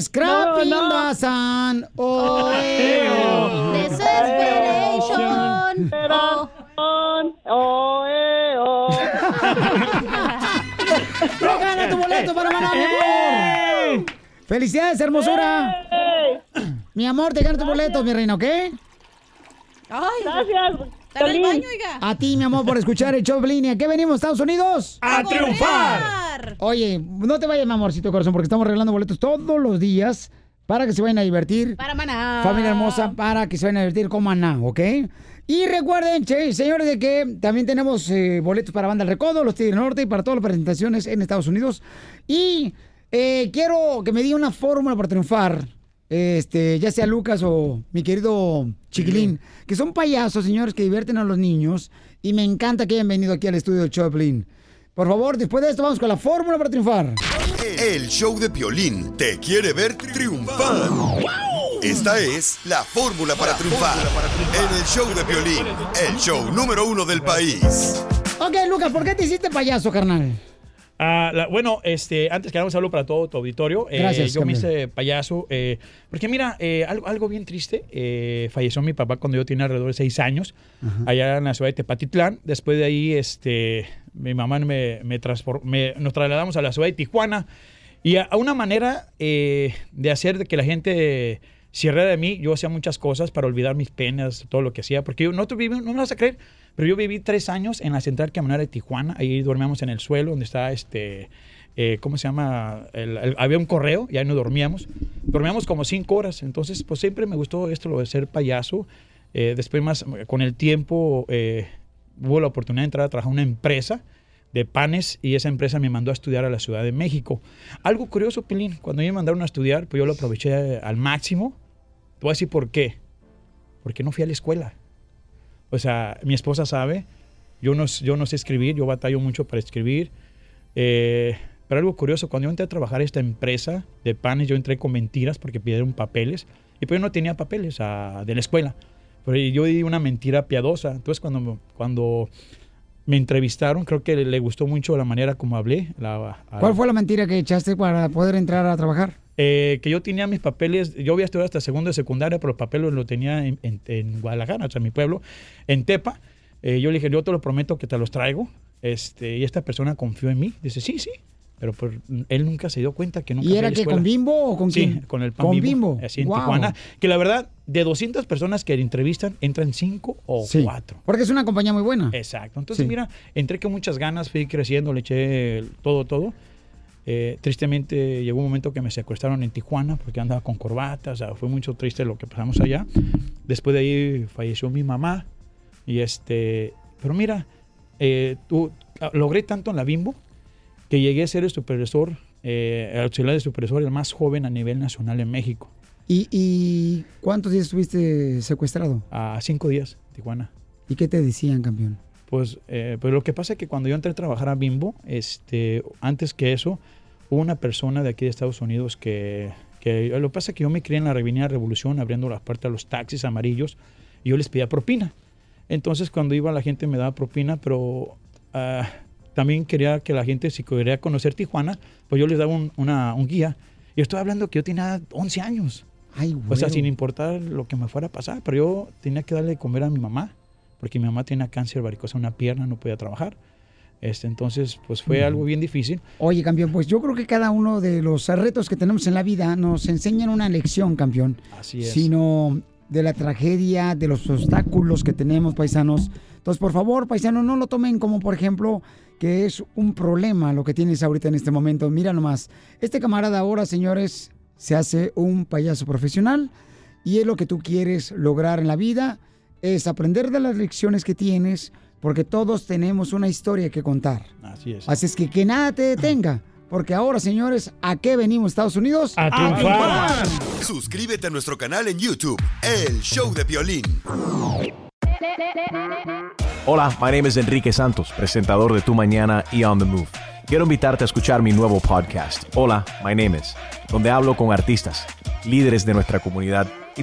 B: Scrapping
O: No, no.
B: the sun. Oh, eh, oh.
O: Desesperación. Oh, eh, oh.
B: ¡No gana tu boleto para Maná, mi amor! ¡Felicidades, hermosura! Mi amor, te gana tu boleto, mi reina, ¿ok?
D: Ay,
O: Gracias.
D: Está en el baño, oiga.
B: A ti, mi amor, por escuchar el show de línea. ¿Qué venimos, Estados Unidos?
D: ¡A triunfar!
B: Oye, no te vayas, mi amorcito corazón, porque estamos regalando boletos todos los días para que se vayan a divertir.
D: Para maná.
B: Familia hermosa, para que se vayan a divertir con Maná, ¿ok? Y recuerden, che, señores, de que también tenemos eh, boletos para Banda El Recodo, Los Tigres del Norte y para todas las presentaciones en Estados Unidos. Y eh, quiero que me diga una fórmula para triunfar, este, ya sea Lucas o mi querido Chiquilín, que son payasos, señores, que divierten a los niños. Y me encanta que hayan venido aquí al estudio de Choplin. Por favor, después de esto vamos con la fórmula para triunfar.
G: El show de violín te quiere ver triunfar. Esta es la fórmula para triunfar. En el show de violín, el show número uno del país.
B: Ok, Lucas, ¿por qué te hiciste payaso, carnal?
M: Ah, la- bueno, este, antes que nada, un saludo para todo tu auditorio. Eh,
B: Gracias,
M: yo me
B: Camilo.
M: hice payaso. eh, porque mira, eh, algo, algo bien triste. eh, falleció mi papá cuando yo tenía alrededor de seis años, allá en la ciudad de Tepatitlán. Después de ahí, este, mi mamá me, me transfor- me- nos trasladamos a la ciudad de Tijuana. Y a, a una manera eh, de hacer de que la gente cierre de mí, yo hacía muchas cosas para olvidar mis penas, todo lo que hacía, porque yo no tuve, no me vas a creer, pero yo viví tres años en la central camionera de Tijuana, ahí dormíamos en el suelo donde está este, eh, ¿cómo se llama? El- el- había un correo y ahí no dormíamos, dormíamos como cinco horas, entonces pues siempre me gustó esto, lo de ser payaso, Eh, después más con el tiempo eh, hubo la oportunidad de entrar a trabajar en una empresa, de panes y esa empresa me mandó a estudiar a la Ciudad de México. Algo curioso, Pilín, cuando me mandaron a estudiar, pues yo lo aproveché al máximo. Te voy a decir por qué. Porque no fui a la escuela. O sea, mi esposa sabe, yo no, yo no sé escribir, yo batallo mucho para escribir. Eh, Pero algo curioso, cuando yo entré a trabajar a esta empresa de panes, yo entré con mentiras porque pidieron papeles. Y pues yo no tenía papeles ah, de la escuela. Pero yo di una mentira piadosa. Entonces cuando, cuando me entrevistaron, creo que le gustó mucho la manera como hablé. la- a-
B: ¿Cuál fue la mentira que echaste para poder entrar a trabajar?
M: eh, que yo tenía mis papeles, yo había estudiado hasta segundo de secundaria, pero los papeles los tenía en, en- en Guadalajara, o sea, en mi pueblo, en Tepa. Eh, yo le dije, yo te lo prometo que te los traigo. Este, y esta persona confió en mí. Dice, sí, sí. Pero pues, él nunca se dio cuenta que nunca
B: ¿Y
M: fui a
B: era
M: la
B: que
M: escuela.
B: con bimbo o con
M: sí,
B: quién?
M: con el pan
B: Con
M: bimbo.
B: Bimbo.
M: Así en
B: Wow.
M: Tijuana. Que la verdad, de 200 personas que entrevistan, entran 5 o 4.
B: Porque es una compañía muy buena.
M: Exacto. Entonces,
B: Sí.
M: mira, entré con muchas ganas, fui creciendo, le eché todo, todo. Eh, tristemente llegó un momento que me secuestraron en Tijuana porque andaba con corbata, o sea, fue mucho triste lo que pasamos allá. Después de ahí falleció mi mamá y este, pero mira, eh, tú, ah, logré tanto en la Bimbo que llegué a ser el supervisor, eh, el auxiliar de supervisor, el más joven a nivel nacional en México,
B: ¿Y, y cuántos días estuviste secuestrado?
M: a cinco días, Tijuana.
B: ¿Y qué te decían, campeón?
M: Pues, eh, pues lo que pasa es que cuando yo entré a trabajar a Bimbo, este, antes que eso, hubo una persona de aquí de Estados Unidos que, que lo que pasa es que yo me crié en la Avenida Revolución abriendo las puertas a los taxis amarillos y yo les pedía propina. Entonces cuando iba la gente me daba propina, pero ah, también quería que la gente, si quería conocer Tijuana, pues yo les daba un, una- un guía. Y estoy hablando que yo tenía 11 años. O sea,
B: güero.
M: sin importar lo que me fuera a pasar, pero yo tenía que darle de comer a mi mamá, porque mi mamá tenía cáncer varicosa en una pierna, no podía trabajar. Este, entonces, pues fue
B: Ujú.
M: algo bien difícil.
B: Oye, campeón, pues yo creo que cada uno de los retos que tenemos en la vida nos enseñan una lección, campeón.
M: Así es.
B: Sino de la tragedia, de los obstáculos que tenemos, paisanos. Entonces, por favor, paisanos, no lo tomen como, por ejemplo, que es un problema lo que tienes ahorita en este momento. Mira nomás, este camarada ahora, señores, se hace un payaso profesional y es lo que tú quieres lograr en la vida, es aprender de las lecciones que tienes, porque todos tenemos una historia que contar.
M: Así es.
B: Así es que que nada te detenga. Porque ahora, señores, ¿a qué venimos Estados Unidos? A
G: Suscríbete a nuestro canal en YouTube, El Show de Violín.
R: Hola, my name is Enrique Santos, presentador de Tu Mañana y On the Move. Quiero invitarte a escuchar mi nuevo podcast, Hola, my name is, donde hablo con artistas, líderes de nuestra comunidad y